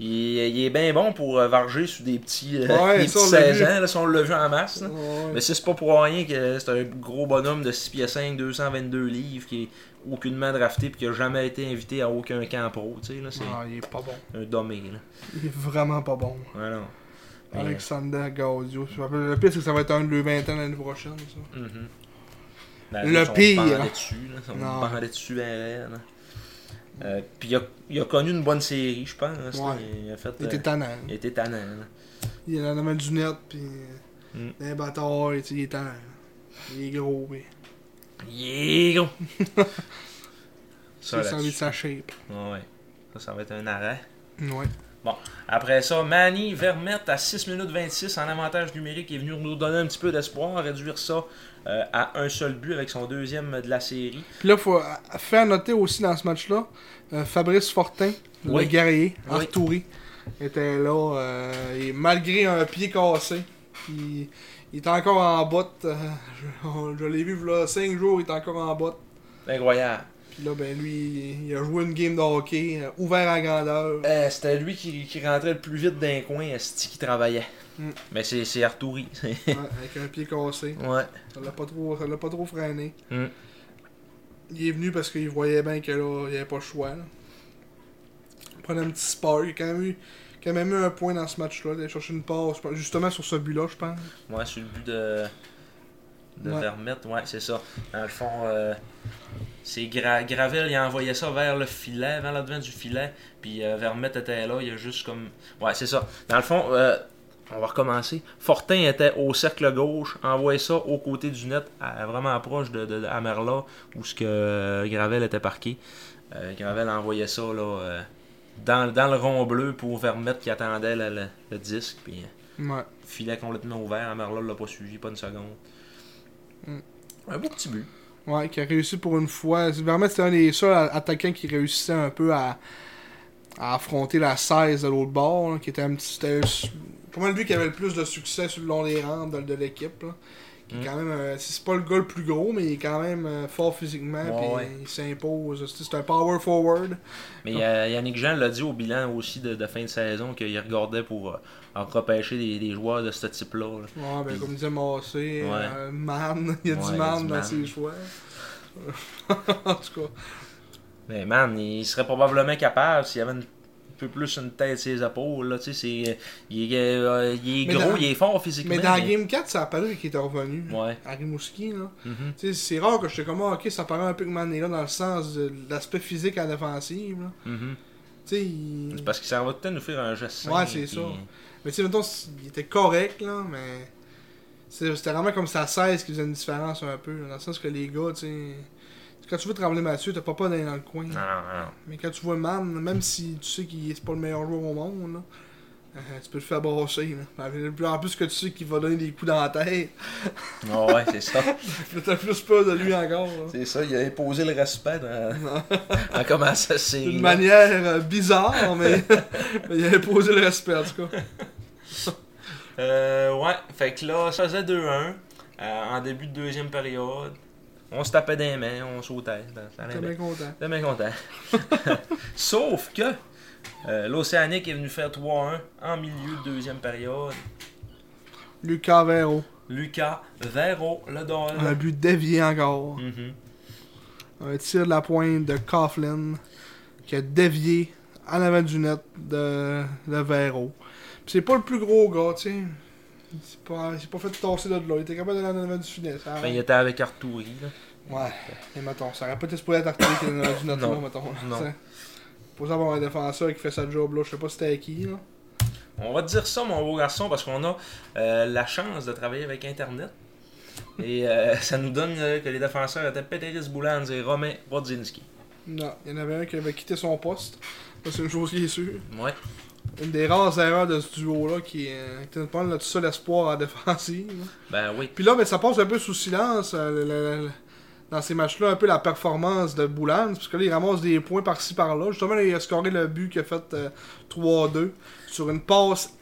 Speaker 1: il, il- il est bien bon pour euh, varger sous des petits, euh,
Speaker 2: Ouais,
Speaker 1: des petits
Speaker 2: ça, on l'a
Speaker 1: 16
Speaker 2: vu.
Speaker 1: ans, là, si on l'a vu en masse. là.
Speaker 2: Ouais.
Speaker 1: Mais si c'est pas pour rien que c'est un gros bonhomme de 6 pieds 5, 222 livres, qui est aucunement drafté, puis qui a jamais été invité à aucun camp pro, tu sais, là, c'est...
Speaker 2: Ah, il est pas bon.
Speaker 1: un domé. Là.
Speaker 2: Il est vraiment pas bon.
Speaker 1: Ouais, non. Mais,
Speaker 2: Alexander Gaudio. Je me rappelle. Le pire, c'est que ça va être un de leurs 20 ans l'année prochaine. Ça.
Speaker 1: Mhm.
Speaker 2: Le
Speaker 1: Dans
Speaker 2: pire.
Speaker 1: Ben, On parlait dessus, là.
Speaker 2: Non.
Speaker 1: On parlait dessus à là. Euh, Puis il a, il a connu une bonne série, je pense. là.
Speaker 2: Ouais.
Speaker 1: Il a fait.
Speaker 2: Il
Speaker 1: euh,
Speaker 2: était tannant.
Speaker 1: il était tannant. là.
Speaker 2: Il a la main du net, puis.
Speaker 1: Mm.
Speaker 2: Des bâtards, tu sais, il est tannant. Il est gros, mais.
Speaker 1: Yeah!
Speaker 2: *laughs*
Speaker 1: gros.
Speaker 2: Ça,
Speaker 1: ça,
Speaker 2: ça de
Speaker 1: là-dessus.
Speaker 2: sa shape.
Speaker 1: Ouais. Ça, ça va être un arrêt.
Speaker 2: Ouais.
Speaker 1: Après ça, Manny Vermette à 6 minutes 26 en avantage numérique est venu nous donner un petit peu d'espoir, réduire ça euh, à un seul but avec son deuxième de la série.
Speaker 2: Puis là, faut euh, faire noter aussi dans ce match-là, euh, Fabrice Fortin, le
Speaker 1: Oui.
Speaker 2: guerrier,
Speaker 1: Oui.
Speaker 2: Arturi, était là, euh, et malgré un pied cassé, il, il est encore en botte. euh, je on- je l'ai vu, là, 5 jours, il est encore en botte.
Speaker 1: C'est Incroyable.
Speaker 2: Puis là, ben lui, il a joué une game de hockey, euh, ouvert
Speaker 1: *laughs*
Speaker 2: à grandeur.
Speaker 1: Euh, C'était lui qui, qui rentrait le plus vite d'un coin, Esti qui travaillait.
Speaker 2: Mm.
Speaker 1: Mais c'est c'est Arturi. *laughs*
Speaker 2: Ouais, avec un pied cassé.
Speaker 1: ouais.
Speaker 2: Ça l'a pas trop, ça l'a pas trop freiné.
Speaker 1: Mm.
Speaker 2: Il est venu parce qu'il voyait bien que là, il n'y avait pas le choix. là. Il prenait un petit sport. Il a quand même eu, quand même eu un point dans ce match-là. Il a cherché une passe, je pense, justement sur ce but-là, je pense.
Speaker 1: Ouais, sur le but de, de
Speaker 2: Ouais.
Speaker 1: Vermette, ouais, c'est ça. Dans le fond, euh, c'est Gra- Gravel, il a envoyé ça vers le filet, vers l'advent du filet, puis euh, Vermette était là, il a juste comme... Ouais, c'est ça. Dans le fond, euh, on va recommencer. Fortin était au cercle gauche, envoyé ça au côté du net, à- vraiment proche de, de, de Amerla, où ce que euh, Gravel était parqué. Euh, Gravel a envoyé ça là, euh, dans, dans le rond bleu pour Vermette qui attendait le, le- le disque, puis... euh,
Speaker 2: Ouais.
Speaker 1: filet complètement ouvert. Amerla l'a pas suivi, pas une seconde.
Speaker 2: Mm.
Speaker 1: Un beau petit but.
Speaker 2: Ouais, qui a réussi pour une fois. C'est Vraiment, c'était un des seuls a- attaquants qui réussissait un peu à, à affronter la 16 de l'autre bord, là, qui était un petit. C'était comment lui qui avait le plus de succès sur le long des rangs de, de l'équipe. là. Qui est
Speaker 1: Mm.
Speaker 2: quand même. euh, c'est pas le gars le plus gros, mais il est quand même euh, fort physiquement.
Speaker 1: Ouais,
Speaker 2: puis
Speaker 1: ouais.
Speaker 2: il s'impose. C'est- C'est un power forward.
Speaker 1: Mais euh, Yannick Jean l'a dit au bilan aussi de, de fin de saison qu'il regardait pour euh, en repêcher des, des joueurs de ce type-là. là.
Speaker 2: Ouais, ben
Speaker 1: Puis-
Speaker 2: comme disait Massé,
Speaker 1: Ouais.
Speaker 2: euh, man, *laughs* il y a
Speaker 1: Ouais,
Speaker 2: du
Speaker 1: il y a
Speaker 2: man
Speaker 1: du
Speaker 2: dans
Speaker 1: man.
Speaker 2: ses *laughs* choix. en tout cas,
Speaker 1: Mais man, il serait probablement capable s'il avait une- un peu plus une tête sur les épaules. Là, tu sais, c'est- il est, euh, il est
Speaker 2: Mais
Speaker 1: gros,
Speaker 2: dans-
Speaker 1: il est fort physiquement.
Speaker 2: mais dans Game 4, ça a paru qu'il était revenu.
Speaker 1: Ouais.
Speaker 2: À Rimouski, là.
Speaker 1: Mhm.
Speaker 2: Tu sais, c'est rare que je te comme ah, ok, ça paraît un peu que Man est là dans le sens de l'aspect physique à la défensive. là.
Speaker 1: Mhm.
Speaker 2: Tu sais, il-
Speaker 1: C'est parce qu'il s'en va tout le temps nous faire un geste.
Speaker 2: Ouais,
Speaker 1: sain,
Speaker 2: c'est
Speaker 1: puis-
Speaker 2: ça. mais tu sais, mettons, c- il était correct, là, mais c'est- c'était vraiment comme ça 16 qui faisait une différence un peu, là, dans le sens que les gars, tu sais, quand tu veux trembler Mathieu, t'as pas pas dans dans le coin.
Speaker 1: Non, non, non.
Speaker 2: Mais quand tu vois Man, même si tu sais qu'il est pas le meilleur joueur au monde, là, euh, tu peux le faire brasser. Là. Puis En plus que tu sais qu'il va donner des coups dans la tête,
Speaker 1: Ah
Speaker 2: *laughs*
Speaker 1: ouais, c'est ça.
Speaker 2: t'as plus peur de lui encore. là.
Speaker 1: c'est ça, il a imposé le respect *laughs* dans... en commençant la série.
Speaker 2: D'une manière euh, bizarre,
Speaker 1: *laughs*
Speaker 2: mais mais il avait posé le respect en tout cas.
Speaker 1: Euh, ouais, fait que là, ça faisait 2-1 euh, en début de deuxième période. On se tapait des mains, on sautait. dans- dans les
Speaker 2: J'étais
Speaker 1: mains.
Speaker 2: bien content.
Speaker 1: J'étais bien content. Sauf que euh, l'Océanique est venu faire 3-1 en milieu de deuxième période.
Speaker 2: Lucas Vero,
Speaker 1: Lucas, Vero, le Doyle.
Speaker 2: un but dévié encore.
Speaker 1: Mhm.
Speaker 2: Un tir de la pointe de Coughlin qui a dévié en avant du net de, de Vero. Puis c'est pas le plus gros gars, tu sais. C'est pas, c'est pas fait tasser de là. Il était capable d'aller en avant du filet. Ça
Speaker 1: Enfin, il
Speaker 2: arrête.
Speaker 1: était avec Arturi. Là.
Speaker 2: Ouais, mais mettons, ça aurait pas été supposé être articulé qu'il en avait du notre
Speaker 1: Non.
Speaker 2: là, mettons. là,
Speaker 1: Non.
Speaker 2: tu sais. Pour ça avoir un défenseur qui fait sa job là, je sais pas c'était qui là.
Speaker 1: On va te dire ça, mon beau garçon, parce qu'on a euh, la chance de travailler avec Internet. Et euh, *laughs* ça nous donne euh, que les défenseurs étaient Peteris Boulans et Romain Rodzinski.
Speaker 2: Non, il y en avait un qui avait quitté son poste. Ça, c'est une chose qui est sûre.
Speaker 1: Ouais.
Speaker 2: Une des rares erreurs de ce duo-là qui euh, était pas notre seul espoir en *laughs* défensive. là.
Speaker 1: Ben oui.
Speaker 2: Puis là, ben, ça passe un peu sous silence euh, le- le- le- dans ces matchs-là, un peu la performance de Boulans. Parce que là, il ramasse des points par-ci par-là. Justement, là, il a scoré le but qu'il a fait euh, 3-2 sur une passe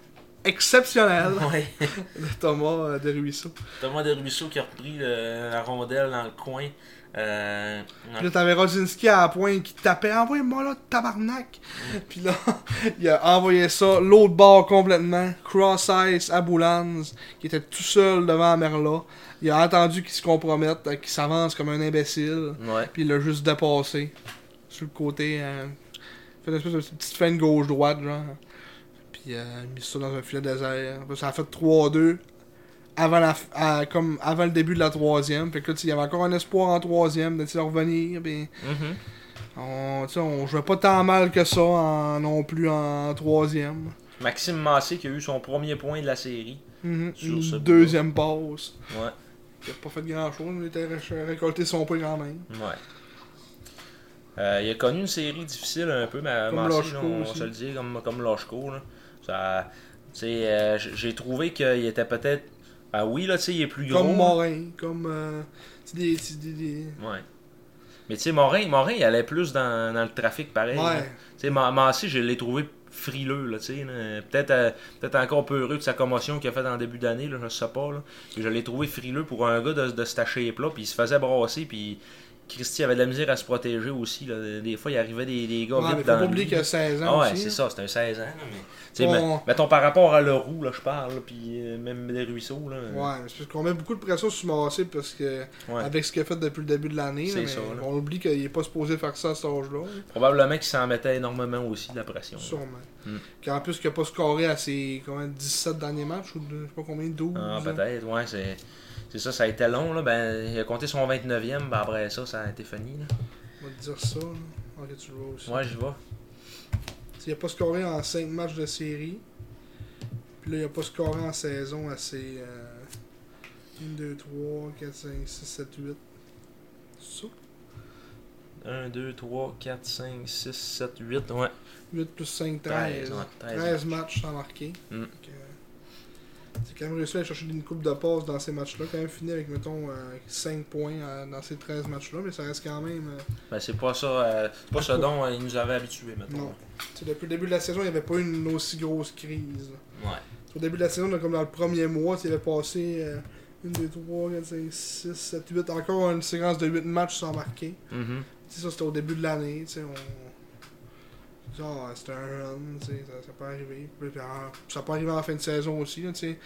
Speaker 2: exceptionnelle *laughs*
Speaker 1: Ouais.
Speaker 2: de Thomas euh, de Ruisseau.
Speaker 1: *laughs* Thomas de Ruisseau qui a repris le- la rondelle dans le coin. Euh, dans-
Speaker 2: Puis là, t'avais Rosinski à la pointe qui tapait Envoyez-moi là, tabarnak Puis là, *laughs* il a envoyé ça l'autre bord complètement. Cross-ice à Boulans, qui était tout seul devant Merla. Il a attendu qu'il se compromette, euh, qu'il s'avance comme un imbécile.
Speaker 1: Ouais.
Speaker 2: Puis il l'a juste dépassé. Sur le côté. euh, il fait une espèce de petite fin de gauche-droite, genre. Puis Il a mis ça dans un filet désert. Puis Ça a fait 3-2 avant, la, f- à- comme avant le début de la troisième. Fait que là, tu sais, il y avait encore un espoir en troisième de tu sais, revenir. Puis
Speaker 1: Mhm.
Speaker 2: on, tu sais, on jouait pas tant mal que ça en- non plus en troisième.
Speaker 1: Maxime Massé qui a eu son premier point de la série.
Speaker 2: Mhm.
Speaker 1: Sur ce bout-là.
Speaker 2: Deuxième passe.
Speaker 1: Ouais.
Speaker 2: Il a pas fait grand chose, mais il était ré- récolté son point quand même.
Speaker 1: Ouais. Euh, il a connu une série difficile un peu, mais
Speaker 2: Comme
Speaker 1: Massé,
Speaker 2: Lachko
Speaker 1: là, on,
Speaker 2: aussi.
Speaker 1: se le dit, comme, comme Lachko, là. Ça- tu sais, euh, j- J'ai trouvé qu'il était peut-être. Ben oui, là, tu sais, il est plus gros.
Speaker 2: Comme Morin, comme. euh, tu sais, des, tu sais, des- des-
Speaker 1: Ouais. Mais tu sais, Morin, Morin, il allait plus dans, dans le trafic pareil. là.
Speaker 2: Ouais.
Speaker 1: Tu sais, Ma- Massé, je l'ai trouvé frileux, là, tu sais. là. Peut-être euh, peut-être encore peureux de sa commotion qu'il a faite en début d'année, là, je sais pas, là. Mais je l'ai trouvé frileux pour un gars de, de cette shape-là, puis il se faisait brasser, puis Christy avait de la misère à se protéger aussi, là. Des fois, il arrivait des, des gars
Speaker 2: Ouais,
Speaker 1: vite
Speaker 2: mais faut
Speaker 1: dans
Speaker 2: pas
Speaker 1: le
Speaker 2: oublier
Speaker 1: lit,
Speaker 2: qu'il a
Speaker 1: là.
Speaker 2: 16 ans.
Speaker 1: Ah ouais,
Speaker 2: aussi, là.
Speaker 1: c'est ça, c'est un 16 ans, là, mais... tu sais,
Speaker 2: On-
Speaker 1: mais- Mettons, par rapport à Leroux, là, je parle, là, puis euh, même des ruisseaux, là.
Speaker 2: Ouais, mais c'est parce qu'on met beaucoup de pression sur Massé parce que
Speaker 1: Ouais.
Speaker 2: avec ce qu'il a fait depuis le début de l'année, là,
Speaker 1: C'est
Speaker 2: mais
Speaker 1: ça, là.
Speaker 2: on oublie qu'il n'est pas supposé faire ça à cet âge-là, là,
Speaker 1: Probablement qu'il s'en mettait énormément aussi, de la pression. là.
Speaker 2: sûrement.
Speaker 1: Mm.
Speaker 2: Puis en plus qu'il n'a pas scoré à ses combien, 17 derniers matchs ou de- je sais pas combien, 12.
Speaker 1: Ah,
Speaker 2: là.
Speaker 1: peut-être, ouais, c'est. C'est ça, ça a été long, là. Ben, il a compté son 29e, ben après ça, ça a été fini, là.
Speaker 2: On va te dire ça. là. Ah, que tu le vois aussi.
Speaker 1: Ouais, j'y vais.
Speaker 2: Il n'a pas scoré en 5 matchs de série. Puis là, il n'a pas scoré en saison à ses. euh, 1, 2, 3, 4, 5, 6, 7, 8. Ça
Speaker 1: 1, 2, 3, 4, 5, 6, 7, 8, ouais.
Speaker 2: 8 plus 5, 13.
Speaker 1: Treize, ouais, treize
Speaker 2: 13 matchs sans marquer.
Speaker 1: Mm.
Speaker 2: Donc, euh, C'est quand même réussi à aller chercher une coupe de passe dans ces matchs-là. Quand même fini avec, mettons, 5 points euh, dans ces 13 matchs-là, mais ça reste quand même. euh,
Speaker 1: Ben, c'est pas ça, euh, c'est pas ce dont euh, il nous avait habitués, maintenant.
Speaker 2: Non. Tu sais, depuis le début de la saison, il n'y avait pas eu une aussi grosse crise. là.
Speaker 1: Ouais.
Speaker 2: Au début de la saison, là, comme dans le premier mois, tu sais, il avait passé euh, 1, 2, 3, 4, 5, 6, 7, 8. Encore une séquence de 8 matchs sans marquer.
Speaker 1: Mhm.
Speaker 2: Tu sais, ça, c'était au début de l'année, tu sais, on... Genre, c'était un run, tu sais, ça, ça peut arriver. Puis, puis, ah, ça peut arriver en fin de saison aussi, là, tu sais.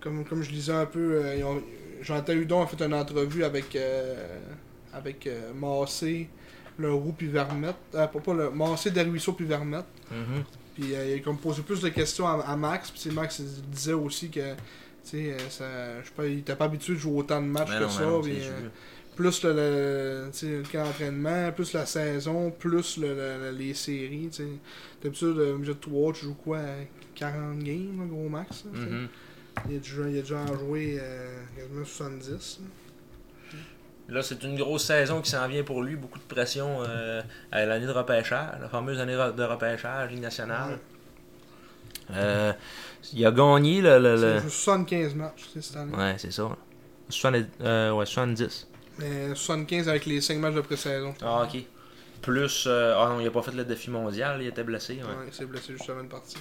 Speaker 2: Comme, comme je disais un peu, euh, ils ont- Jonathan Hudon a fait une entrevue avec, euh, avec euh, Massé, Leroux puis Vermette. Euh, pas, pas le, Massé, Deruisseau puis Vermette.
Speaker 1: Mhm.
Speaker 2: Puis euh, il a comme posé plus de questions à, à Max, puis tu sais, Max il disait aussi que, tu sais, euh, ça- je sais pas, il était pas habitué de jouer autant de matchs
Speaker 1: Ben
Speaker 2: que
Speaker 1: non,
Speaker 2: ça.
Speaker 1: ben non, c'est
Speaker 2: puis,
Speaker 1: sûr.
Speaker 2: euh, plus le, le, tu sais, le camp d'entraînement, plus la saison, plus le- le- le- les séries. tu sais. D'habitude, euh, au milieu de 3, tu joues quoi euh, 40 games, là, gros max. là, tu sais.
Speaker 1: Mhm.
Speaker 2: il, a déjà, il a déjà en joué euh, quasiment 70. là.
Speaker 1: Là, c'est une grosse saison qui s'en vient pour lui. Beaucoup de pression euh, à l'année de repêchage, la fameuse année de repêchage, Ligue nationale. Euh, il a gagné le- le-
Speaker 2: Il
Speaker 1: le...
Speaker 2: a joué 75 matchs tu sais, cette année.
Speaker 1: Ouais, c'est ça. 70, euh, ouais, 70.
Speaker 2: Mais 75 avec les 5 matchs de pré-saison. je
Speaker 1: Ah,
Speaker 2: pense.
Speaker 1: ok. Plus. euh, ah non, il a pas fait le défi mondial, il était blessé. Ouais.
Speaker 2: Ouais, il s'est blessé juste avant une partie.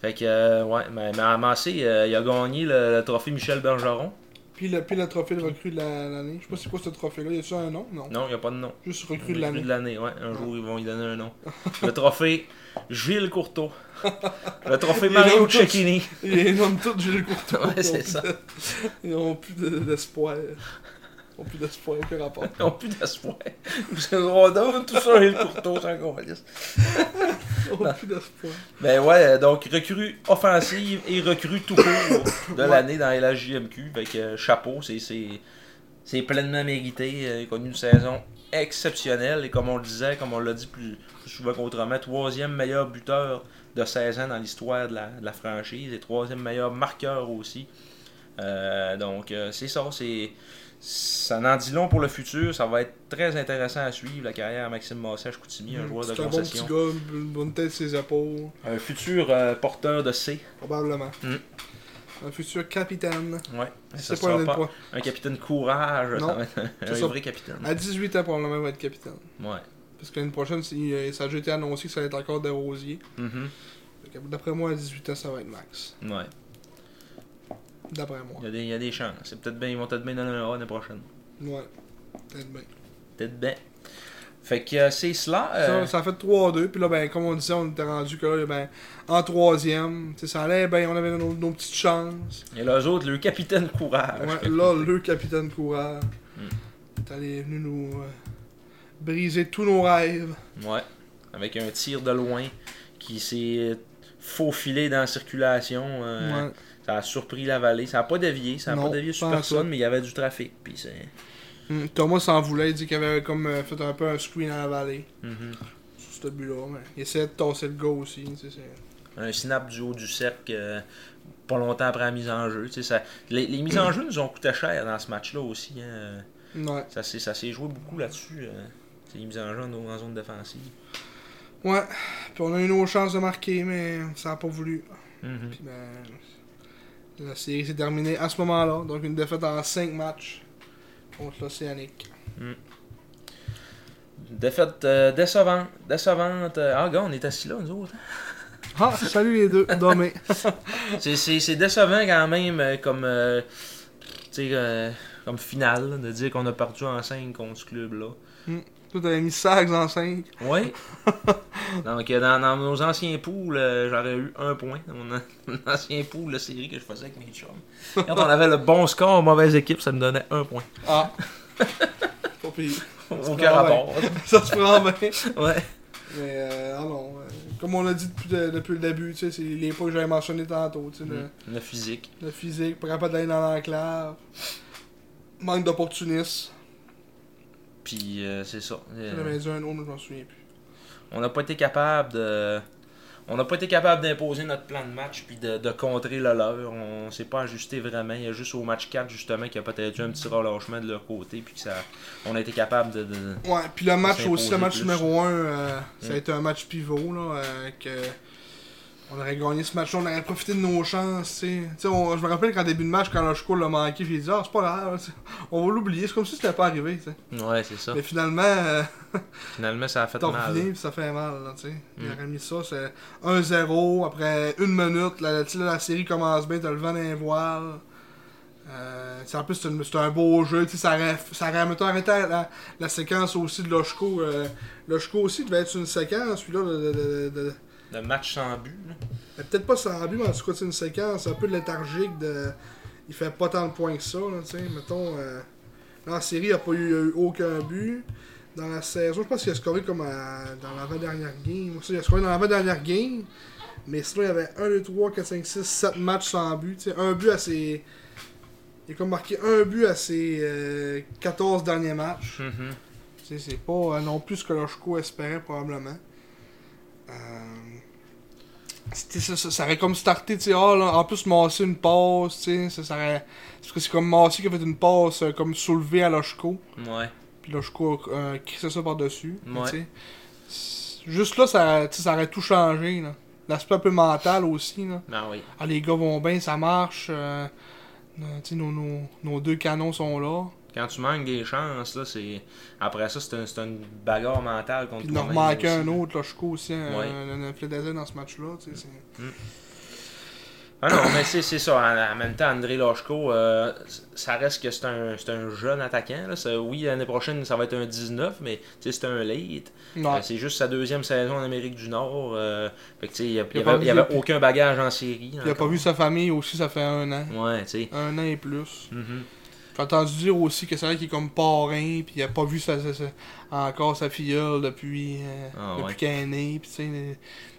Speaker 1: Fait que, euh, ouais, mais, mais à Massé, euh, il a gagné le, le trophée Michel Bergeron.
Speaker 2: Puis le, puis le trophée de recrue de la- l'année. Je sais pas c'est quoi ce trophée-là. Y a-tu un nom Non.
Speaker 1: Non, il n'y a pas de nom.
Speaker 2: Juste
Speaker 1: Le
Speaker 2: recrue
Speaker 1: prix
Speaker 2: de l'année.
Speaker 1: de l'année, ouais. Un
Speaker 2: Ouais.
Speaker 1: jour, ils vont lui donner un nom. Le trophée Gilles Courteau. Le trophée
Speaker 2: Il est dans
Speaker 1: Mario
Speaker 2: le coach.
Speaker 1: Cecchini.
Speaker 2: Ils nomment tous Gilles Courtois.
Speaker 1: Ouais, c'est
Speaker 2: Ils ont plus
Speaker 1: ça.
Speaker 2: de- *laughs* Ils n'ont plus de- d'espoir. Ils n'ont plus d'espoir, aucun rapport.
Speaker 1: Ils n'ont plus d'espoir. *laughs* On donne tout ça à Gilles Courteau, c'est un convalide.
Speaker 2: Ils n'ont plus d'espoir.
Speaker 1: Ben ouais, donc recrue offensive et recrue tout court de
Speaker 2: Ouais.
Speaker 1: l'année dans la JMQ. Fait que euh, chapeau, c'est- c'est c'est pleinement mérité. Euh, Il a connu une saison exceptionnelle et comme on le disait, comme on l'a dit plus, plus souvent qu'autrement, troisième meilleur buteur de 16 ans dans l'histoire de la, de la franchise et troisième meilleur marqueur aussi. Euh, donc euh, c'est ça, c'est ça n'en dit long pour le futur. Ça va être très intéressant à suivre la carrière à Maxime Massage-Coutimi, un joueur de
Speaker 2: Mm, C'est un bon petit
Speaker 1: concession.
Speaker 2: gars, une bonne tête sur ses épaules,
Speaker 1: Un futur euh, porteur de C.
Speaker 2: probablement.
Speaker 1: Mm.
Speaker 2: Un futur capitaine.
Speaker 1: Ouais, ça
Speaker 2: C'est
Speaker 1: sera
Speaker 2: pas un
Speaker 1: pas
Speaker 2: point.
Speaker 1: un capitaine courage, ça
Speaker 2: Non,
Speaker 1: va être un,
Speaker 2: c'est ça.
Speaker 1: vrai capitaine.
Speaker 2: À 18 ans, probablement, il va être capitaine.
Speaker 1: Ouais.
Speaker 2: Parce que l'année prochaine, c'est- euh, ça a déjà été annoncé que ça va être encore Desrosiers.
Speaker 1: Mhm.
Speaker 2: Fait que D'après moi, à 18 ans, ça va être Max.
Speaker 1: Ouais.
Speaker 2: D'après moi.
Speaker 1: Il y a des, il y a des chances. C'est peut-être bien, ils vont peut-être bien donner un A l'année prochaine.
Speaker 2: Ouais. Peut-être bien.
Speaker 1: Peut-être bien. Fait que euh, c'est cela. euh,
Speaker 2: Ça, ça a fait 3-2. Puis là, ben, comme on disait, on était rendu que là, ben, en troisième, tu sais, ça allait, ben, on avait nos, nos petites chances.
Speaker 1: Et les autres, le capitaine courage.
Speaker 2: Ouais, là, le capitaine Courage est allé- est venu nous euh, briser tous nos rêves.
Speaker 1: Ouais. Avec un tir de loin qui s'est faufilé dans la circulation. euh,
Speaker 2: Ouais.
Speaker 1: Ça a surpris la vallée. Ça n'a pas dévié. Ça n'a
Speaker 2: Non,
Speaker 1: pas dévié sur
Speaker 2: pas
Speaker 1: personne,
Speaker 2: ça.
Speaker 1: mais il y avait du trafic. Puis c'est.
Speaker 2: Mm, Thomas s'en voulait, il dit qu'il avait comme euh, fait un peu un screen à la vallée
Speaker 1: Mhm.
Speaker 2: sur ce but-là. Mais il essayait de tasser le gars aussi. tu sais, c'est-
Speaker 1: Un snap du haut du cercle. euh, pas longtemps après la mise en jeu. Tu sais, ça- Les, les mises en jeu nous ont coûté cher dans ce match-là aussi. hein.
Speaker 2: Ouais.
Speaker 1: Ça s'est ça s'est joué beaucoup là-dessus. euh, C'est les mises en jeu en, en zone défensive.
Speaker 2: ouais. Puis on a eu nos chances de marquer, mais ça n'a pas voulu.
Speaker 1: Mhm.
Speaker 2: Puis ben, la série s'est terminée à ce moment-là. Donc une défaite en 5 matchs contre l'Océanique.
Speaker 1: Défaite euh, décevante. Décevante. euh, Ah, gars, on est assis là, nous autres.
Speaker 2: Ah, salut les deux. *laughs* Dormez.
Speaker 1: hein. C'est- C'est c'est décevant quand même euh, comme, euh, tu sais, euh, comme finale là, de dire qu'on a perdu en 5 contre ce club-là.
Speaker 2: Toi, t'avais mis Sags en 5.
Speaker 1: *laughs* Oui. Donc euh, dans, dans nos anciens poules, euh, j'aurais eu un point dans mon, *laughs* an- mon ancien pool, la série que je faisais avec mes chums. Quand on avait le bon score, mauvaise équipe, ça me donnait un *laughs* point.
Speaker 2: Ah. *laughs* pas pire.
Speaker 1: Aucun
Speaker 2: Ah ouais.
Speaker 1: rapport.
Speaker 2: Ça se prend bien.
Speaker 1: *laughs* Ouais.
Speaker 2: Mais euh, ah non, euh, comme on a dit depuis, de- depuis le début, tu sais, c'est les points que j'avais mentionnés tantôt. tu sais, le-
Speaker 1: La Mm. physique.
Speaker 2: La physique, pas capable d'aller dans l'enclave. Manque d'opportunisme.
Speaker 1: Puis euh, c'est ça. Euh,
Speaker 2: J'en avais dit un autre, mais je m'en souviens plus.
Speaker 1: On n'a pas été capable de. On n'a pas été capable d'imposer notre plan de match puis de, de contrer le leur. On s'est pas ajusté vraiment. Il y a juste au match 4 justement qu'il y a peut-être eu un petit relâchement de leur côté puis que ça. On a été capable de. de-
Speaker 2: Ouais, puis le match
Speaker 1: s'est
Speaker 2: aussi, le
Speaker 1: imposé
Speaker 2: match
Speaker 1: plus.
Speaker 2: numéro 1, ça a
Speaker 1: Mm.
Speaker 2: été un match pivot. Là, euh, que on aurait gagné ce match-là, on aurait profité de nos chances. tu sais. Tu sais, on- je me rappelle qu'en début de match, quand Loshko l'a manqué, j'ai dit Ah, c'est pas grave, *laughs* tu sais, on va l'oublier. C'est comme si c'était pas arrivé. tu sais.
Speaker 1: Ouais, c'est ça.
Speaker 2: Mais finalement, euh,
Speaker 1: Finalement, ça a fait
Speaker 2: T'en
Speaker 1: mal. Mm.
Speaker 2: reviens, pis ça fait mal, là, tu sais. Il aurait mis ça, c'est 1-0, après une minute, là, tu sais, là, la série commence bien, t'as le vent dans les voiles. Euh, tu sais, en plus, c'est une- c'est un beau jeu, tu sais, ça aurait, ça aurait mettons, arrêté la, la séquence aussi de Loshko. Euh, Loshko aussi devait être une séquence, puis là, de- de- de- de-
Speaker 1: Le match sans but. là.
Speaker 2: de- peut-être pas sans but, mais en tout cas, c'est une séquence un peu léthargique de... Il fait pas tant de points que ça, là, tu sais, mettons... euh, dans la série, il n'a pas eu, eu aucun but. Dans la saison, je pense qu'il a scoré comme à- dans l'avant-dernière game. Ça, il a scoré dans l'avant-dernière game. Mais sinon, il y avait 1, 2, 3, 4, 5, 6, 7 matchs sans but. Tu sais, un but à ses. Il a comme marqué un but à ses euh, 14 derniers matchs.
Speaker 1: Mhm.
Speaker 2: Tu sais, C'est pas euh, non plus ce que Loshko espérait probablement. Euh, c'était ça, ça, ça aurait comme starté, tu sais, ah, là, en plus Massé une passe, tu sais, ça, ça aurait... Parce que c'est comme Massé qui a fait une passe euh, comme soulevée à Loshko,
Speaker 1: Ouais.
Speaker 2: puis Loshko a euh, crissé ça par-dessus,
Speaker 1: Ouais.
Speaker 2: tu sais. C'est- Juste là, ça, tu sais, ça aurait tout changé, là. L'aspect un peu mental aussi, là.
Speaker 1: Ben oui.
Speaker 2: Ah, les gars vont bien, ça marche, euh, euh, tu sais, nos, nos, nos deux canons sont là.
Speaker 1: Quand tu manques des chances, là, c'est. Après ça, c'est un- c'est une bagarre mentale contre
Speaker 2: Puis il en
Speaker 1: toi-même
Speaker 2: remarquait
Speaker 1: aussi,
Speaker 2: un
Speaker 1: là.
Speaker 2: autre, là, je crois aussi, un,
Speaker 1: Ouais.
Speaker 2: un, un filet d'asile dans ce match-là. tu sais, c'est-
Speaker 1: Ah non, mais c'est c'est ça. En, en même temps, André Loshko, euh, ça reste que c'est un, c'est un jeune attaquant. Là. Ça- oui, l'année prochaine, ça va être un 19, mais tu sais, c'est un late.
Speaker 2: Non,
Speaker 1: Euh, c'est juste sa deuxième saison en Amérique du Nord. euh, fait que, tu sais, il n'y
Speaker 2: Il a
Speaker 1: avait,
Speaker 2: pas
Speaker 1: il y
Speaker 2: vu-
Speaker 1: avait aucun bagage en série.
Speaker 2: il a pas
Speaker 1: encore.
Speaker 2: vu sa famille aussi, ça fait un an.
Speaker 1: Ouais, tu sais.
Speaker 2: Un an et plus.
Speaker 1: Mhm.
Speaker 2: J'ai entendu dire aussi que c'est vrai qu'il est comme parrain, puis il a pas vu sa, sa- sa- encore sa filleule depuis, euh,
Speaker 1: Ah, ouais.
Speaker 2: depuis qu'elle est née. Puis, tu sais, les-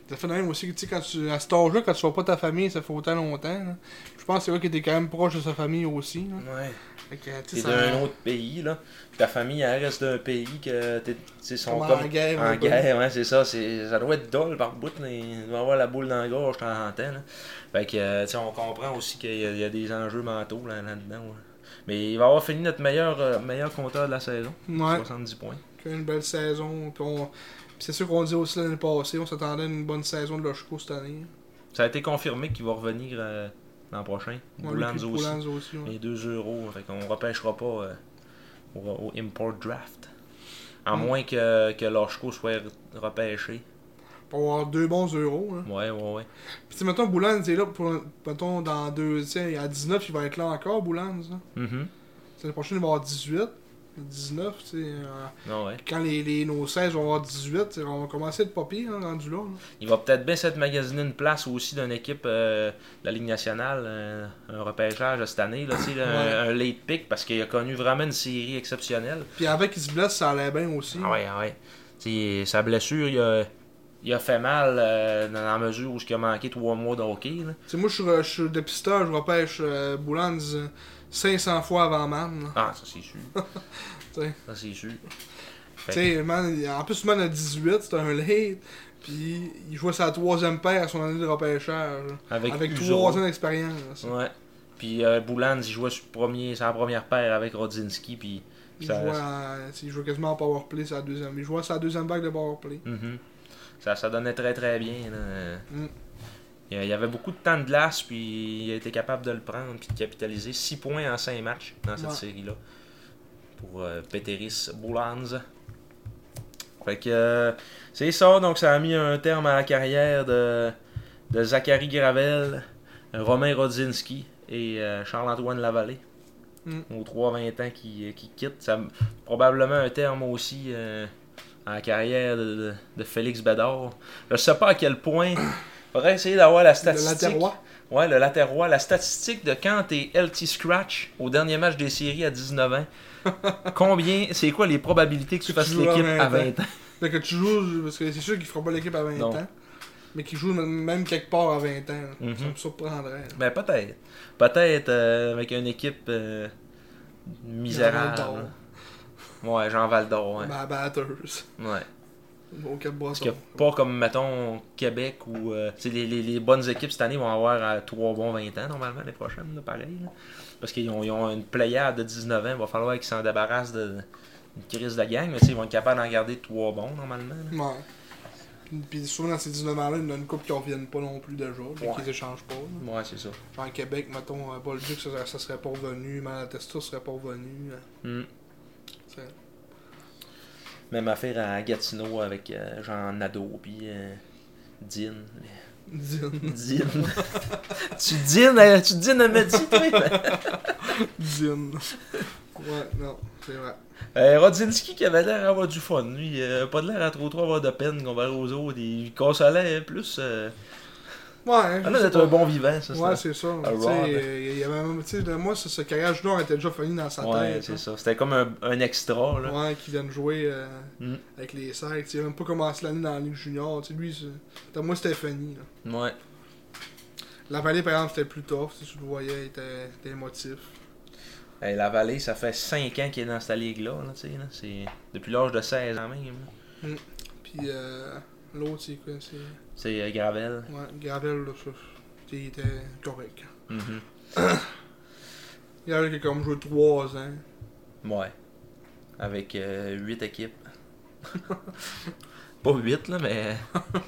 Speaker 2: ça fait de même aussi que, tu sais, quand tu, à cet âge-là, quand tu vois pas ta famille, ça fait autant longtemps. là. Je pense que c'est vrai qu'il était quand même proche de sa famille aussi. là.
Speaker 1: Ouais.
Speaker 2: Fait que,
Speaker 1: T'es
Speaker 2: tu sais, ça-
Speaker 1: d'un autre pays, là. Puis ta famille, elle reste d'un pays que t'es- tu sais, sont
Speaker 2: comme
Speaker 1: comme.
Speaker 2: en guerre.
Speaker 1: En
Speaker 2: un peu.
Speaker 1: guerre, ouais, c'est ça. c'est- Ça doit être dole par bout. mais Il doit avoir la boule dans la gorge, t'en entends. Là. Fait que, euh, tu sais, on comprend aussi qu'il y, a- il y a des enjeux mentaux là- là-dedans. ouais. Mais il va avoir fini notre meilleur, euh, meilleur compteur de la saison.
Speaker 2: Ouais.
Speaker 1: 70 points.
Speaker 2: qu'il y a eu une belle saison. Puis on- puis c'est sûr qu'on dit aussi l'année passée, on s'attendait à une bonne saison de Lochko cette année.
Speaker 1: Ça a été confirmé qu'il va revenir euh, l'an prochain.
Speaker 2: Ouais,
Speaker 1: Boulanz
Speaker 2: lui puis
Speaker 1: aussi.
Speaker 2: Boulanz aussi, ouais.
Speaker 1: Les 2 euros. Fait qu'on repêchera pas euh, au, au import draft. À
Speaker 2: Mm.
Speaker 1: moins que, que Lorschko soit repêché.
Speaker 2: Pour avoir deux bons euros. Hein.
Speaker 1: Ouais, ouais, ouais.
Speaker 2: Puis tu sais, mettons, Boulanz est là, pour, mettons, dans deux, tu sais, à 19, il va être là encore, Boulanz. là.
Speaker 1: Mhm.
Speaker 2: L'année prochaine, il va avoir 18. 19, tu sais, euh,
Speaker 1: Non, Ah, ouais.
Speaker 2: quand les, les- nos 16 vont avoir 18, tu sais, on va commencer à être pas pire, hein, rendu là. là.
Speaker 1: Il va peut-être bien s'être magasiné une place aussi d'une équipe euh, de la Ligue nationale, euh, un repêchage cette année, là, tu sais, un, un late pick, parce qu'il a connu vraiment une série exceptionnelle.
Speaker 2: Puis avec qu'il se blesse, ça allait bien aussi.
Speaker 1: Ah ouais, ah ouais. Tu sais, sa blessure, il a, il a fait mal euh, dans la mesure où il a manqué trois mois de hockey. là.
Speaker 2: Tu sais, moi, je suis- je suis dépisteur, je repêche euh, Boulans euh, 500 fois avant Man. hein. là.
Speaker 1: Ah, ça c'est
Speaker 2: *laughs*
Speaker 1: sûr.
Speaker 2: T'sais.
Speaker 1: ça c'est sûr.
Speaker 2: Tu sais, Man, il- en plus, Man a 18, c'est un late. Puis, il jouait sa troisième paire à son année de repêchage. hein. là,
Speaker 1: Avec,
Speaker 2: Avec
Speaker 1: Uzo.
Speaker 2: trois ans d'expérience.
Speaker 1: Ouais. Puis euh, Boulans, il jouait sur, premier, sur la première paire avec Rodzinski. Puis
Speaker 2: Il,
Speaker 1: ça,
Speaker 2: jouait à- il jouait quasiment en powerplay, sa deuxième. Il jouait sa deuxième bague de powerplay.
Speaker 1: Mhm. ça, ça donnait très très bien. là.
Speaker 2: Mm.
Speaker 1: Il y avait beaucoup de temps de glace, puis il a été capable de le prendre puis de capitaliser 6 points en 5 matchs dans cette
Speaker 2: Ouais.
Speaker 1: série-là pour euh, Peteris Boulans. Fait que euh, c'est ça, donc ça a mis un terme à la carrière de, de Zachary Gravel, Euh, Romain Rodzinski et euh, Charles-Antoine Lavallée.
Speaker 2: Mm.
Speaker 1: Aux 3-20 ans qui, euh, qui quittent. Ça, probablement un terme aussi euh, à la carrière de, de- de Félix Bédard. Je sais pas à quel point. *coughs* Faudrait essayer d'avoir la
Speaker 2: Le
Speaker 1: statistique.
Speaker 2: Laterrois.
Speaker 1: Ouais, le Laterrois. La statistique de quand t'es LT Scratch au dernier match des séries à 19
Speaker 2: *laughs*
Speaker 1: ans. Combien, c'est quoi les probabilités que tu
Speaker 2: Que tu
Speaker 1: fasses
Speaker 2: joues à
Speaker 1: l'équipe à
Speaker 2: 20
Speaker 1: 20 ans?
Speaker 2: Fait que tu joues, parce que c'est sûr qu'il fera pas l'équipe à 20
Speaker 1: Non.
Speaker 2: ans. Mais qu'il joue même- même quelque part à 20 ans. là.
Speaker 1: Mhm.
Speaker 2: Ça me surprendrait. là.
Speaker 1: Ben peut-être. Peut-être euh, avec une équipe euh, misérable.
Speaker 2: Jean Val
Speaker 1: Ouais, Jean Val d'Or, ouais.
Speaker 2: Ben, à batteuse.
Speaker 1: ouais.
Speaker 2: Au cap
Speaker 1: Parce que pas comme, mettons, Québec ou. euh, les, les- les bonnes équipes cette année vont avoir euh, trois bons 20 ans, normalement, les prochaines, là, pareil. là. Parce qu'ils ont, ils ont une pléiade de 19 ans, il va falloir qu'ils s'en débarrassent de une crise de gang, mais tu sais, ils vont être capables d'en garder trois bons, normalement. là.
Speaker 2: Ouais. Puis- Puis souvent dans ces 19 ans-là, il y en a une coupe qui reviennent pas non plus déjà, puis
Speaker 1: Ouais.
Speaker 2: qu'ils échangent pas. là.
Speaker 1: Ouais, c'est ça.
Speaker 2: Genre Québec, mettons, euh, Paul Duc, ça, ça serait pas revenu, Malatesta serait pas revenu. euh, là.
Speaker 1: Mm.
Speaker 2: C'est-
Speaker 1: Même affaire à Gatineau avec euh, Jean Nadeau, puis euh, Dean.
Speaker 2: Dine.
Speaker 1: Dîne. *laughs* tu dînes, à- tu dînes à midi, toi? *laughs*
Speaker 2: Dine. *laughs* Ouais, non, c'est vrai.
Speaker 1: Euh, Rodzinski qui avait l'air d'avoir du fun, lui. euh, pas de l'air à trop trop avoir de peine comparé aux autres. Il consolait plus. euh,
Speaker 2: Ouais, hein,
Speaker 1: Ah
Speaker 2: je
Speaker 1: là,
Speaker 2: sais
Speaker 1: d'être
Speaker 2: pas.
Speaker 1: un bon vivant, ça.
Speaker 2: Ouais,
Speaker 1: c'est-
Speaker 2: c'est ça.
Speaker 1: A
Speaker 2: Tu
Speaker 1: rod.
Speaker 2: sais, euh, il y avait même, tu sais, de moi, ce, ce carrière junior était déjà fini dans sa
Speaker 1: Ouais,
Speaker 2: tête.
Speaker 1: c'est
Speaker 2: là.
Speaker 1: ça. hein. C'était comme un, un extra, là.
Speaker 2: Ouais, qui viennent jouer euh,
Speaker 1: Mm.
Speaker 2: avec les Sacs. Il a même pas commencé l'année dans la Ligue Junior. Tu sais, lui, c'est- t'as moi, Stéphanie. Là.
Speaker 1: Ouais.
Speaker 2: La vallée, par exemple, c'était plus tough. Si tu le voyais, il était, était émotif.
Speaker 1: Hey, la vallée, ça fait 5 ans qu'il est dans cette ligue-là, là, tu sais. là. C'est depuis l'âge de 16 ans même. là.
Speaker 2: Puis euh, l'autre, c'est quoi c'est...
Speaker 1: C'est euh, Gravel.
Speaker 2: Ouais, Gravel, là, ça, il était correct.
Speaker 1: Mhm.
Speaker 2: Gravel qui a comme joué 3 ans.
Speaker 1: Ouais. Avec 8 équipes. *laughs* Pas 8 là, mais. *laughs*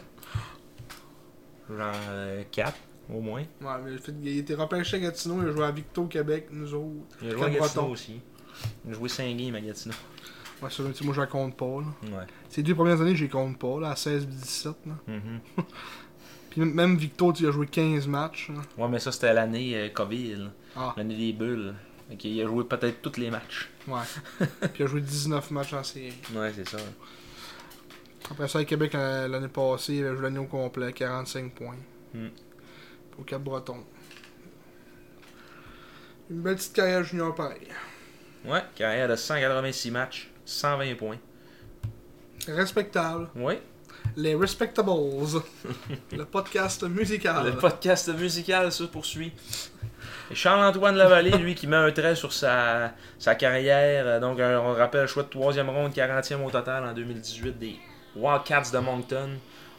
Speaker 1: Genre 4 au moins.
Speaker 2: Ouais, mais le fait qu'il était repêché à Gatineau, il a joué à Victo Québec, nous autres.
Speaker 1: Il a joué à Gatineau
Speaker 2: Breton.
Speaker 1: aussi. Il a joué 5 games à Gatineau.
Speaker 2: Ouais, ça, tu sais, moi, je la compte pas. Là.
Speaker 1: Ouais.
Speaker 2: Ces deux premières années, je les compte pas, là, à 16 et 17. Là.
Speaker 1: Mhm.
Speaker 2: Puis même- même Victo, tu sais, il a joué 15 matchs. là.
Speaker 1: Ouais, mais ça c'était l'année euh, Covid, là.
Speaker 2: Ah,
Speaker 1: l'année des bulles. Fait qu'il a joué peut-être tous les matchs.
Speaker 2: ouais. Puis il a joué 19 matchs en série.
Speaker 1: Ouais, c'est ça.
Speaker 2: Après ça, à Québec, euh, l'année passée, il a joué l'année au complet, 45 points.
Speaker 1: Mm.
Speaker 2: Au Cap-Breton. Une belle petite carrière junior pareil.
Speaker 1: Ouais, carrière de 186 matchs, 120 points.
Speaker 2: Respectable.
Speaker 1: Ouais.
Speaker 2: Les Respectables. le podcast musical.
Speaker 1: Le podcast musical se poursuit. Et Charles-Antoine Lavallée, lui, qui met un trait sur sa, sa carrière. Euh, Donc, euh, on rappelle, choix de troisième ronde, 40e au total en 2018 des Wildcats de Moncton.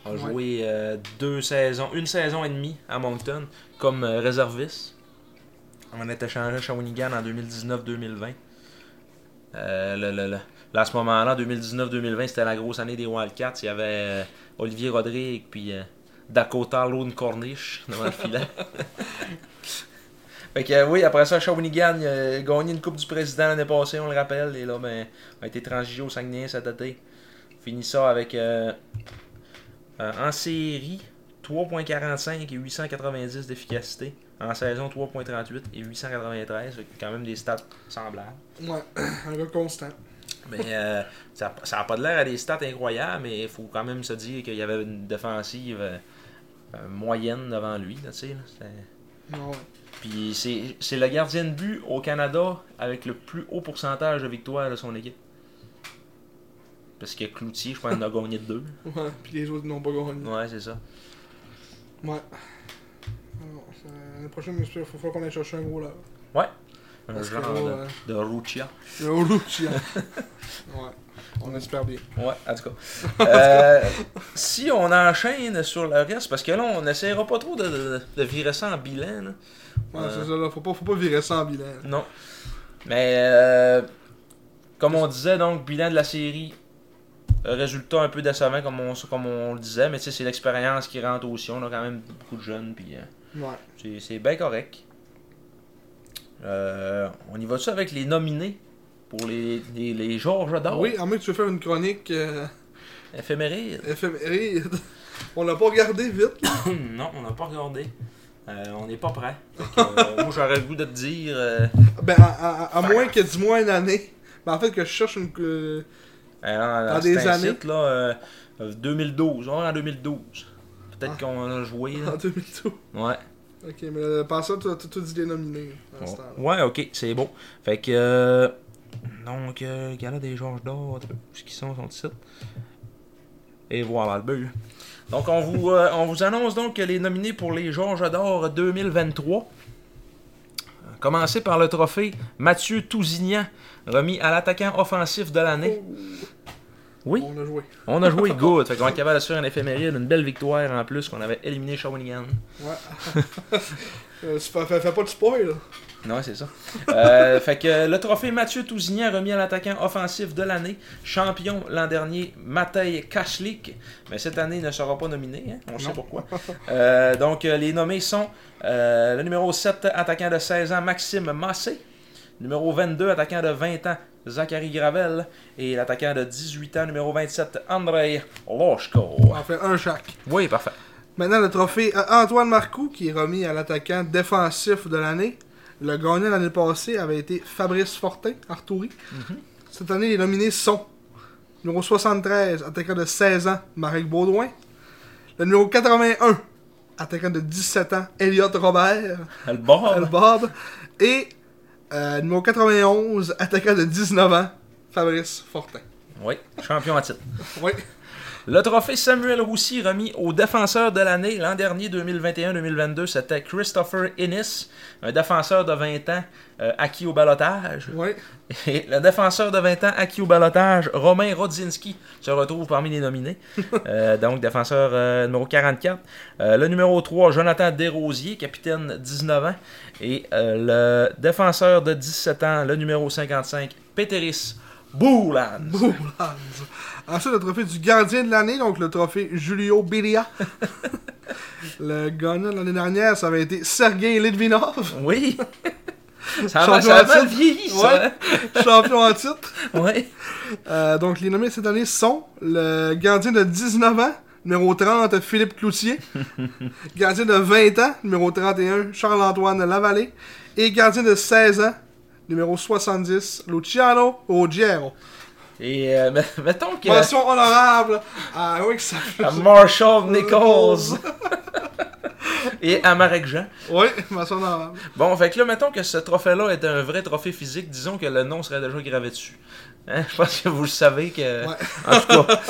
Speaker 1: A
Speaker 2: Ouais.
Speaker 1: joué euh, deux saisons, une saison et demie à Moncton comme euh, réserviste. On a été échangé à Shawinigan en 2019-2020. Euh, le- le- le- Là, à ce moment-là, en 2019-2020, c'était la grosse année des Wildcats. Il y avait euh, Olivier Rodrigue, puis euh, Dakota Lone Cornish *laughs* devant le filet. fait que euh, oui, après ça, Shawinigan il a gagné une Coupe du Président l'année passée, on le rappelle. Et là, ben, a été transgigé au Saguenay cet été. Fini ça avec euh, euh, en série 3.45 et 890 d'efficacité. En saison 3.38 et 893. Fait que Quand même des stats semblables.
Speaker 2: Ouais, *coughs* un gars constant.
Speaker 1: Mais euh, ça n'a pas de l'air à des stats incroyables, mais il faut quand même se dire qu'il y avait une défensive euh, euh, moyenne devant lui. là, tu sais, là, c'était-
Speaker 2: Ah Ouais.
Speaker 1: Puis c'est- c'est le gardien de but au Canada avec le plus haut pourcentage de victoires de son équipe. Parce que Cloutier, je pense, en a gagné deux.
Speaker 2: Ouais, puis les autres n'ont pas gagné. Ouais.
Speaker 1: Ouais, c'est ça.
Speaker 2: Alors, Ah ça- L'année prochaine, il faut falloir qu'on aille chercher un gros là.
Speaker 1: Un
Speaker 2: Parce que
Speaker 1: genre
Speaker 2: là,
Speaker 1: de,
Speaker 2: ouais.
Speaker 1: de Ruchia.
Speaker 2: Le Holo Chien. ouais, on espère bien.
Speaker 1: Ouais, en tout *laughs* cas. Euh, si on enchaîne sur le reste, parce que là, on n'essayera pas trop de, de, de virer ça en bilan. là.
Speaker 2: Ouais,
Speaker 1: Euh.
Speaker 2: c'est ça, là. Faut pas, faut pas virer ça en bilan.
Speaker 1: Non. Mais, euh, comme on disait, donc, bilan de la série, euh, résultat un peu décevant, comme on, comme on le disait, mais tu sais, c'est l'expérience qui rentre aussi. On a quand même beaucoup de jeunes, puis euh,
Speaker 2: Ouais.
Speaker 1: c'est- c'est bien correct. Euh, on y va-tu avec les nominés pour les, les, les Georges d'or
Speaker 2: Oui, à moins que tu veux faire une chronique euh,
Speaker 1: Éphéméride.
Speaker 2: éphéméride. *laughs* on l'a pas regardé vite.
Speaker 1: *coughs* non, on n'a pas regardé. Euh, on n'est pas prêt.
Speaker 2: *laughs*
Speaker 1: Fait que, euh, moi, j'aurais le goût de te dire. euh,
Speaker 2: Ben, à, à- à- à moins que dis-moi une année. Ben, en fait, que je cherche une. euh,
Speaker 1: euh,
Speaker 2: Dans
Speaker 1: c'est
Speaker 2: des
Speaker 1: un
Speaker 2: années.
Speaker 1: site, là, euh, euh, 2012. On est en 2012. Peut-être
Speaker 2: Ah.
Speaker 1: qu'on a joué. là.
Speaker 2: en *laughs* 2002.
Speaker 1: Ouais.
Speaker 2: Ok, mais euh, par ça, tu as tout dit dénominé. Dans ce temps-là.
Speaker 1: Ouais, ok, c'est bon. Fait que. euh, donc, euh, Gala des Georges d'Or, ce qu'ils sont, son site. Et voilà le but. Donc, on vous, euh, on vous annonce donc les nominés pour les Georges d'Or 2023. Commencez par le trophée Mathieu Tousignan, remis à l'attaquant offensif de l'année. Oui.
Speaker 2: Oh. On a joué.
Speaker 1: On a *laughs* joué good. Fait qu'on est capable de se faire un éphéméride, une belle victoire en plus qu'on avait éliminé Shawinigan.
Speaker 2: Ouais. Euh, c'est pas- fais, fais pas de spoil.
Speaker 1: Non, c'est ça. Euh, fait que le trophée Mathieu Tousignan remis à l'attaquant offensif de l'année, champion l'an dernier, Matej Kachlik, mais cette année il ne sera pas nominé, hein, on sait
Speaker 2: Non.
Speaker 1: pourquoi. Euh, donc euh, les nommés sont euh, le numéro 7, attaquant de 16 ans, Maxime Massé, numéro 22, attaquant de 20 ans, Zachary Gravel, et l'attaquant de 18 ans, numéro 27, Andrei Loshko.
Speaker 2: On en fait un chaque.
Speaker 1: Oui, parfait.
Speaker 2: Maintenant, le trophée à Antoine Marcoux, qui est remis à l'attaquant défensif de l'année. Le gagnant l'année passée avait été Fabrice Fortin, Arturi. Cette année, les nominés sont numéro 73, attaquant de 16 ans, Marek Baudouin. Le numéro 81, attaquant de 17 ans, Elliot Robert,
Speaker 1: Le bord.
Speaker 2: Al Bob. Et euh, numéro 91, attaquant de 19 ans, Fabrice Fortin.
Speaker 1: Oui, champion à titre.
Speaker 2: Oui,
Speaker 1: Le trophée Samuel Roussy remis au défenseur de l'année l'an dernier 2021-2022, c'était Christopher Innes, un défenseur de 20 ans euh, acquis au balotage. *laughs*
Speaker 2: oui.
Speaker 1: Et le défenseur de 20 ans acquis au balotage, Romain Rodzinski, se retrouve parmi les nominés. Euh, donc, défenseur euh, numéro 44. Euh, le numéro 3, Jonathan Desrosiers, capitaine 19 ans. Et euh, le défenseur de 17 ans, le numéro 55, Peteris Boulan.
Speaker 2: Bowlands. Ensuite, le trophée du gardien de l'année, donc le trophée Julio Beria. le gagnant de l'année dernière, ça avait été Sergei Litvinov, *laughs*
Speaker 1: Oui. Ça
Speaker 2: Champion
Speaker 1: va, ça
Speaker 2: à
Speaker 1: va
Speaker 2: titre.
Speaker 1: vieilli,
Speaker 2: Ouais.
Speaker 1: ça.
Speaker 2: champion en titre.
Speaker 1: Ouais.
Speaker 2: Euh, donc, les nommés cette année sont le gardien de 19 ans, numéro 30, Philippe Cloutier. gardien de 20 ans, numéro 31, Charles-Antoine Lavallée. Et gardien de 16 ans, numéro 70, Luciano Ruggiero.
Speaker 1: Et euh, met- mettons que
Speaker 2: Mention honorable à Loïc Savard.
Speaker 1: à Marshall Nichols *laughs* et à Marek Jean.
Speaker 2: Oui, mention honorable.
Speaker 1: Bon, fait que là, mettons que ce trophée-là est un vrai trophée physique, disons que le nom serait déjà gravé dessus. Hein, Je pense que vous le savez que.
Speaker 2: Ouais.
Speaker 1: En tout cas,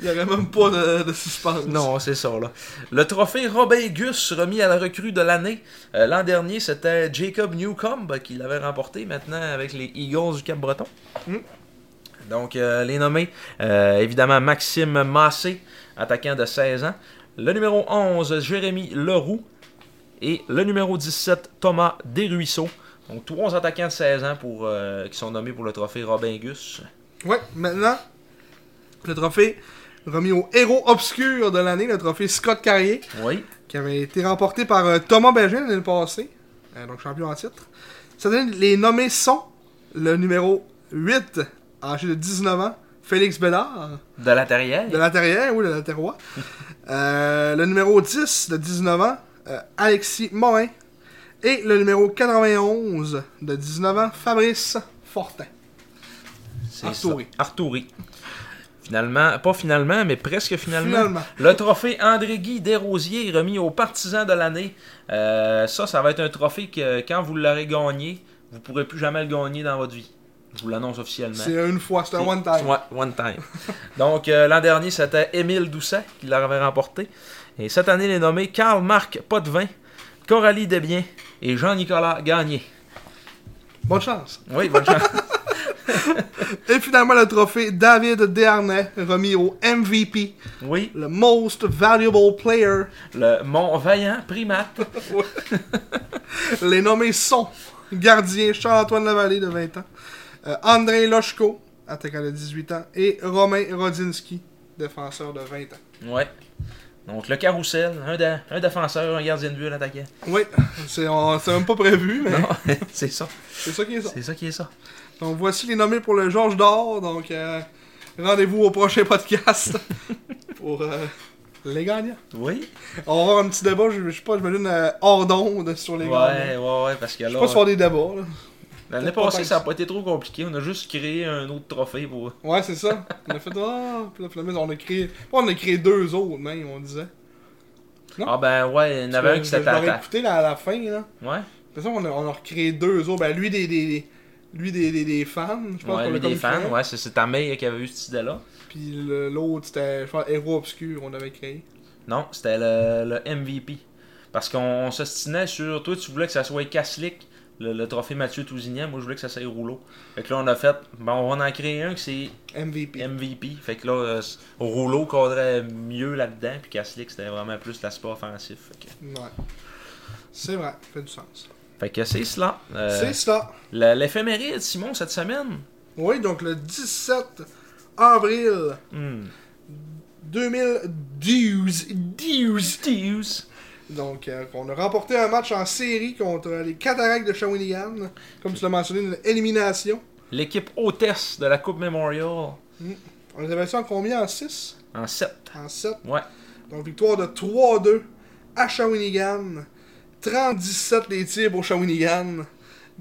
Speaker 2: Il n'y aurait même pas de, de suspense.
Speaker 1: non, c'est ça, là. Le trophée Robin Gus remis à la recrue de l'année. Euh, L'an dernier, c'était Jacob Newcomb qui l'avait remporté maintenant avec les Eagles du Cap-Breton.
Speaker 2: Mm.
Speaker 1: Donc, euh, les nommés, euh, évidemment, Maxime Massé, attaquant de 16 ans. Le numéro 11, Jérémy Leroux. Et le numéro 17, Thomas Desruisseaux. Donc, trois attaquants de 16 ans pour, euh, qui sont nommés pour le trophée Robin Gus.
Speaker 2: Ouais, maintenant, le trophée remis au héros obscur de l'année, le trophée Scott Carrier,
Speaker 1: Oui.
Speaker 2: qui avait été remporté par euh, Thomas Bergin l'année passée, euh, donc champion en titre. Cette année, les nommés sont le numéro 8, âgé de 19 ans, Félix Bellard,
Speaker 1: De la Terrière.
Speaker 2: de l'intérieur, oui, de l'intérieur. Euh, le numéro 10, de 19 ans, euh, Alexis Morin. Et le numéro 91, de 19 ans, Fabrice Fortin.
Speaker 1: C'est
Speaker 2: Arturi.
Speaker 1: ça. Arturi. Finalement, pas finalement, mais presque finalement.
Speaker 2: Finalement.
Speaker 1: Le trophée André-Guy Desrosiers est remis aux partisans de l'année. Euh, ça, ça va être un trophée que quand vous l'aurez gagné, vous pourrez plus jamais le gagner dans votre vie. Je vous l'annonce officiellement.
Speaker 2: C'est une fois, c'était one time.
Speaker 1: Ouais, one time. *laughs* Donc, euh, l'an dernier, c'était Émile Doucet qui l'avait remporté. Et cette année, il est nommé Karl-Marc Potvin, Coralie Desbiens et Jean-Nicolas Gagné.
Speaker 2: Bonne chance.
Speaker 1: Oui, bonne chance.
Speaker 2: *laughs* Et finalement, le trophée David Desharnais, remis au MVP,
Speaker 1: Oui,
Speaker 2: le Most Valuable Player.
Speaker 1: le Mont Vaillant Primate.
Speaker 2: Les nommés sont gardien Charles-Antoine Lavallée de 20 ans, euh, André Lochko, attaquant de 18 ans, et Romain Rodzinski, défenseur de 20 ans.
Speaker 1: Ouais. Donc, le carrousel, un, dé- un défenseur, un gardien de but, un attaquant.
Speaker 2: Oui, c'est on- c'est même pas prévu,
Speaker 1: *laughs*
Speaker 2: mais
Speaker 1: Non, *laughs* c'est ça.
Speaker 2: c'est ça qui est ça.
Speaker 1: C'est ça qui est ça.
Speaker 2: Donc voici les nommés pour le Georges d'Or. Donc euh, rendez-vous au
Speaker 1: *laughs*
Speaker 2: prochain podcast pour euh, les gagnants.
Speaker 1: Oui.
Speaker 2: On va avoir un petit débat, je, je sais pas, je me donne euh, hors d'onde sur les
Speaker 1: Ouais,
Speaker 2: gagnants.
Speaker 1: ouais, ouais, parce que
Speaker 2: Je sais
Speaker 1: là.
Speaker 2: pas si on va avoir des débats. là.
Speaker 1: L'année
Speaker 2: Peut-être pas
Speaker 1: passée,
Speaker 2: tant
Speaker 1: ça n'a
Speaker 2: que
Speaker 1: pas été trop compliqué. On a juste créé un autre trophée pour.
Speaker 2: Ouais, c'est ça. On a fait Ah! Puis là, finalement, on a créé. On a créé deux autres, même, on disait. Non.
Speaker 1: Ah, ben ouais, il y en avait un qui
Speaker 2: Je- je
Speaker 1: s'était à
Speaker 2: l'aurais
Speaker 1: ta-
Speaker 2: écouté là, à la fin, là.
Speaker 1: Ouais,
Speaker 2: De toute façon, on a, on a recréé deux autres. Ben, lui, des. des lui, des, des, des fans, je pense
Speaker 1: ouais,
Speaker 2: qu'on
Speaker 1: lui,
Speaker 2: a
Speaker 1: des
Speaker 2: comme
Speaker 1: fans.
Speaker 2: créé.
Speaker 1: Ouais, c'est c'est ta mère qui avait eu cette idée-là.
Speaker 2: Puis le- l'autre, c'était, je pense, Héros Obscur, on avait créé.
Speaker 1: Non, c'était le, le MVP. Parce qu'on s'ostinait sur. Toi, tu voulais que ça soit Caslick, le, le trophée Mathieu Tousignan. Moi, je voulais que ça soit Rouleau. Fait que là, on a fait. Ben, on va en créer un qui
Speaker 2: MVP.
Speaker 1: c'est MVP. Fait que là, euh, s- Rouleau cadrait mieux là-dedans. Puis Caslick, c'était vraiment plus l'aspect offensif. Fait que,
Speaker 2: Ouais. C'est vrai, ça fait du sens.
Speaker 1: fait que c'est cela. Euh,
Speaker 2: C'est ça.
Speaker 1: la- L'éphéméride, Simon, cette semaine.
Speaker 2: Oui, donc le 17 avril
Speaker 1: Hmm.
Speaker 2: 2012. 12.
Speaker 1: Stews.
Speaker 2: Donc, euh, on a remporté un match en série contre les Cataractes de Shawinigan. Comme tu l'as mentionné, une élimination.
Speaker 1: L'équipe hôtesse de la Coupe Memorial
Speaker 2: On les avait ça en combien En 6
Speaker 1: en 7.
Speaker 2: En 7
Speaker 1: Ouais.
Speaker 2: Donc, victoire de 3-2 à Shawinigan. 37 les tirs pour Shawinigan.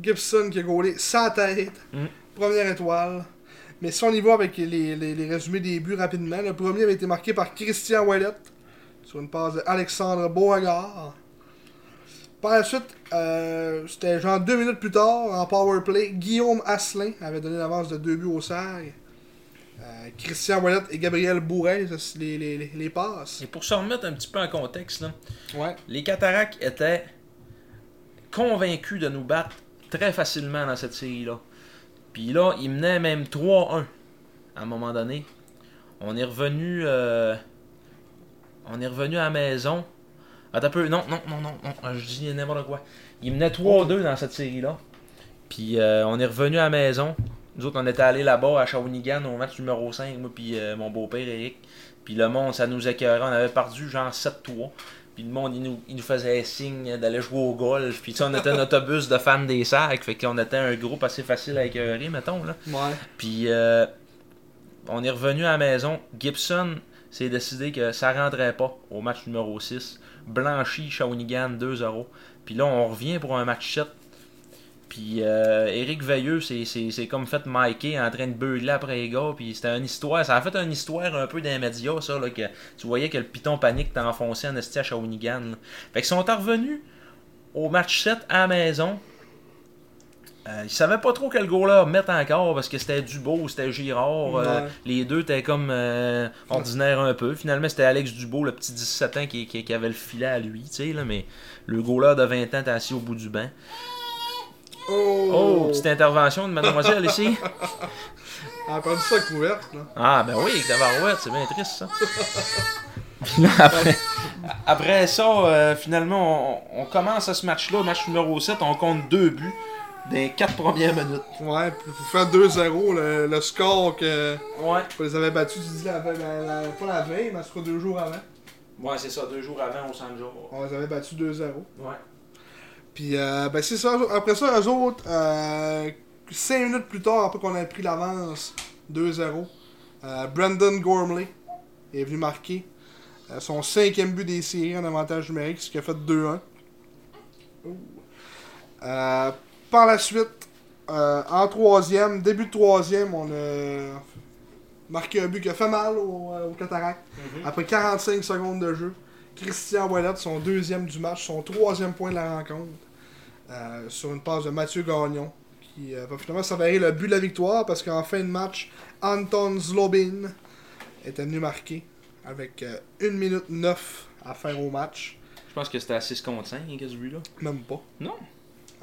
Speaker 2: Gibson qui a gaulé sa tête.
Speaker 1: Mm.
Speaker 2: Première étoile. Mais si on y va avec les, les- les résumés des buts rapidement, le premier avait été marqué par Christian Ouellet sur une passe de Alexandre Beauregard. Par la suite, euh, c'était genre deux minutes plus tard, en power play, Guillaume Asselin avait donné l'avance de deux buts au Serre. Euh, Christian Ouellet et Gabriel Bourret, ça, c'est les, les, les- les passes.
Speaker 1: Et pour se remettre un petit peu en contexte, là,
Speaker 2: Ouais.
Speaker 1: les Cataractes étaient convaincus de nous battre très facilement dans cette série-là. Puis là, ils menaient même 3-1 à un moment donné. On est revenu. euh, on est revenu à la maison. Attends un peu. Non, non, non, non, non. Je dis n'importe quoi. Ils menaient 3-2 dans cette série-là. Puis euh, on est revenu à la maison. Nous autres, on était allés là-bas à Shawinigan au match numéro 5, moi puis euh, mon beau-père Eric. Puis le monde, ça nous écœurait. On avait perdu genre 7-3. Puis le monde, il nous, il nous faisait signe d'aller jouer au golf. Puis tu sais, on était un autobus de fans des sacs. Fait qu'on était un groupe assez facile à écœurer, mettons. Là.
Speaker 2: Ouais.
Speaker 1: Puis euh, on est revenu à la maison. Gibson s'est décidé que ça rentrait pas au match numéro 6. Blanchi, Shawinigan, 2-0. Puis là, on revient pour un match 7. Puis euh, Éric Veilleux, c'est- c'est c'est comme fait Mikey en train de beugler après les gars. Puis c'était une histoire. Ça a fait une histoire un peu d'un média, ça. Là, que tu voyais que le piton panique t'a enfoncé en esti à Shawinigan. là. Fait qu'ils sont revenus au match 7 à la maison. Euh, ils savaient pas trop quel goaler mettre encore parce que c'était Dubo, c'était Girard. euh,
Speaker 2: Ouais.
Speaker 1: les deux étaient comme euh, ordinaires un peu. Finalement, c'était Alex Dubo, le petit 17 ans qui, qui- qui avait le filet à lui. tu sais, Là, mais le goaler de 20 ans était assis au bout du banc. Oh,
Speaker 2: Oh!
Speaker 1: petite intervention de mademoiselle ici.
Speaker 2: Elle a perdu sa couverte, là.
Speaker 1: *laughs* Ah, ben oui, avec la barouette, c'est bien triste ça. Puis *laughs* là, après, après ça, euh, finalement, on, on commence à ce match-là, match numéro 7, on compte deux buts des quatre premières minutes.
Speaker 2: Ouais, puis vous faites 2-0, le, le score que
Speaker 1: Ouais,
Speaker 2: qu'on les avait battus, tu dis la veille, la- la- pas la veille, mais ce sera deux jours avant.
Speaker 1: ouais c'est ça, deux jours avant, au San Joe.
Speaker 2: On les avait battus 2-0.
Speaker 1: Ouais.
Speaker 2: Puis, euh, ben c'est ça, après ça, eux autres, 5 minutes plus tard, après qu'on a pris l'avance 2-0, euh, Brandon Gormley est venu marquer euh, son cinquième but des séries en avantage numérique, ce qui a fait 2-1. Ouh. Euh, par la suite, euh, en troisième, début de troisième, on a marqué un but qui a fait mal au, euh, au Cataract. Après 45 secondes de jeu, Christian Ouellet, son deuxième du match, son troisième point de la rencontre, euh, sur une passe de Mathieu Gagnon, qui Puis euh, va finalement s'avérer le but de la victoire parce qu'en fin de match, Anton Zlobin était venu marquer avec euh, 1 minute 9 à faire au match.
Speaker 1: Je pense que c'était à 6 contre 5 que ce but-là.
Speaker 2: Même pas.
Speaker 1: Non.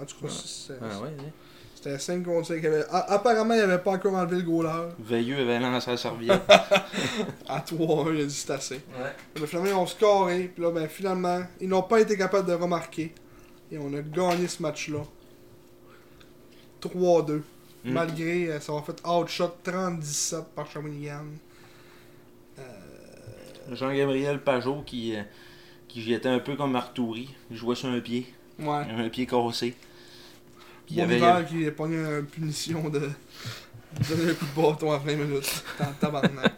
Speaker 2: En tout cas, c'est-
Speaker 1: Ah ouais, ouais.
Speaker 2: c'était 5 contre 5. Il y avait- a- Apparemment, il n'avait pas encore enlevé le goaler.
Speaker 1: Veilleux avait lancé la *laughs* serviette.
Speaker 2: À 3-1, il a dit c'est assez.
Speaker 1: ouais.
Speaker 2: Mais finalement, ils ont scoré. Puis là, ben, finalement, ils n'ont pas été capables de remarquer. Et on a gagné ce match-là. 3-2.
Speaker 1: Mm.
Speaker 2: Malgré euh, ça avoir fait outshot 37 par Shawinigan.
Speaker 1: Jean-Gabriel Pajot qui, euh, qui jetait un peu comme Arturi. Il jouait sur un pied.
Speaker 2: Ouais.
Speaker 1: Un pied cassé. Puis il y
Speaker 2: Mon
Speaker 1: avait-
Speaker 2: hiver qui a pogné une punition de de donner un coup de bâton à 20
Speaker 1: *laughs*
Speaker 2: minutes. T'en tabarnak.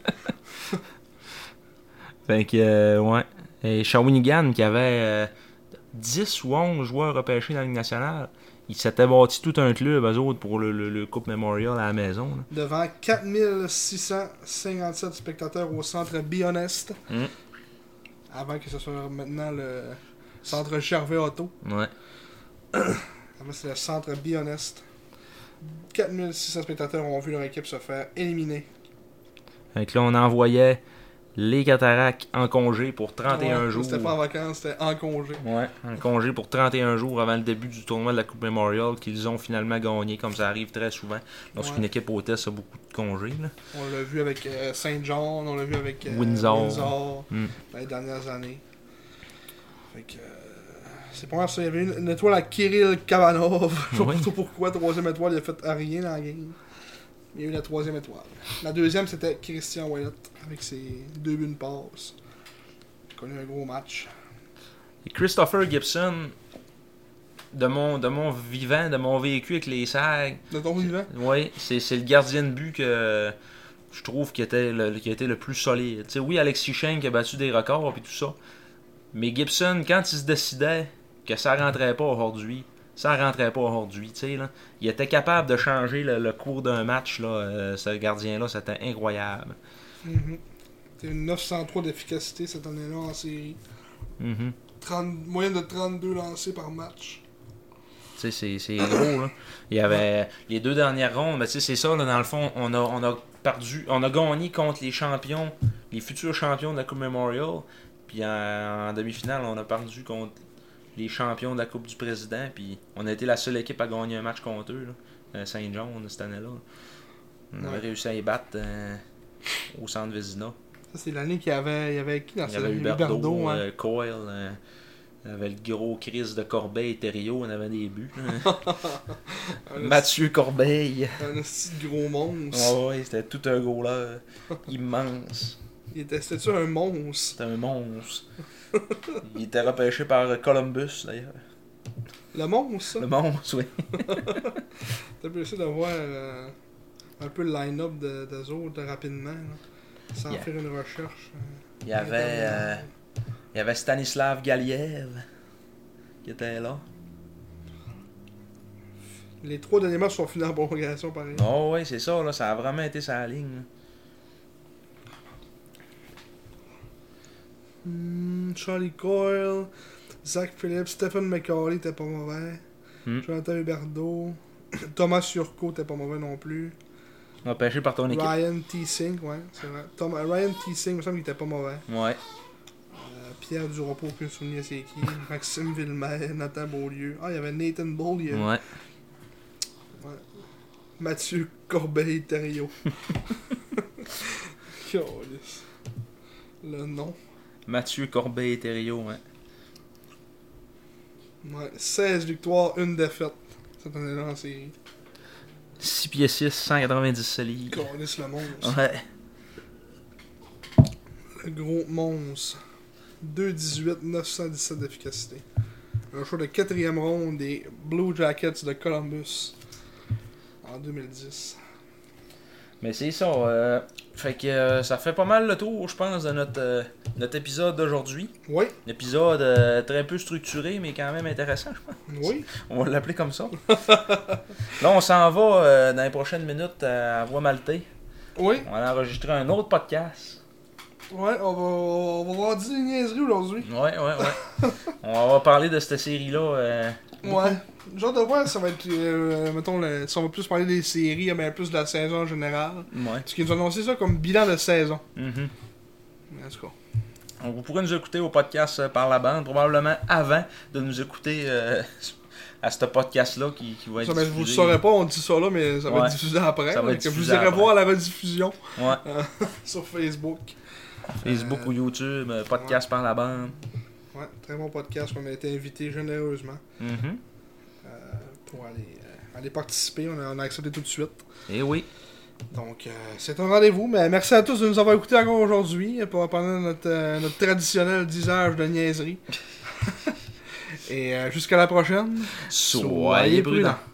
Speaker 1: Fait que, euh, ouais. Et Shawinigan, qui avait euh, 10 ou 11 joueurs repêchés dans la Ligue nationale, il s'était bâti tout un club, eux autres, pour le, le- le Coupe Memorial à la maison. là.
Speaker 2: Devant 4657 spectateurs au centre Bionest.
Speaker 1: Mm.
Speaker 2: Avant que ce soit maintenant le centre Charvet Auto.
Speaker 1: Ouais.
Speaker 2: Ah, moi, c'est le centre Be Honest. 4600 spectateurs ont vu leur équipe se faire éliminer.
Speaker 1: Fait que là, on envoyait les cataractes en congé pour 31
Speaker 2: Ouais,
Speaker 1: jours.
Speaker 2: C'était pas en vacances, c'était en congé.
Speaker 1: Ouais, en congé pour 31 jours avant le début du tournoi de la Coupe Memorial qu'ils ont finalement gagné, comme ça arrive très souvent lorsqu'une
Speaker 2: Ouais.
Speaker 1: équipe hôtesse a beaucoup de congés. là.
Speaker 2: On l'a vu avec euh, Saint-John, on l'a vu avec euh,
Speaker 1: Windsor. Mm.
Speaker 2: dans les dernières années. Fait que. euh, c'est pas mal ça. Il y avait une, une étoile à Kirill Kavanov. *laughs* Je sais pas
Speaker 1: Oui.
Speaker 2: trop pourquoi, troisième étoile, il a fait rien dans la game. Il y a eu la troisième étoile. La deuxième, c'était Christian Wallet avec ses deux buts de passe. Il a connu un gros match.
Speaker 1: Et Christopher Gibson, de mon, de mon vivant, de mon vécu avec les SAG,
Speaker 2: De ton vivant?
Speaker 1: oui, c'est c'est le gardien de but que je trouve qui, était le, qui a été le plus solide. Tu sais, oui, Alexis Shane qui a battu des records et tout ça, mais Gibson, quand il se décidait que ça rentrait pas aujourd'hui, ça rentrait pas aujourd'hui, tu sais, là, il était capable de changer le, le cours d'un match, là, euh, ce gardien-là, c'était incroyable.
Speaker 2: Mhm. C'est une 903 d'efficacité cette année-là en série.
Speaker 1: Mhm.
Speaker 2: 30, moyenne de 32 lancés par match.
Speaker 1: Tu sais, c'est- c'est gros, là. Il y avait les deux dernières rondes, mais tu sais, c'est ça, là, dans le fond, on a, on a perdu, on a gagné contre les champions, les futurs champions de la Coupe Memorial, puis en, en demi-finale, on a perdu contre les champions de la Coupe du Président, puis on a été la seule équipe à gagner un match contre eux, là, euh, Saint-John, cette année-là. On avait
Speaker 2: Ouais.
Speaker 1: réussi à les battre euh, au centre Vézina.
Speaker 2: Ça, c'est l'année qu'il y avait, il y avait qui dans
Speaker 1: Il y
Speaker 2: cette
Speaker 1: avait
Speaker 2: année?
Speaker 1: Huberdo,
Speaker 2: hein.
Speaker 1: euh, Coyle, euh, il y avait le gros Chris de Corbeil et Thériault, on avait des buts. *laughs*
Speaker 2: Un
Speaker 1: Mathieu Corbeil.
Speaker 2: esti- Ah, Un esti de gros monstre.
Speaker 1: Ouais, ouais, c'était tout un gros là. euh, Immense.
Speaker 2: Il était, c'était-tu un monstre?
Speaker 1: C'était un *laughs* monstre. Il était repêché par Columbus, d'ailleurs.
Speaker 2: Le monstre, ça?
Speaker 1: Le monstre, oui.
Speaker 2: T'as pu essayer de voir euh, un peu le line-up de, des autres rapidement, là, sans
Speaker 1: Yeah.
Speaker 2: faire une recherche. euh,
Speaker 1: Il y avait, euh,
Speaker 2: interminable.
Speaker 1: il y avait Stanislav Galiev qui était là.
Speaker 2: Les trois derniers matchs sont finis en prolongation, pareil.
Speaker 1: Oh, ouais, c'est ça, là. Ça a vraiment été sa ligne. là.
Speaker 2: Hmm, Charlie Coyle, Zach Phillips, Stephen McCauley était pas mauvais.
Speaker 1: Hmm.
Speaker 2: Jonathan Huberdeau, *coughs* Thomas Surco était pas mauvais non plus.
Speaker 1: Repêché par ton équipe.
Speaker 2: Ryan T. Singh, ouais, c'est vrai. Tom- euh, Ryan T. Singh, il me semble qu'il était pas mauvais.
Speaker 1: Ouais.
Speaker 2: Euh, Pierre Duropo, aucun souvenir
Speaker 1: *laughs*
Speaker 2: c'est qui. Maxime Villemer, Nathan Beaulieu. Ah, il y avait Nathan Ball, il y a
Speaker 1: Ouais.
Speaker 2: Mathieu corbeil Thériault.
Speaker 1: *laughs*
Speaker 2: *laughs* Câlisse. Le nom.
Speaker 1: Mathieu Corbeil et Thériault, ouais.
Speaker 2: Ouais, 16 victoires, une défaite. Cette année-là en série.
Speaker 1: 6 pieds 6, 197 livres.
Speaker 2: Câlisse le monstre.
Speaker 1: Ouais.
Speaker 2: Le gros monstre. 2,18, 917 d'efficacité. Un choix de quatrième ronde des Blue Jackets de Columbus en 2010.
Speaker 1: Mais c'est ça. euh, fait que euh, ça fait pas mal le tour, je pense, de notre, euh, notre épisode d'aujourd'hui.
Speaker 2: Oui,
Speaker 1: Un épisode euh, très peu structuré, mais quand même intéressant, je pense.
Speaker 2: oui.
Speaker 1: On va l'appeler comme ça. *laughs* Là, on s'en va euh, dans les prochaines minutes à Voix Maltais.
Speaker 2: Oui,
Speaker 1: On va aller enregistrer un autre podcast.
Speaker 2: Ouais, on va, on va voir 10 niaiseries aujourd'hui.
Speaker 1: Ouais, ouais, ouais. *laughs* on va parler de cette série-là. euh,
Speaker 2: Ouais. Genre de voir, ça va être. euh, mettons, le- si on va plus parler des séries, mais plus de la saison en général.
Speaker 1: Ouais.
Speaker 2: Parce qu'ils nous ont annoncé ça comme bilan de saison.
Speaker 1: Mhm.
Speaker 2: En tout cas.
Speaker 1: Donc, Vous pourrez nous écouter au podcast euh, par la bande, probablement avant de nous écouter euh, à ce podcast-là qui, qui va être.
Speaker 2: Ça, ben, vous le
Speaker 1: diffusé.
Speaker 2: saurez pas, on dit ça là, mais ça va
Speaker 1: Ouais.
Speaker 2: être diffusé après.
Speaker 1: Ça va
Speaker 2: donc
Speaker 1: être diffusé
Speaker 2: vous irez
Speaker 1: après.
Speaker 2: voir la rediffusion
Speaker 1: Ouais.
Speaker 2: sur Facebook.
Speaker 1: Facebook ou YouTube, euh, podcast par la bande.
Speaker 2: Ouais, très bon podcast. On a été invité généreusement
Speaker 1: Mhm.
Speaker 2: euh, pour aller, euh, aller participer. On a, on a accepté tout de suite.
Speaker 1: Et Eh oui.
Speaker 2: Donc, euh, c'est un rendez-vous. Mais merci à tous de nous avoir écoutés encore aujourd'hui hein, pour pendant notre, euh, notre traditionnel disage de *laughs* niaiserie. Et euh, jusqu'à la prochaine.
Speaker 1: Soyez prudents.